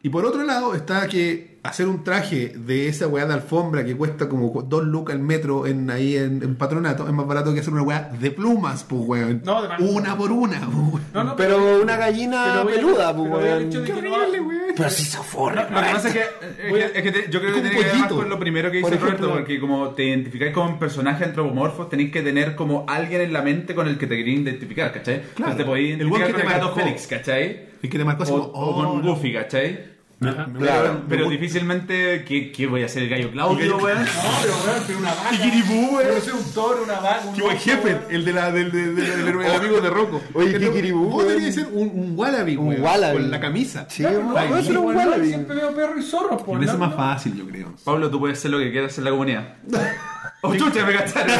Speaker 1: Y por otro lado está que hacer un traje de esa weá de alfombra que cuesta como dos lucas el metro en, ahí en, en patronato es más barato que hacer una weá de plumas, pues weón.
Speaker 5: No, de más.
Speaker 1: una por una, pues weón.
Speaker 5: No, no,
Speaker 2: Pero una gallina
Speaker 5: pero voy al-
Speaker 2: peluda,
Speaker 5: pero voy al
Speaker 2: weón.
Speaker 5: hecho de que no-
Speaker 2: Pero si se
Speaker 3: Lo
Speaker 2: forra.
Speaker 3: que pasa es que, es que- es que te- yo creo que
Speaker 1: como un
Speaker 3: tiene que ver más
Speaker 1: pollito.
Speaker 3: con lo primero que
Speaker 2: Por
Speaker 3: dice
Speaker 2: ejemplo.
Speaker 3: Roberto, porque como te identificáis como un personaje antropomorfo, tenéis que tener como alguien en la mente con el que te queréis identificar, ¿cachai?
Speaker 1: Claro.
Speaker 3: Entonces te podéis
Speaker 1: El weón
Speaker 3: identificar
Speaker 1: que
Speaker 3: con
Speaker 1: te
Speaker 3: el gato
Speaker 1: marcó.
Speaker 3: Félix, ¿cachai?
Speaker 1: Y que te marcó
Speaker 3: O,
Speaker 1: así como,
Speaker 3: o
Speaker 1: oh,
Speaker 3: con Goofy, ¿cachai?
Speaker 1: me-
Speaker 2: Claro.
Speaker 1: me-
Speaker 3: Pero
Speaker 1: me-
Speaker 3: difícilmente, ¿qué, qué voy a hacer el gallo Claudio,
Speaker 1: El gallo-
Speaker 3: weón?
Speaker 4: No, pero weón, pero una vaca.
Speaker 1: Kikiribú, weón.
Speaker 4: Yo soy un toro, una vaca. un
Speaker 1: Qué buen
Speaker 4: oso,
Speaker 1: jefe,
Speaker 4: weón.
Speaker 1: el de la, del, del, del- del- del amigo de Rocco.
Speaker 2: Oye,
Speaker 1: El de-
Speaker 2: Kikiribú,
Speaker 1: Vos
Speaker 2: weón.
Speaker 1: deberías ser un, un wallaby,
Speaker 2: Un
Speaker 1: weón,
Speaker 2: wallaby.
Speaker 1: Con la camisa.
Speaker 2: Sí,
Speaker 5: Ya,
Speaker 2: weón.
Speaker 5: pero
Speaker 2: Puede ser un
Speaker 5: igual, no,
Speaker 2: wallaby.
Speaker 5: Siempre veo perro y zorro,
Speaker 1: Y
Speaker 5: por
Speaker 1: me hace
Speaker 5: no,
Speaker 1: más
Speaker 5: no.
Speaker 1: fácil, yo creo.
Speaker 3: Pablo, tú puedes hacer lo que quieras en la comunidad. ¡Oh, chucha, me cacharon!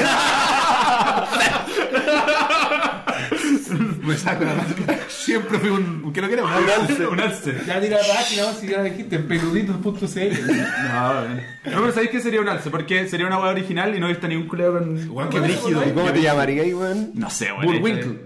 Speaker 1: Me saco la máscara. Siempre fui un. ¿Qué lo que era?
Speaker 3: un alce, un alce.
Speaker 5: Ya tira la página, weón, si ya la dijiste, peluditos.cl.
Speaker 3: No, weón. No, pero ¿sabéis que sería un alce? Porque sería una weá original y no viste ningún culeo con...
Speaker 1: Weón, qué brígido.
Speaker 2: ¿Y cómo te llamarías, weón? este,
Speaker 3: No sé, weón.
Speaker 1: Bullwinkle.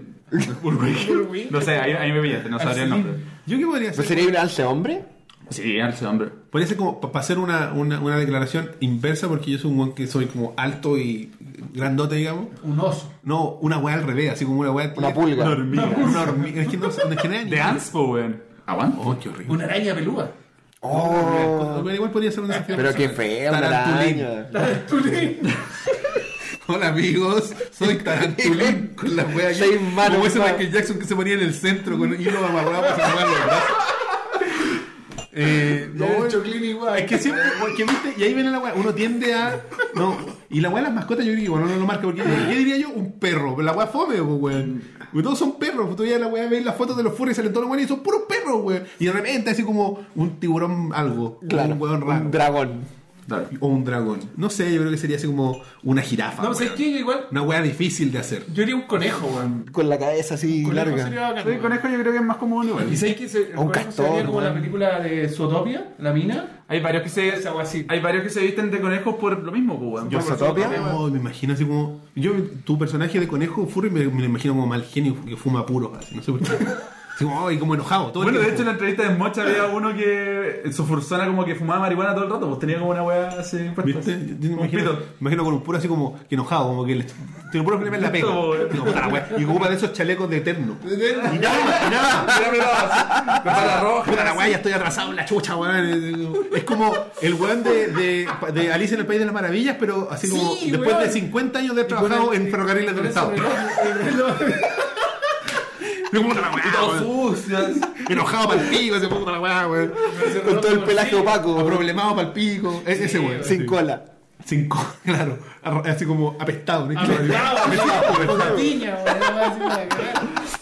Speaker 3: Bullwinkle. No sé, ahí, ahí me pillaste, no sabría el nombre.
Speaker 1: ¿Yo qué podría
Speaker 2: ¿No
Speaker 1: ser?
Speaker 2: sería un alce hombre?
Speaker 3: Sí, alce de hombre.
Speaker 1: Podría ser como para hacer una, una, una declaración inversa, porque yo soy un weón que soy como alto y grandote, digamos.
Speaker 5: Un oso.
Speaker 1: No, una weá al revés, así como una weá.
Speaker 2: Una pulga.
Speaker 1: Una hormiga. Una hormiga. Es que no, no es que no es ni-
Speaker 3: De Anspo, weón. Aguanta.
Speaker 1: Oh, qué horrible.
Speaker 5: Una araña peluda.
Speaker 2: Oh,
Speaker 1: Igual podría ser un desafío.
Speaker 2: pero qué feo, una
Speaker 1: Tarantulín.
Speaker 2: araña.
Speaker 1: Hola amigos, soy Tarantulín con la wea
Speaker 2: Seis manos,
Speaker 1: Como ese
Speaker 2: pa.
Speaker 1: Michael Jackson que se ponía en el centro con hilo amarrado para salvar los brazos. Eh,
Speaker 4: Lo
Speaker 1: no,
Speaker 4: he hecho clean igual.
Speaker 1: es que siempre, porque viste, y ahí viene la wea, uno tiende a. No, y la wea de las mascotas yo creo que igual uno no lo marca, porque ¿qué diría yo? Un perro, pero la wea fome, pues, weón. Porque todos son perros, pues, tú ya la wea ves las fotos de los furries, salen todos los weones y son puros perros, weón. Y de repente así como un tiburón algo,
Speaker 2: Claro,
Speaker 1: un weón raro.
Speaker 2: un dragón.
Speaker 3: Claro.
Speaker 1: o un dragón. No sé, yo creo que sería así como una jirafa.
Speaker 5: No, sé
Speaker 1: weón.
Speaker 5: pues, qué? Yo igual.
Speaker 1: Una wea difícil de hacer.
Speaker 5: Yo haría un conejo, weón.
Speaker 2: Con la cabeza así
Speaker 5: Conejo
Speaker 2: larga.
Speaker 5: sería bacán,
Speaker 3: Soy
Speaker 5: weón.
Speaker 3: conejo, yo creo que es más común igual.
Speaker 5: ¿Y sabéis que se, el
Speaker 2: Un
Speaker 5: conejo
Speaker 2: castor,
Speaker 5: se veía como
Speaker 2: weón.
Speaker 5: la película de Zootopia, la mina?
Speaker 3: Hay varios que se.
Speaker 5: Esa weá así.
Speaker 3: Hay varios que se visten de conejos por lo mismo, pues, weón.
Speaker 2: Yo
Speaker 3: Por-
Speaker 2: Zootopia.
Speaker 1: No, me imagino así como. Yo, tu personaje de conejo furry me, me lo imagino como mal genio que fuma puro, así, no sé por qué. Así como, ay, como enojado. Todo el
Speaker 3: Bueno, de
Speaker 1: tiempo.
Speaker 3: hecho en la entrevista de Mocha había uno que en su fursona como que fumaba marihuana todo el rato, pues tenía como una weá así puesta.
Speaker 1: ¿Viste? Yo me
Speaker 3: Un
Speaker 1: imagino,
Speaker 3: pito.
Speaker 1: me imagino con un puro así como que enojado, como que le, tiene puro problema en la pega.
Speaker 3: Como-
Speaker 1: Así como, "Ah, wea", y ocupa de esos chalecos de eterno.
Speaker 4: Pero
Speaker 1: Y nada, más, y nada. más.
Speaker 3: Mira, mira, así, con bala roja.
Speaker 1: Puta la weá, ya estoy atrasado en la chucha, weón. Es como el weón de, de, de Alicia en el País de las Maravillas, pero así como
Speaker 5: Sí,
Speaker 1: después
Speaker 5: weón.
Speaker 1: de 50 años de haber trabajado en ferrocarriles del Estado. Y como, "Puta la weá,
Speaker 3: Y todo
Speaker 1: weón".
Speaker 3: sucio, así.
Speaker 1: Enojado para el pico, ese puta la weá, weón.
Speaker 2: Con todo el pelaje opaco,
Speaker 1: Problemado para el pico. Es ese weón.
Speaker 2: sin cola.
Speaker 1: Sin co- claro. Arro- Así como apestado. ¿no?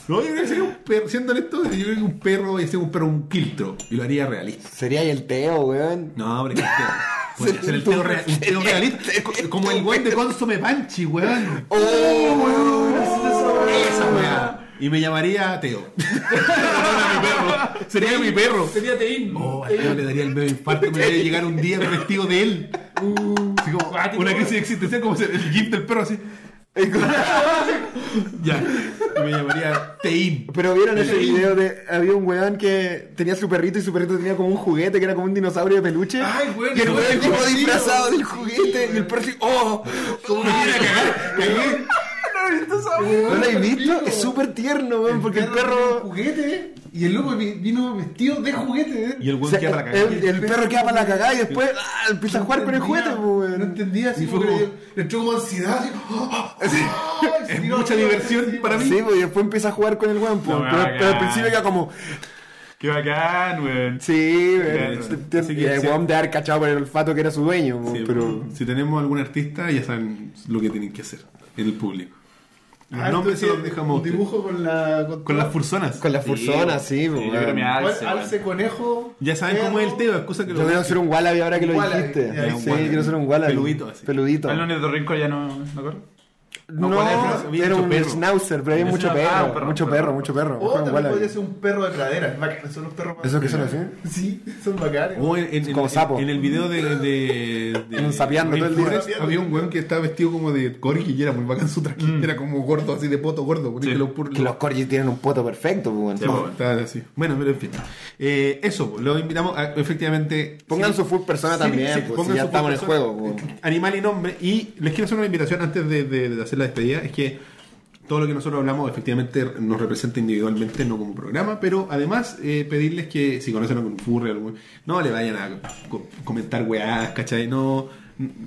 Speaker 1: No, yo creo que sería un perro. Siendo honesto, yo creo que un perro y ser un perro un quiltro. Y lo haría realista.
Speaker 2: Sería el Teo, weón.
Speaker 1: No, hombre, que teo. Podría
Speaker 2: Sería
Speaker 1: ser el
Speaker 2: un
Speaker 1: teo,
Speaker 2: perro
Speaker 1: real- un teo realista. Co- Como el weón de Consome Panchi, weón.
Speaker 2: ¡Oh,
Speaker 1: Esa weá. Y me llamaría Teo. Sería mi perro. Sería mi perro.
Speaker 5: Sería Teín.
Speaker 1: Oh, al Teo le daría el medio infarto. Me daría llegar un día vestido de él. Así como, ah,
Speaker 5: Cuático.
Speaker 1: una crisis existencial, como el gif del perro así. Ya. Y me llamaría Teim.
Speaker 2: Pero vieron ese video de. Había un weón que tenía su perrito y su perrito tenía como un juguete que era como un dinosaurio de peluche.
Speaker 5: Ay, weón,
Speaker 2: Y el
Speaker 5: no,
Speaker 2: weón
Speaker 5: no,
Speaker 2: llegó
Speaker 5: sí,
Speaker 2: disfrazado
Speaker 5: weón.
Speaker 2: del juguete y el perro así, ¡Oh!
Speaker 1: Como que viene a cagar. Cagué.
Speaker 2: ¿No lo habéis visto? Es súper tierno, weón, porque el
Speaker 4: tenía un
Speaker 2: perro.
Speaker 4: juguete y el loco vi- vino vestido de juguete.
Speaker 1: Y el
Speaker 2: o
Speaker 1: weón
Speaker 2: sea,
Speaker 1: queda para la cagada.
Speaker 2: el, el perro queda para la cagada y después ah, empieza a jugar con el juguete, pues, weón.
Speaker 4: No entendía, así
Speaker 1: Y fue
Speaker 4: como que
Speaker 1: como-
Speaker 4: le- le entró como ansiedad. así, ¡ah! ¡Ay,
Speaker 1: Es
Speaker 4: sí,
Speaker 1: mucha
Speaker 5: ¡ah!
Speaker 4: no,
Speaker 1: diversión
Speaker 4: sí,
Speaker 1: para mí.
Speaker 2: Sí, pues, y después empieza a jugar con el weón, pues.
Speaker 3: No,
Speaker 2: pero,
Speaker 3: bacán.
Speaker 2: pero al principio queda como,
Speaker 3: Qué bacán, weón.
Speaker 2: sí, weón.
Speaker 3: Claro.
Speaker 2: Te- te-
Speaker 1: Sí,
Speaker 2: y el
Speaker 1: sí.
Speaker 2: weón de haber cachado por el olfato que era su dueño, pues,
Speaker 1: Sí,
Speaker 2: pero.
Speaker 1: Si tenemos algún artista, ya saben lo que tienen que hacer en el público.
Speaker 4: Ah,
Speaker 1: Los nombres se
Speaker 4: entonces,
Speaker 1: los dejamos. a
Speaker 4: un
Speaker 1: ustedes.
Speaker 4: dibujo con la.
Speaker 1: Con las fursonas.
Speaker 2: Con la fursona, sí, pues,
Speaker 3: Yo
Speaker 2: weón.
Speaker 3: creo mi alce,
Speaker 4: alce,
Speaker 3: weón.
Speaker 4: alce conejo.
Speaker 1: Ya saben cómo es el Teo, excusa que
Speaker 2: Yo quiero ser un wallaby ahora que lo
Speaker 4: Wallaby,
Speaker 2: dijiste.
Speaker 4: ya,
Speaker 2: sí,
Speaker 1: un wallaby.
Speaker 2: quiero ser un wallaby.
Speaker 1: Peludito, así.
Speaker 2: Peludito.
Speaker 3: Al lunes de Rinco ya no, no corre.
Speaker 2: No,
Speaker 1: No, wallaby, había
Speaker 2: era
Speaker 1: mucho
Speaker 2: un
Speaker 1: perro.
Speaker 2: schnauzer, pero había
Speaker 3: Es
Speaker 2: mucho
Speaker 3: una-
Speaker 2: perro,
Speaker 3: ah, un perro,
Speaker 2: mucho
Speaker 3: perro.
Speaker 2: perro, mucho perro.
Speaker 4: O
Speaker 2: Mejor un
Speaker 4: también podría
Speaker 2: wallaby.
Speaker 4: ser un perro de pradera. es bacán, Son los perros más-
Speaker 2: ¿Eso qué son así?
Speaker 4: Sí, son bacanes.
Speaker 1: O en, en- en-
Speaker 2: Como sapo.
Speaker 1: en el video de. de, de-
Speaker 2: Un sapeando todo el día.
Speaker 1: Forrest, Había un weón que estaba vestido como de corgi y era muy bacán su traje. Era como gordo, así de poto gordo. porque
Speaker 3: Sí.
Speaker 1: los pur-
Speaker 2: Mm. Que los corgis tienen un poto perfecto, pues,
Speaker 3: Sí,
Speaker 2: weón.
Speaker 1: No, estaba así. Bueno, pero en fin. Eh, eso, lo invitamos a- efectivamente.
Speaker 2: Pongan
Speaker 1: sí,
Speaker 2: su full persona
Speaker 1: sí,
Speaker 2: también,
Speaker 1: sí,
Speaker 2: pues,
Speaker 1: pongan
Speaker 2: si ya
Speaker 1: su
Speaker 2: estamos en el
Speaker 1: persona,
Speaker 2: juego. pues.
Speaker 1: Animal y nombre. Y les quiero hacer una invitación antes de, de- de hacer la despedida. Es que todo lo que nosotros hablamos efectivamente nos representa individualmente, no como programa. Pero además eh, pedirles que si conocen a algún furry, algún- no le vayan a co- comentar weás, ¿cachai? No,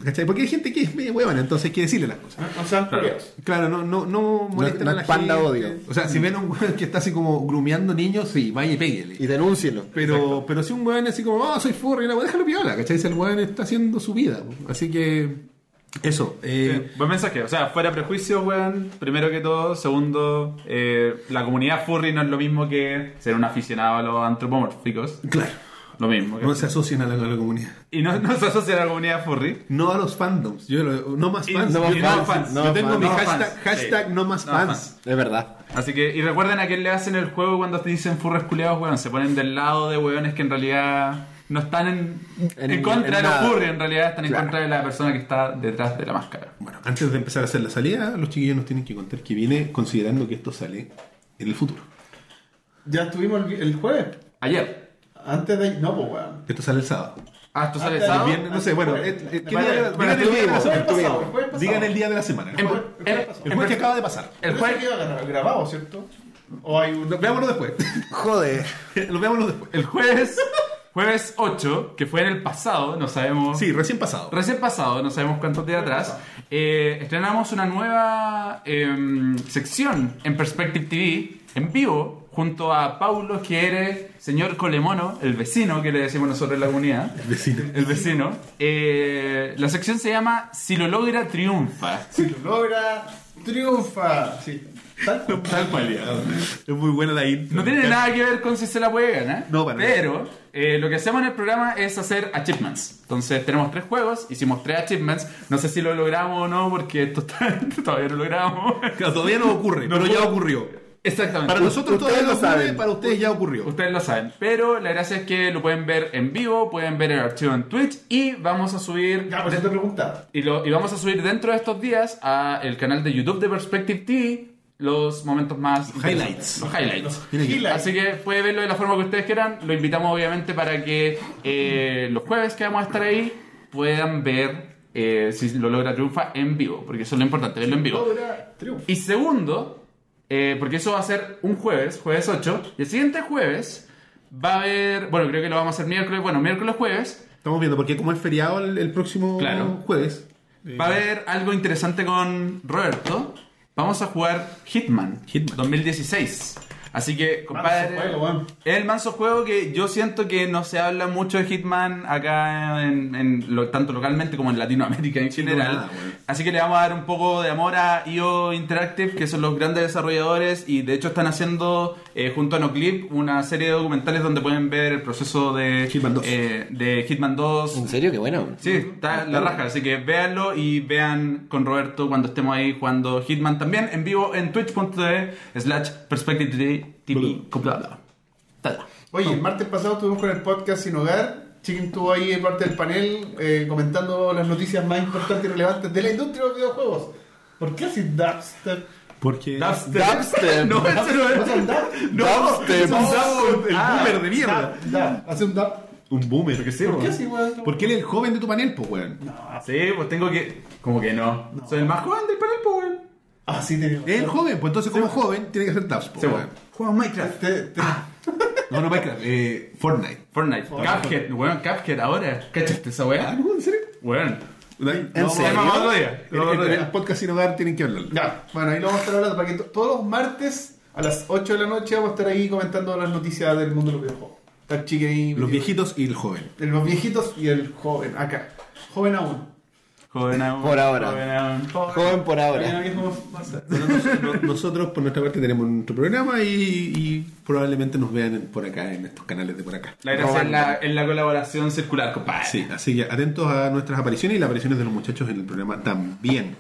Speaker 1: ¿cachai? Porque hay gente que es medio huevana, entonces hay que decirle las cosas.
Speaker 5: No sean curiosos.
Speaker 1: Claro, no, no, no molesten
Speaker 2: no
Speaker 1: a la
Speaker 2: expanda
Speaker 1: gente.
Speaker 2: odio.
Speaker 1: O sea, si ven a un weón que está así como grumeando niños, sí, vaya y péguele.
Speaker 2: Y denúncielo.
Speaker 1: Pero, pero si un weón así como, oh, soy furry, no, déjalo piola, ¿cachai? Si el weón está haciendo su vida. po. Así que, eso. eh,
Speaker 3: Buen mensaje, o sea, fuera prejuicios, weón. Primero que todo. Segundo, eh, la comunidad furry no es lo mismo que ser un aficionado a los antropomórficos.
Speaker 1: Claro,
Speaker 3: Lo mismo.
Speaker 1: no se asocian a la, a la comunidad.
Speaker 3: Y no, no se asocia a la comunidad furry.
Speaker 1: No a los fandoms, yo lo- no más
Speaker 3: Y-
Speaker 1: fans.
Speaker 3: no
Speaker 1: yo,
Speaker 3: más
Speaker 1: yo
Speaker 3: fans,
Speaker 2: no
Speaker 1: yo
Speaker 2: más
Speaker 1: tengo
Speaker 2: fans,
Speaker 1: mi
Speaker 3: no más
Speaker 1: hashtag,
Speaker 3: fans,
Speaker 1: hashtag no más
Speaker 3: No
Speaker 1: fans.
Speaker 3: más fans.
Speaker 2: Es verdad.
Speaker 3: Así que, y recuerden a quién le hacen el juego cuando te dicen furros culiados, weón. Se ponen del lado de weones que en realidad no están en,
Speaker 2: En-
Speaker 3: en, contra
Speaker 2: en
Speaker 3: de los
Speaker 2: nada.
Speaker 3: furry, en realidad están
Speaker 2: Claro.
Speaker 3: en contra de la persona que está detrás de la máscara.
Speaker 1: Bueno, antes de empezar a hacer la salida, los chiquillos nos tienen que contar que viene considerando que esto sale en el futuro.
Speaker 4: Ya estuvimos el, el jueves.
Speaker 3: Ayer.
Speaker 6: Antes de. No, pues weón.
Speaker 1: Esto sale el sábado.
Speaker 3: Ah, esto sale
Speaker 6: Ah,
Speaker 3: sábado.
Speaker 1: Viernes, no sé, bueno, eh, eh, ¿qué día era?
Speaker 3: Bueno,
Speaker 1: Digan el día de la
Speaker 6: Fue el
Speaker 1: semana.
Speaker 6: pasado, fue el pasado.
Speaker 1: Digan el día de la semana.
Speaker 3: En-
Speaker 1: El
Speaker 3: en- en-
Speaker 1: jueves que acaba de pasar.
Speaker 3: El
Speaker 6: Pero eso
Speaker 3: jueves,
Speaker 6: queda gra- grabado, ¿cierto? O hay un.
Speaker 1: Lo- Veámoslo después.
Speaker 2: Joder.
Speaker 1: Lo veámoslo después.
Speaker 3: el jueves, jueves 8, que fue en el pasado, no sabemos.
Speaker 1: Sí, recién pasado.
Speaker 3: Recién pasado, no sabemos cuántos días atrás, eh, estrenamos una nueva em, sección en Perspective TV, en vivo, junto a Paulo Quiere, señor Colemono, el vecino que le decimos nosotros en la comunidad. El
Speaker 1: vecino.
Speaker 3: El vecino. Eh, la sección se llama Si lo logra, triunfa.
Speaker 6: Si lo logra, triunfa. Sí. Tal cual.
Speaker 1: Tal cual, ya. Es muy buena la intro.
Speaker 3: No tiene nada que ver con si se la puede ganar.
Speaker 1: No, para nada.
Speaker 3: Pero eh, lo que hacemos en el programa es hacer achievements. Entonces tenemos tres juegos, hicimos tres achievements. No sé si lo logramos o no, porque esto está- todavía no lo logramos.
Speaker 1: Claro, Todavía no ocurre, pero ya ocurrió.
Speaker 3: Exactamente.
Speaker 1: Para nosotros
Speaker 6: ustedes
Speaker 1: todavía no
Speaker 6: lo
Speaker 1: ocurre,
Speaker 6: saben.
Speaker 1: para ustedes ya ocurrió.
Speaker 3: Ustedes lo saben. Pero la gracia es que lo pueden ver en vivo, pueden ver el archivo en Twitch y vamos a subir.
Speaker 6: Ya, pues yo te preguntaba.
Speaker 3: Y, lo- y vamos a subir dentro de estos días a el canal de YouTube de Perspective TV los momentos más
Speaker 1: highlights.
Speaker 3: los highlights
Speaker 1: Tiene que-
Speaker 6: Highlights.
Speaker 3: Así que puede verlo de la forma que ustedes quieran. Lo invitamos obviamente para que eh, los jueves que vamos a estar ahí puedan ver eh, si lo logra triunfa en vivo, porque eso es lo importante, verlo en vivo.
Speaker 6: Logra, triunfa.
Speaker 3: Y segundo, eh, porque eso va a ser un jueves, jueves 8, y el siguiente jueves va a haber, bueno, creo que lo vamos a hacer miércoles, bueno, miércoles jueves,
Speaker 1: Estamos viendo, porque como es feriado el, el próximo
Speaker 3: Claro.
Speaker 1: jueves. eh,
Speaker 3: va a haber algo interesante con Roberto. Vamos a jugar Hitman,
Speaker 1: Hitman.
Speaker 3: 2016. Así que, compadre,
Speaker 6: juego, weón.
Speaker 3: es el manso juego que yo siento que no se habla mucho de Hitman acá, en, en lo- tanto localmente como en Latinoamérica en
Speaker 1: no,
Speaker 3: general.
Speaker 1: nada, weón.
Speaker 3: Así que le vamos a dar un poco de amor a IO Interactive, que son los grandes desarrolladores y de hecho están haciendo eh, junto a Noclip una serie de documentales donde pueden ver el proceso de
Speaker 1: Hitman 2.
Speaker 3: eh, de Hitman 2.
Speaker 2: ¿En serio? Qué bueno.
Speaker 3: Sí, está la raja, así que véanlo y vean con Roberto cuando estemos ahí jugando Hitman también en vivo en twitch.tv slash perspective TV.
Speaker 6: Oye, el martes pasado estuvimos con el podcast Sin Hogar. Chicken estuvo ahí de parte del panel eh, comentando las noticias más importantes y relevantes de la industria de los videojuegos. ¿Por qué así dubstep?
Speaker 1: Porque.
Speaker 2: Dubstep.
Speaker 3: No, ese no es.
Speaker 6: ¿No son dub?
Speaker 2: Dubstep.
Speaker 1: Un dab- el
Speaker 3: Ah,
Speaker 1: boomer de mierda.
Speaker 6: Dub, dub. Hace un dub.
Speaker 1: Un boomer.
Speaker 6: ¿Por qué así, weón?
Speaker 1: Porque él es el joven de tu panel, pues, weón.
Speaker 3: Sí, pues tengo que. Como que no. Soy el más joven del panel, pues, weón.
Speaker 6: Así te digo.
Speaker 1: Es el joven, pues entonces como joven tiene que hacer taps, pues,
Speaker 3: Sí,
Speaker 1: weón.
Speaker 3: Juega Minecraft.
Speaker 6: Te- te-
Speaker 1: Ah, No, no Minecraft, eh, Fortnite.
Speaker 3: Fortnite. Cuphead. Weón, Cuphead ahora. ¿Cachaste esa weá?
Speaker 1: ¿En serio?
Speaker 3: Weón.
Speaker 1: ¿En Eh,
Speaker 3: Se llama otro día.
Speaker 1: En en- en el podcast sin hogar tienen que hablarlo.
Speaker 6: Ya, bueno, ahí lo vamos a estar hablando para que to- todos los martes a las 8 de la noche vamos a estar ahí comentando las noticias del mundo de los videojuegos. Está Chicken ahí.
Speaker 1: Los viejitos y el joven.
Speaker 6: de Los viejitos y el joven, acá. Joven aún.
Speaker 3: Joven aún.
Speaker 2: Por ahora.
Speaker 3: Joven aún.
Speaker 2: Joven por ahora.
Speaker 6: Mira, viejo, pasa.
Speaker 1: Nosotros, no- nosotros, por nuestra parte, tenemos nuestro programa y, y probablemente nos vean en- por acá, en estos canales de por acá.
Speaker 3: La gracia es la, es la colaboración circular, compadre.
Speaker 1: Sí, así que atentos a nuestras apariciones y las apariciones de los muchachos en el programa también.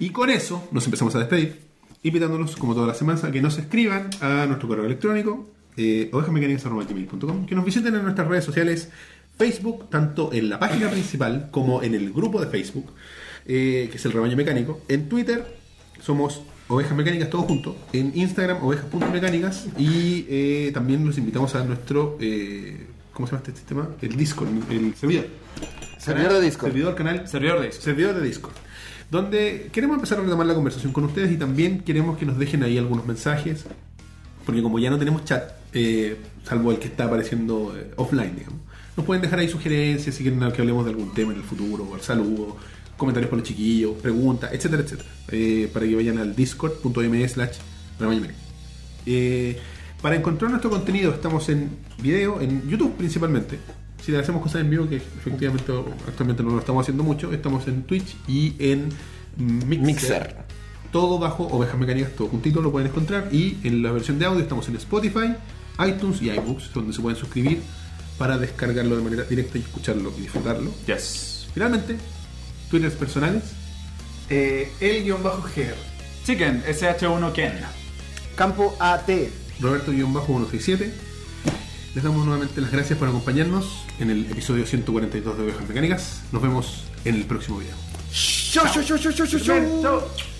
Speaker 1: Y con eso nos empezamos a despedir, invitándolos, como todas las semanas, a que nos escriban a nuestro correo electrónico, eh, ovejasmecánicas.com, que nos visiten en nuestras redes sociales, Facebook, tanto en la página principal como en el grupo de Facebook, eh, que es el rebaño mecánico, en Twitter, somos Ovejas Mecánicas, todos juntos. En Instagram, ovejas.mecánicas. Y eh, también los invitamos a nuestro. eh, ¿Cómo se llama este sistema? El Discord, el servidor.
Speaker 2: Servidor de Discord.
Speaker 1: Servidor, canal. pues,
Speaker 3: Servidor de Discord.
Speaker 1: Servidor de Discord. Donde queremos empezar a retomar la conversación con ustedes y también queremos que nos dejen ahí algunos mensajes. Porque como ya no tenemos chat, eh, salvo el que está apareciendo eh, offline, digamos, nos pueden dejar ahí sugerencias si quieren que hablemos de algún tema en el futuro, o saludos, comentarios por los chiquillos, preguntas, etcétera, etcétera. Eh, para que vayan al discord.me slash Rebaño Mecánico. Eh, para encontrar nuestro contenido estamos en video, en YouTube principalmente. Si le hacemos cosas en vivo, que efectivamente actualmente no lo estamos haciendo mucho, estamos en Twitch y en Mixer.
Speaker 2: Mixer.
Speaker 1: Todo bajo Ovejas Mecánicas, todo juntito lo pueden encontrar. Y en la versión de audio estamos en Spotify, iTunes y iBooks, donde se pueden suscribir para descargarlo de manera directa y escucharlo y disfrutarlo.
Speaker 3: Yes.
Speaker 1: Finalmente, Twitters personales.
Speaker 6: Eh, el guión bajo GR.
Speaker 3: Chicken, SH1 Ken.
Speaker 2: Campo AT.
Speaker 1: Roberto-167. Les damos nuevamente las gracias por acompañarnos en el episodio 142 de Ovejas Mecánicas. Nos vemos en el próximo video.
Speaker 2: Yo, yo, yo, yo, yo, yo, yo.
Speaker 3: Chau.